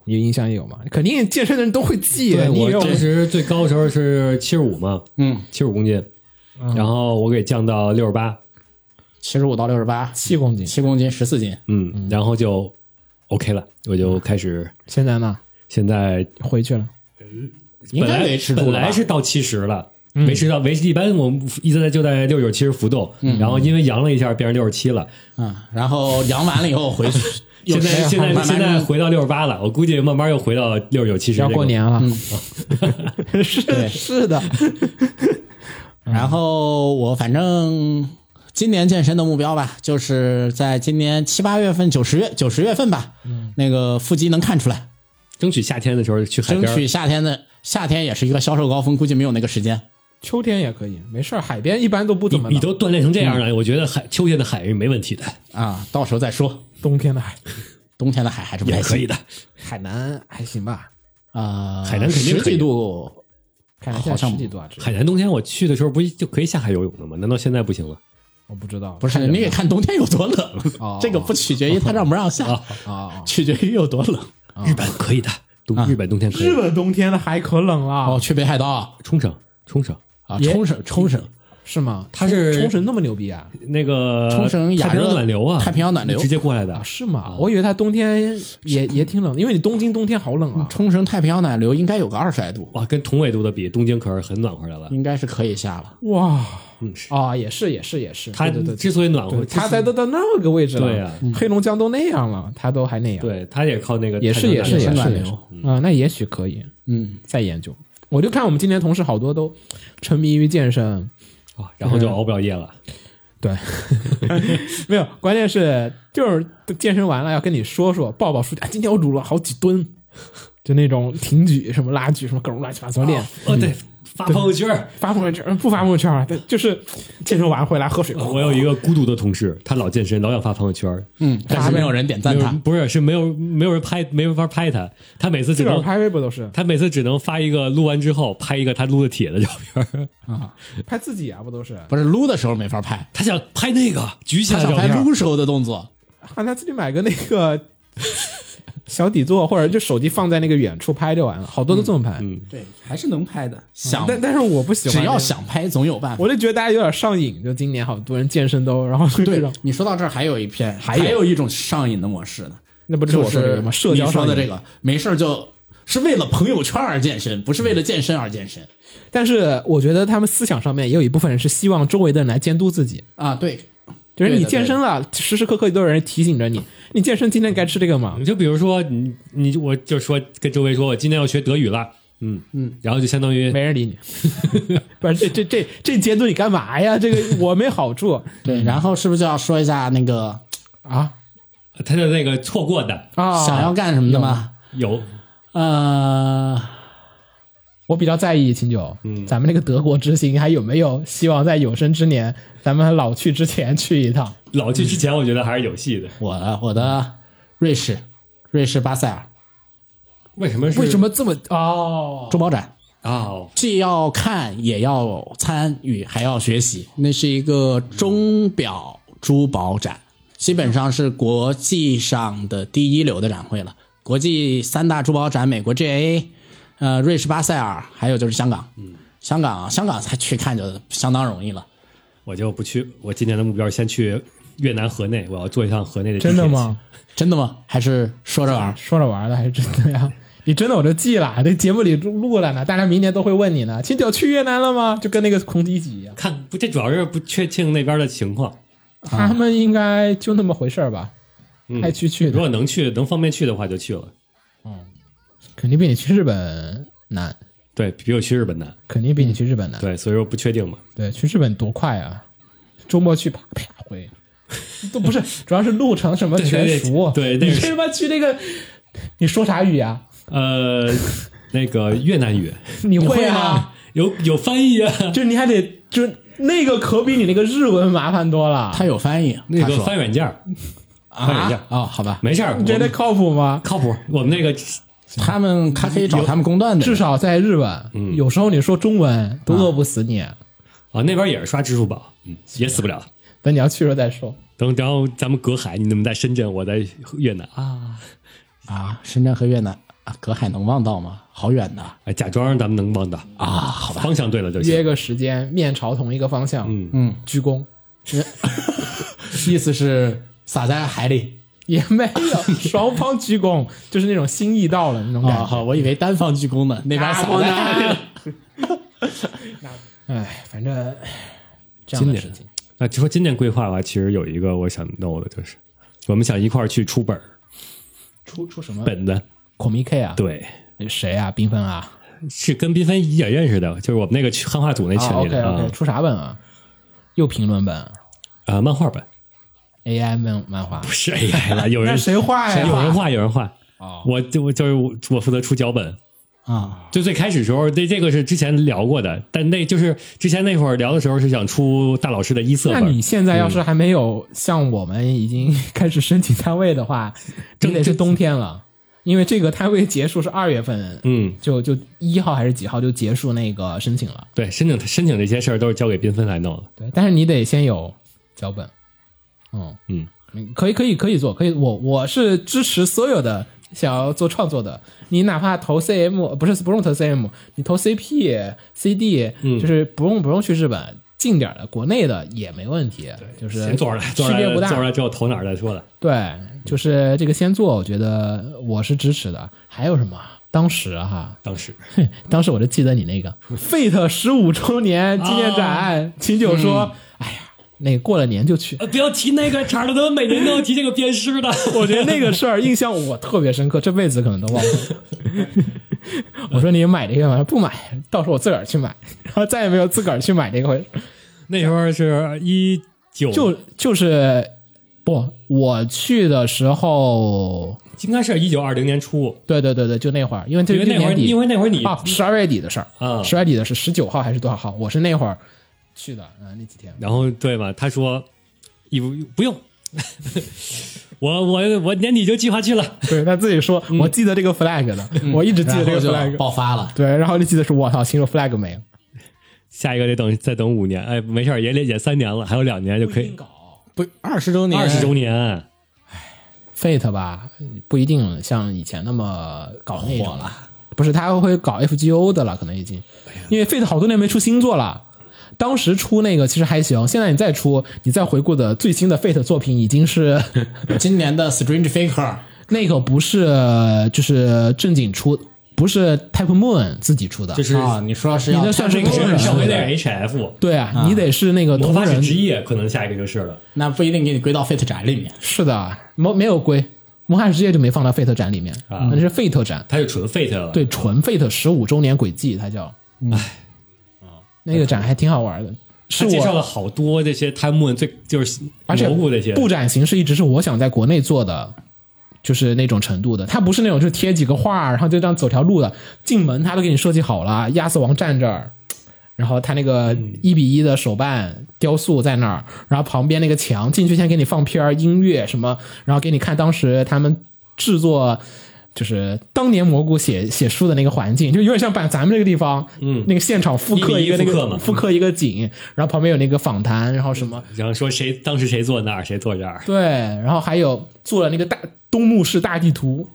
你印象也有吗？肯定健身的人都会记。你以
我
为我
当时最高的时候是七十五嘛，
嗯，
七十五公斤，然后我给降到六十八，
七十五到六十八，
七公斤？
七公斤，十四斤。
嗯嗯，然后就 OK 了，我就开始
现在呢，
现在
回去了，
应该维持住
本
了吧嗯
来是到七十了。维持到维持一般，我们一直在就在六九七十浮动，然后因为扬了一下变成六十七了，
嗯，然后阳完了以后回去，
现
有时
在
候
现在
慢慢
现在回到六十八了，我估计慢慢又回到六九七十。
要过年了，
对
是是的，
然后我反正今年健身的目标吧，就是在今年七八月份、九十月、九十月份吧，
嗯
那个腹肌能看出来。
争取夏天的时候去海
争
边，
取夏天的夏天也是一个销售高峰，估计没有那个时间。
秋天也可以，没事儿，海边一般都不
你
怎么冷
你都锻炼成这样
嗯
了，我觉得海秋天的海是没问题的，
啊，到时候再说。
冬天的海
冬天的海还是不
也
太
可
行
以的。
海南还行吧，
啊、
海南肯定
十
可以
几度，
海南现在
好像
十几度啊，这
海南冬天我去的时候不就可以下海游泳了吗？难道现在不行了？
我不知道，
不是你得看冬天有多冷，
哦
这个不取决于它让不让下，
哦
啊，
取决于有多冷。
日本可以的，冬、
啊
日本冬天可以
日。本冬天的海可冷
哦，
了，
去北海道
冲绳，冲绳，
啊，
也
冲绳，冲绳，
是吗？
它是
冲绳那么牛逼啊？
那个
冲绳亚
太平洋
热
暖流啊，
太平洋暖流
直接过来的
啊，。是吗？我以为它冬天也也挺冷的，因为你东京冬天好冷啊。
冲绳太平洋暖流应该有个二十来度，
哇，跟同纬度的比，东京可是很暖和的了。
应该是可以下了。
哇，
嗯，是
啊，也是也是也是，
它
对对对，
之所以暖和，
他
之所
在
以
都到那么个位置了，
对呀
黑龙江都那样了，他都还那样，，
对，它也靠那个
也是也是
太平
也
洋暖
是
暖
流
也
流
是，啊，那也许可以
嗯，
再研究。我就看我们今年同事好多都沉迷于健身，
啊然后就熬不了夜了。
对，没有，关键是就是健身完了要跟你说说，报报数据，啊今天我撸了好几吨，就那种挺举什么拉举什么各种乱七八糟练，
哦，对，发朋友圈儿。
发朋友圈不发朋友圈啊，对就是健身完回来喝水，
哦
我有一个孤独的同事，他老健身，老想发朋友圈儿，
嗯，但是没有人点赞
没有
他。
不是是没有没有人拍，没人法拍他，他每次
自
只
个儿
能
拍微博都是
他每次只能发一个录完之后拍一个他撸的铁的照片儿，
拍自己啊，不 都是？
不是撸的时候没法拍，
他想拍那个举起
他
来的
想
照
拍
片儿，
撸时候的动作。
让他自己买个那个小底座，或者就手机放在那个远处拍就完了。好多都这么拍，
对，还是能拍的。想，
但但是我不喜欢，
嗯只要，想拍，总有办法。
我就觉得大家有点上瘾。就今年好多人健身都，然后就这
对
种，
你说到这儿还有一篇，还
有
一种上瘾的模式呢，
那不是
就
我说的这个
是
吗？社交
你
上
说
瘾
的这。个，没事儿就是为了朋友圈而健身，不是为了健身而健身
但是我觉得他们思想上面也有一部分人是希望周围的人来监督自己，
啊。对，
就是你
对的
健身了，时时刻刻都有人提醒着你，你健身今天该吃这个吗
你？就比如说你你我就说跟周围说我今天要学德语了，嗯嗯，然后就相当于
没人理你， 不是这这这这监督你干嘛呀？这个我没好处
对，然后是不是就要说一下那个
啊
他的那个错过的
啊！
想要干什么的吗？
有
呃，
我比较在意秦九，嗯，咱们那个德国之行还有没有希望在有生之年，咱们老去之前去一趟？
老去之前我觉得还是有戏的，
我的我的瑞士，瑞士巴塞尔
为什么是
为什么这么哦？
珠宝展，
啊？
既要看也要参与，还要学习。那是一个钟表珠宝展，基本上是国际上的第一流的展会了。国际三大珠宝展，美国 GA，呃，瑞士巴塞尔，还有就是香港。嗯，香港，香港才去看就相当容易了。
我就不去，我今年的目标是先去越南河内，我要坐一趟河内的地铁
真的？吗？
真的吗？还是说着玩儿？
说着玩的还是真的呀？你真的我就记了，这节目里录录了呢，大家明年都会问你呢。秦九去越南了吗？就跟那个孔乙己一样，
看不，这主要是不确定那边的情况。啊
他们应该就那么回事儿吧？爱去去
嗯如
的，
果能去，能方便去的话就去了。
肯定比你去日本难，
对比我去日本难，
肯定比你去日本难。
对，所以说不确定嘛。
对，去日本多快啊！周末去啪啪回，都不 是，主要是路程什么
对对
全
对
熟。
对那
你
是
这他妈去那个，你说啥语啊？
呃，那个越南语
你会啊
啊？
有有翻译啊，
就你还得就那个可比你那个日文麻烦多了。
他有翻译，
啊那
他
个
说
翻软件儿翻软件
啊
儿，
哦，好吧，
没事儿，
你觉
我
得
们
靠谱吗？
靠谱。我们那个
他们他可以找他们公断的
至少在日本，
嗯
有时候你说中文都饿不死你。
啊，那边也是刷支付宝，嗯，也死不了。
等你要去的时候再说。
等然后咱们隔海，你们在深圳，我在越南啊，
啊。深圳和越南啊，隔海能望到吗？好远的
哎假装咱们能帮到
啊，好吧。
方向对了就
约
行。
个时间，面朝同一个方向，
嗯
嗯，
鞠躬。
意思是撒在海里
也没有双方鞠躬， 就是那种心意到了那种感
啊，
觉。
好，我以为单方鞠躬呢，那边
啊
撒
我
在
哪哎，反正这样
经
的
典
事情，
那就说今年规划的话，其实有一个我想弄的就是，我们想一块儿去出本儿
出出什么
本子，
Comic K 啊？
对，
谁啊？缤纷啊？
是跟缤纷也认识的，就是我们那个群汉化组那
啊
群里
，OK
的
OK，
啊
出啥本啊？又评论本
啊，漫画本
，AI 漫漫画
不，是 AI 了，有
那
人
谁画呀？哦
有人画，有人画。我就我就是我我负责出脚本，
啊，
就最开始时候，这这个是之前聊过的，但那就是之前那会儿聊的时候是想出大老师的一色
那
本
你，现在要
嗯
是还没有像我们已经 开始申请摊位 的话，真得是冬天了，因为这个摊位结束是二月份，
嗯，
就就一号还是几号就结束那个申请了。
对，申请申请这些事儿都是交给缤纷来弄的，
对，但是你得先有脚本。嗯
嗯，
可以可以可以做，可以我我是支持所有的想要做创作的，你哪怕投 CM 不是不用投 CM，你投 CP、CD，、就是
嗯
不用不用去日本。近点儿的，国内的也没问题，就是
先做出来，做出
区
来
别不大，
做出来之后投哪儿再说的。
对，就是这个先做，我觉得我是支持的。还有什么？当时啊哈、
当时
当时我就记得你那个 Fate 十五周
啊
年纪念展，秦九说：“哎呀，那个过了年就去。
嗯呃，不要提那个查尔顿，每年都要提这个鞭尸的。”
我觉得那个事儿印象我特别深刻，这辈子可能都 忘不了。我说你买这个吗？不买，到时候我自个儿去买，然后再也没有自个儿去买这个回事。
那时候是一九，
就就是不，我去的时候，
应该是一九二零年初，
对对对对，就那会儿，因为这
因为那会儿，
年底
因为那会儿你
啊，十二月底的事儿
啊
十二月底的是十九号还是多少号？我是那会儿去的，嗯、那几天
然后对吧？他说，一不不用， 我我我年底就计划去了。
对他自己说，我记得这个 flag 的，我一直记得这个
然后就
flag，
爆发了。
对，然后就记得是我操，新的 flag 没了，
下一个得等再等五年，哎，没事儿，也得也三年了，还有两年就可以
不，二十
嗯
周年，
二十周年。
Fate 吧，不一定像以前那么搞火
火
了，不是他会搞 FGO 的了，可能已经，因为 Fate 好多年没出新作了。当时出那个其实还行，现在你再出，你再回顾的最新的 Fate 作品已经是
今年的 Strange Faker
那个不是就是正经出，不是 Type Moon 自己出的，
就是
啊，你说是要
你那算
那
是一个
个
同
是
人
上回那
是的
个 HF
对啊，你得是那个
魔
同
法使
人，
之夜，可能下一个就是了。
那不一定给你归到 Fate 展里面。
是的，啊没没有归魔法世界就没放到 Fate 展里面，
啊
那是 Fate 展，
它就纯 Fate 了，
对，纯 Fate 十五周年轨迹，它叫，哎，那个展还挺好玩的，是
他介绍
我，
了好多这些 Time Moon 最就是
而且
蘑菇这些
布展形式一直是我想在国内做的。就是那种程度的，它不是那种就贴几个画儿，然后就这样走条路的。进门他都给你设计好了，亚瑟王站这儿，然后他那个
嗯
一比一的手办雕塑在那儿，然后旁边那个墙进去先给你放片儿、音乐什么，然后给你看当时他们制作。就是当年蘑菇写写书的那个环境，就有点像把咱们这个地方，嗯，那个现场复刻
一比一
个那
复刻嘛
个复刻一个景，然后旁边有那个访谈，然后什么，
然后说谁当时谁坐那儿，谁坐这儿，
对，然后还有做了那个大东木市大地图，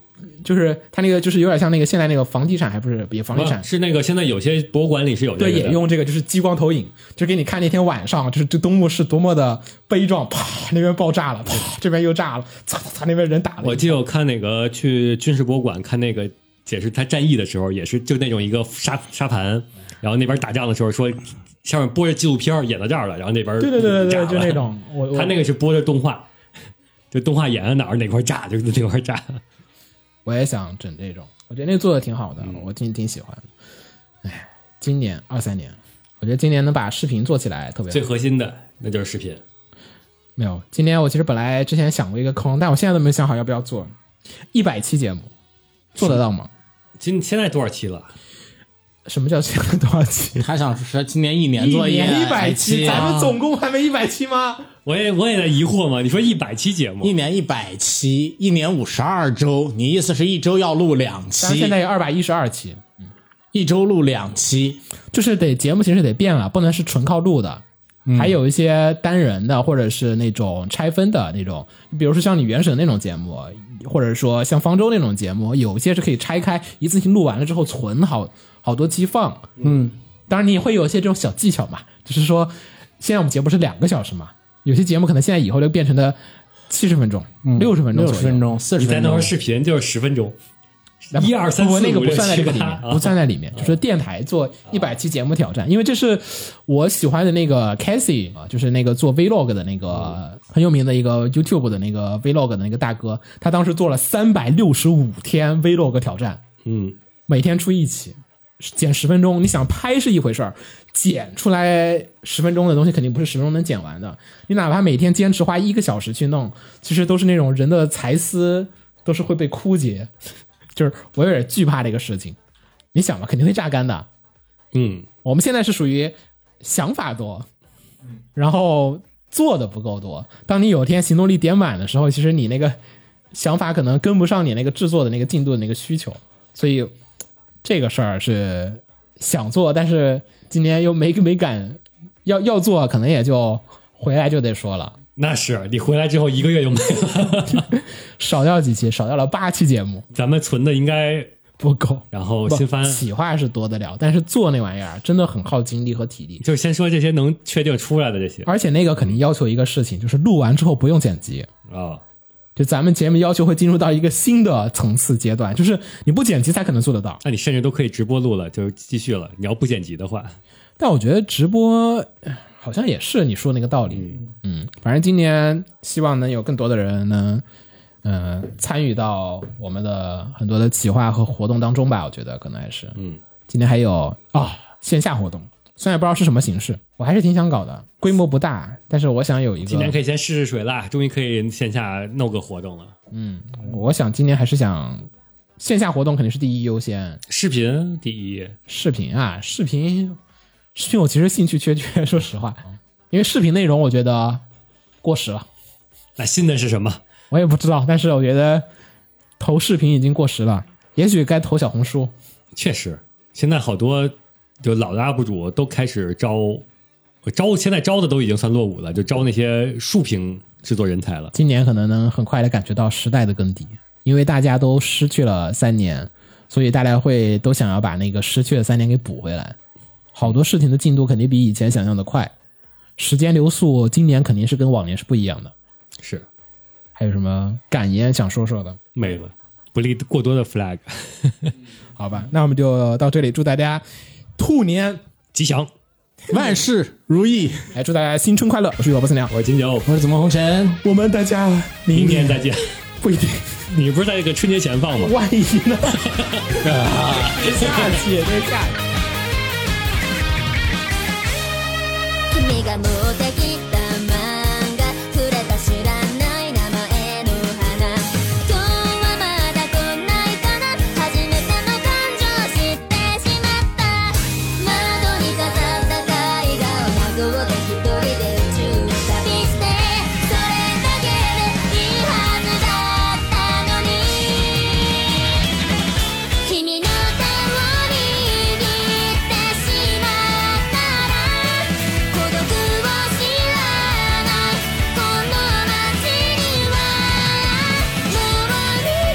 就是他那个就是有点像那个现在那个房地产，还不是也房地产
啊是那个现在有些博物馆里是有这
对，
个
也
的，
用这个就是激光投影，就给你看那天晚上，就是这东木是多么的悲壮，啪，那边爆炸了，啪，这边又炸了，擦擦擦，那边人打了。
我记得我看那个去军事博物馆看那个解释他战役的时候，也是就那种一个沙沙盘，然后那边打仗的时候说上面播着纪录片儿演到这儿了，然后那边
对对对对
炸
对，
了
就那，种我 我
他那个是播着动画，就动画演到哪儿哪块炸就是哪块炸，
我也想整这种，我觉得那个做的挺好的，
嗯
我挺挺喜欢的。哎，今年二三年，我觉得今年能把视频做起来特别
最
好。
核心的那就是视频，
没有，今年我其实本来之前想过一个坑，但我现在都没想好要不要做一百期节目，做得到吗？
今现在多少期了？
什么叫现在多少期？
他想说今年一年做
年一
百
百期，咱们
啊
总共还没一百期吗？
我也我也在疑惑嘛，你说一百期节目
一，年一百期，一年五十二周，你意思是一周要录两
咱们
期
现？在有二百一十二期，
一周录两期，
就是得节目形式得变了，不能是纯靠录的，还有一些单人的或者是那种拆分的那种，比如说像你原神那种节目，或者说像方舟那种节目，有一些是可以拆开一次性录完了之后存好好多期放。嗯，当然你会有一些这种小技巧嘛，就是说现在我们节目是两个小时嘛，有些节目可能现在以后就变成了。七十分钟、嗯六十分钟
六
左
十
右。
分钟、四
你
十
在
分
那
钟
块，视频就是十分钟，
然后
一二三
不
四
那个
五
不
六
算在
七
这个里面
八，啊
不算在里面，就是电台做一百期节目挑战，因为这是我喜欢的那个 Casey 啊，就是那个做 Vlog 的那个很有名的一个 YouTube 的那个 Vlog 的那个大哥，他当时做了三百六十五天 Vlog 挑战，
嗯，
每天出一期，剪十分钟。你想拍是一回事儿，剪出来十分钟的东西肯定不是十分钟能剪完的。你哪怕每天坚持花一个小时去弄，其实都是那种人的才思都是会被枯竭。就是我有点惧怕这个事情。你想吧，肯定会榨干的。
嗯，
我们现在是属于想法多，然后做的不够多。当你有一天行动力点满的时候，其实你那个想法可能跟不上你那个制作的那个进度的那个需求，所以这个事儿是想做，但是今年又没没敢要要做，可能也就回来就得说了，
那是你回来之后一个月就没了，
少掉几期，少掉了八期节目
咱们存的应该，
不够。
然后
不
新番
企划是多得了，但是做那玩意儿真的很耗精力和体力，
就是先说这些能确定出来的这些啊、
而且那个肯定要求一个事情，就是录完之后不用剪辑。
啊
就咱们节目要求会进入到一个新的层次阶段，就是你不剪辑才可能做得到。
那你甚至都可以直播录了，就是继续了。你要不剪辑的
啊
话，
但我觉得直播呃好像也是你说那个道理，嗯，反正今年希望能有更多的人能，嗯、参与到我们的很多的企划和活动当中吧。我觉得可能还是，
嗯，
今年还有啊、线下活动，虽然也不知道是什么形式，我还是挺想搞的，规模不大，但是我想有一个，
今年可以先试试水啦，终于可以线下弄个活动了。
我想今年还是想线下活动肯定是第一优先，
视频第一，
视频啊，视频，视频我其实兴趣缺缺，说实话，因为视频内容我觉得过时了，
那新的是什么？
我也不知道，但是我觉得投视频已经过时了，也许该投小红书。
确实，现在好多就老的 UP 主都开始招，招现在招的都已经算落伍了，就招那些竖屏制作人才了。
今年可能能很快的感觉到时代的更迭，因为大家都失去了三年，所以大家会都想要把那个失去的三年给补回来。好多事情的进度肯定比以前想象的快，时间流速今年肯定是跟往年是不一样的。
是
还有什么感言想说说的？
没了，不立过多的 flag，
好
嗯
吧，那我们就到这里，祝大家兔年，
吉祥。
万事如意。
哎，祝大家新春快乐！我是主播不思良，
我是金牛，
我是怎么红尘？
我们大家
明年再见。
不一定，
你不是在这个春节前放吗？
万一呢？ 下期再下期。
君が持ってきた漫画触れた知らない名前の花今日はまだ来ないかな初めての感情知ってしまった窓に飾った絵画を泣こうで一人で宇宙を旅してそれだけでいいはずだったのに君の手を握ってしまったら孤独を知らないこの街にはもう二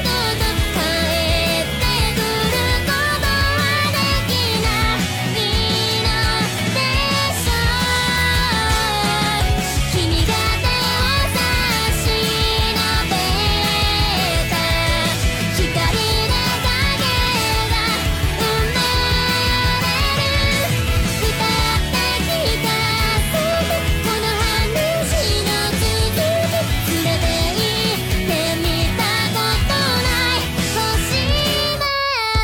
度と帰ってくることはできないのでしょう君が手を差し伸べた光で影が埋められる歌ってきたこの話の続き連れて行ってみたことない星ま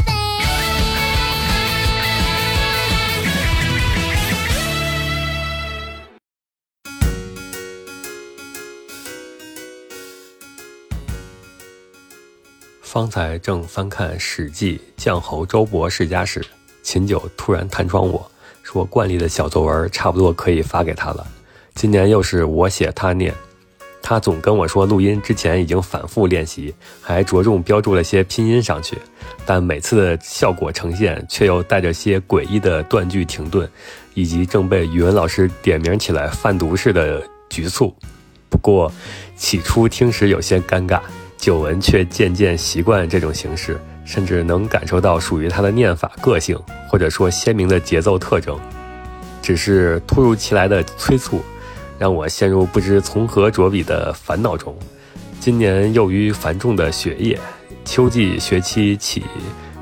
で
方才正翻看《史记·绛侯周勃世家史》，秦九突然弹窗我说：“惯例的小作文差不多可以发给他了，今年又是我写他念。”他总跟我说，录音之前已经反复练习，还着重标注了些拼音上去，但每次的效果呈现却又带着些诡异的断句停顿，以及正被语文老师点名起来贩毒似的局促。不过，起初听时有些尴尬，久闻却渐渐习惯这种形式，甚至能感受到属于它的念法、个性，或者说鲜明的节奏特征。只是突如其来的催促，让我陷入不知从何着笔的烦恼中。今年由于繁重的学业，秋季学期起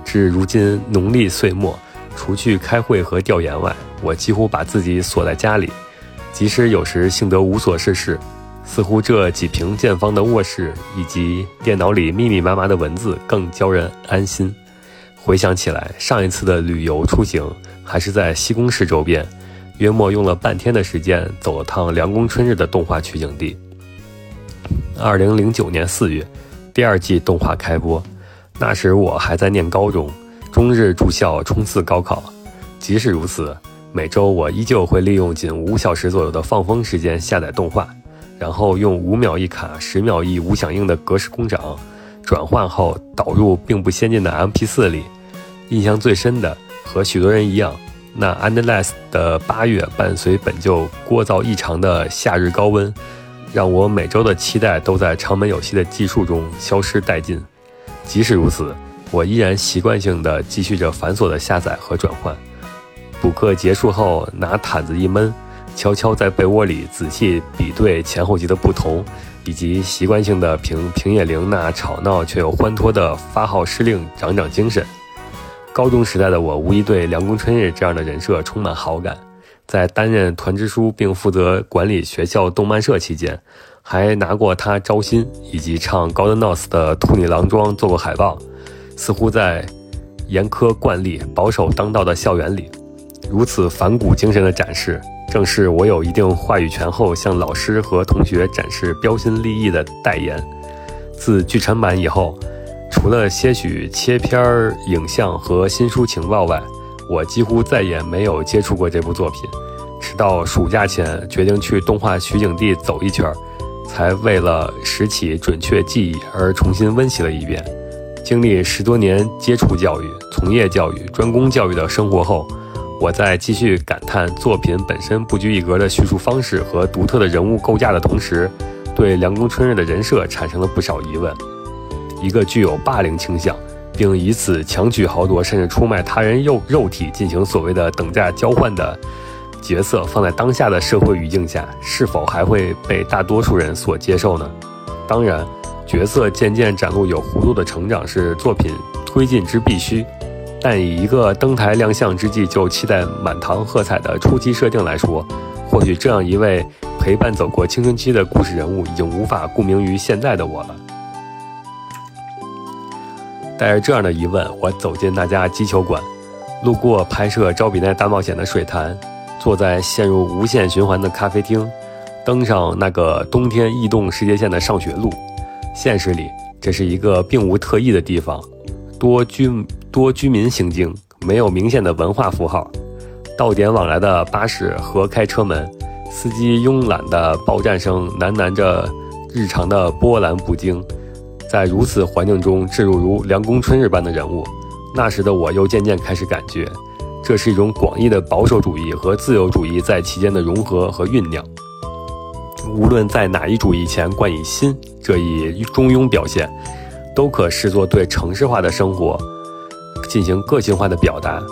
至如今农历岁末，除去开会和调研外，我几乎把自己锁在家里。即使有时幸得无所事事，似乎这几平见方的卧室以及电脑里密密麻麻的文字更教人安心。回想起来，上一次的旅游出行还是在西宫市周边，约莫用了半天的时间走了趟凉宫春日的动画取景地。二零零九年四月，第二季动画开播，那时我还在念高中，终日住校冲刺高考。即使如此，每周我依旧会利用仅五小时左右的放风时间下载动画，然后用五秒一卡、十秒一无响应的格式工长转换后导入并不先进的 MP4 里。印象最深的，和许多人一样，那 Endless 的八月伴随本就聒噪异常的夏日高温，让我每周的期待都在长门有希的技术中消失殆尽。即使如此，我依然习惯性的继续着繁琐的下载和转换。补课结束后，拿毯子一闷，悄悄在被窝里仔细比对前后集的不同，以及习惯性的凭平野绫那吵闹却又欢脱的发号施令长长精神。高中时代的我，无疑对凉宫春日这样的人设充满好感。在担任团支书并负责管理学校动漫社期间，还拿过他招新以及唱《Golden Nose》的兔女郎装做过海报。似乎在严苛惯例、保守当道的校园里，如此反骨精神的展示，正是我有一定话语权后向老师和同学展示标新立异的代言。自剧场版以后，除了些许切片儿影像和新书情报外，我几乎再也没有接触过这部作品。直到暑假前决定去动画取景地走一圈儿，才为了拾起准确记忆而重新温习了一遍。经历十多年接触教育、从业教育、专攻教育的生活后，我在继续感叹作品本身不拘一格的叙述方式和独特的人物构架的同时，对凉宫春日的人设产生了不少疑问。一个具有霸凌倾向，并以此强取豪夺甚至出卖他人肉肉体进行所谓的等价交换的角色，放在当下的社会语境下，是否还会被大多数人所接受呢？当然，角色渐渐展露有弧度的成长是作品推进之必须，但以一个登台亮相之际就期待满堂喝彩的初期设定来说，或许这样一位陪伴走过青春期的故事人物，已经无法共鸣于现在的我了。带着这样的疑问，我走进那家击球馆，路过拍摄《招比奈大冒险》的水潭，坐在陷入无限循环的咖啡厅，登上那个冬天异动世界线的上学路。现实里，这是一个并无特异的地方，多居多居民行经，没有明显的文化符号。到点往来的巴士合开车门，司机慵懒的报站声喃喃着日常的波澜不惊。在如此环境中置入如凉宫春日般的人物，那时的我又渐渐开始感觉，这是一种广义的保守主义和自由主义在其间的融合和酝酿。无论在哪一主义前冠以新这一中庸表现，都可视作对城市化的生活进行个性化的表达。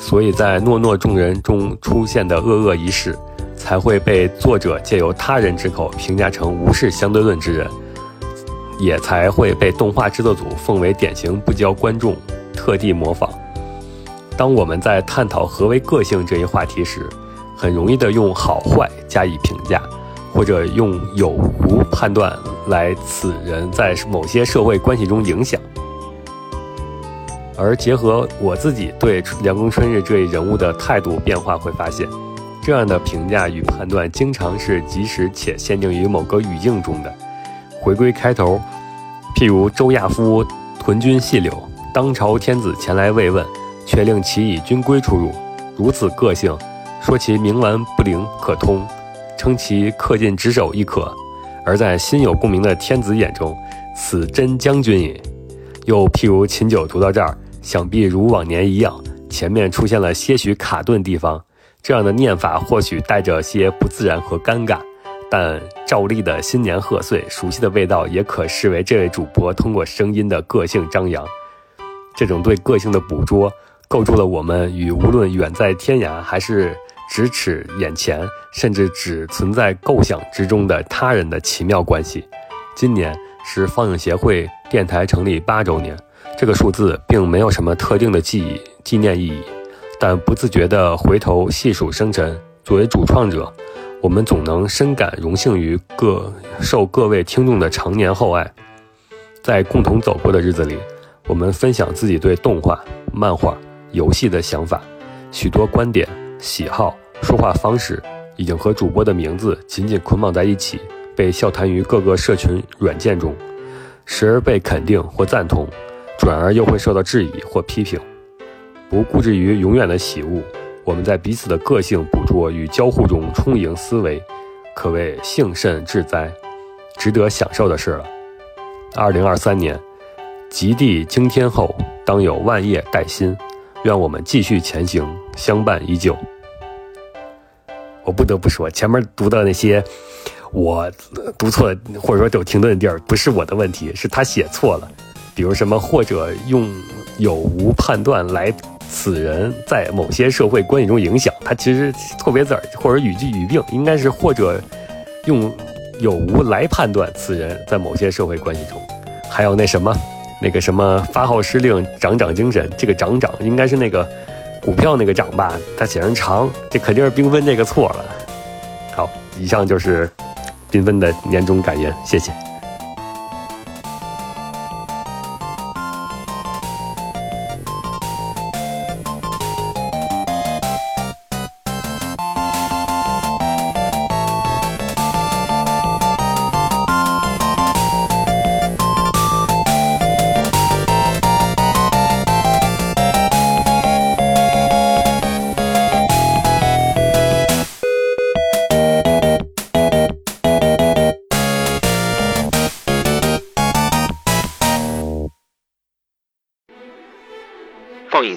所以在诺诺众人中出现的恶恶一事，才会被作者借由他人之口评价成无视相对论之人。也才会被动画制作组奉为典型不教观众特地模仿。当我们在探讨何为个性这一话题时，很容易的用好坏加以评价，或者用有无判断来此人在某些社会关系中影响。而结合我自己对凉宫春日这一人物的态度变化，会发现，这样的评价与判断经常是及时且限定于某个语境中的。回归开头，譬如周亚夫屯军细柳，当朝天子前来慰问，却令其以军规出入。如此个性，说其冥顽不灵可通，称其恪尽职守亦可。而在心有共鸣的天子眼中，此真将军也。又譬如秦九读到这儿，想必如往年一样，前面出现了些许卡顿地方，这样的念法或许带着些不自然和尴尬。但照例的新年贺岁，熟悉的味道也可视为这位主播通过声音的个性张扬。这种对个性的捕捉，构筑了我们与无论远在天涯还是咫尺眼前，甚至只存在构想之中的他人的奇妙关系。今年是放映协会电台成立八周年。这个数字并没有什么特定的记忆纪念意义，但不自觉地回头细数生辰，作为主创者，我们总能深感荣幸于各受各位听众的常年厚爱。在共同走过的日子里，我们分享自己对动画、漫画、游戏的想法，许多观点、喜好、说话方式已经和主播的名字紧紧捆绑在一起，被笑谈于各个社群软件中，时而被肯定或赞同，转而又会受到质疑或批评。不固执于永远的喜恶，我们在彼此的个性捕捉与交互中充盈思维，可谓幸甚至哉，值得享受的事了。二零二三年，极地惊天后，当有万叶待新。愿我们继续前行，相伴依旧。我不得不说，前面读的那些我呃读错，或者说有停顿的地儿，不是我的问题，是他写错了。比如什么，或者用有无判断来此人在某些社会关系中影响，他其实错别字儿或者语句语病，应该是或者用有无来判断此人在某些社会关系中。还有那什么，那个什么发号施令，长长精神，这个长长应该是那个股票那个涨吧，它写成长，这肯定是缤纷这个错了。好，以上就是缤纷的年终感言，谢谢。
放映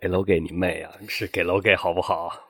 给楼给你妹啊！是给楼给好不好？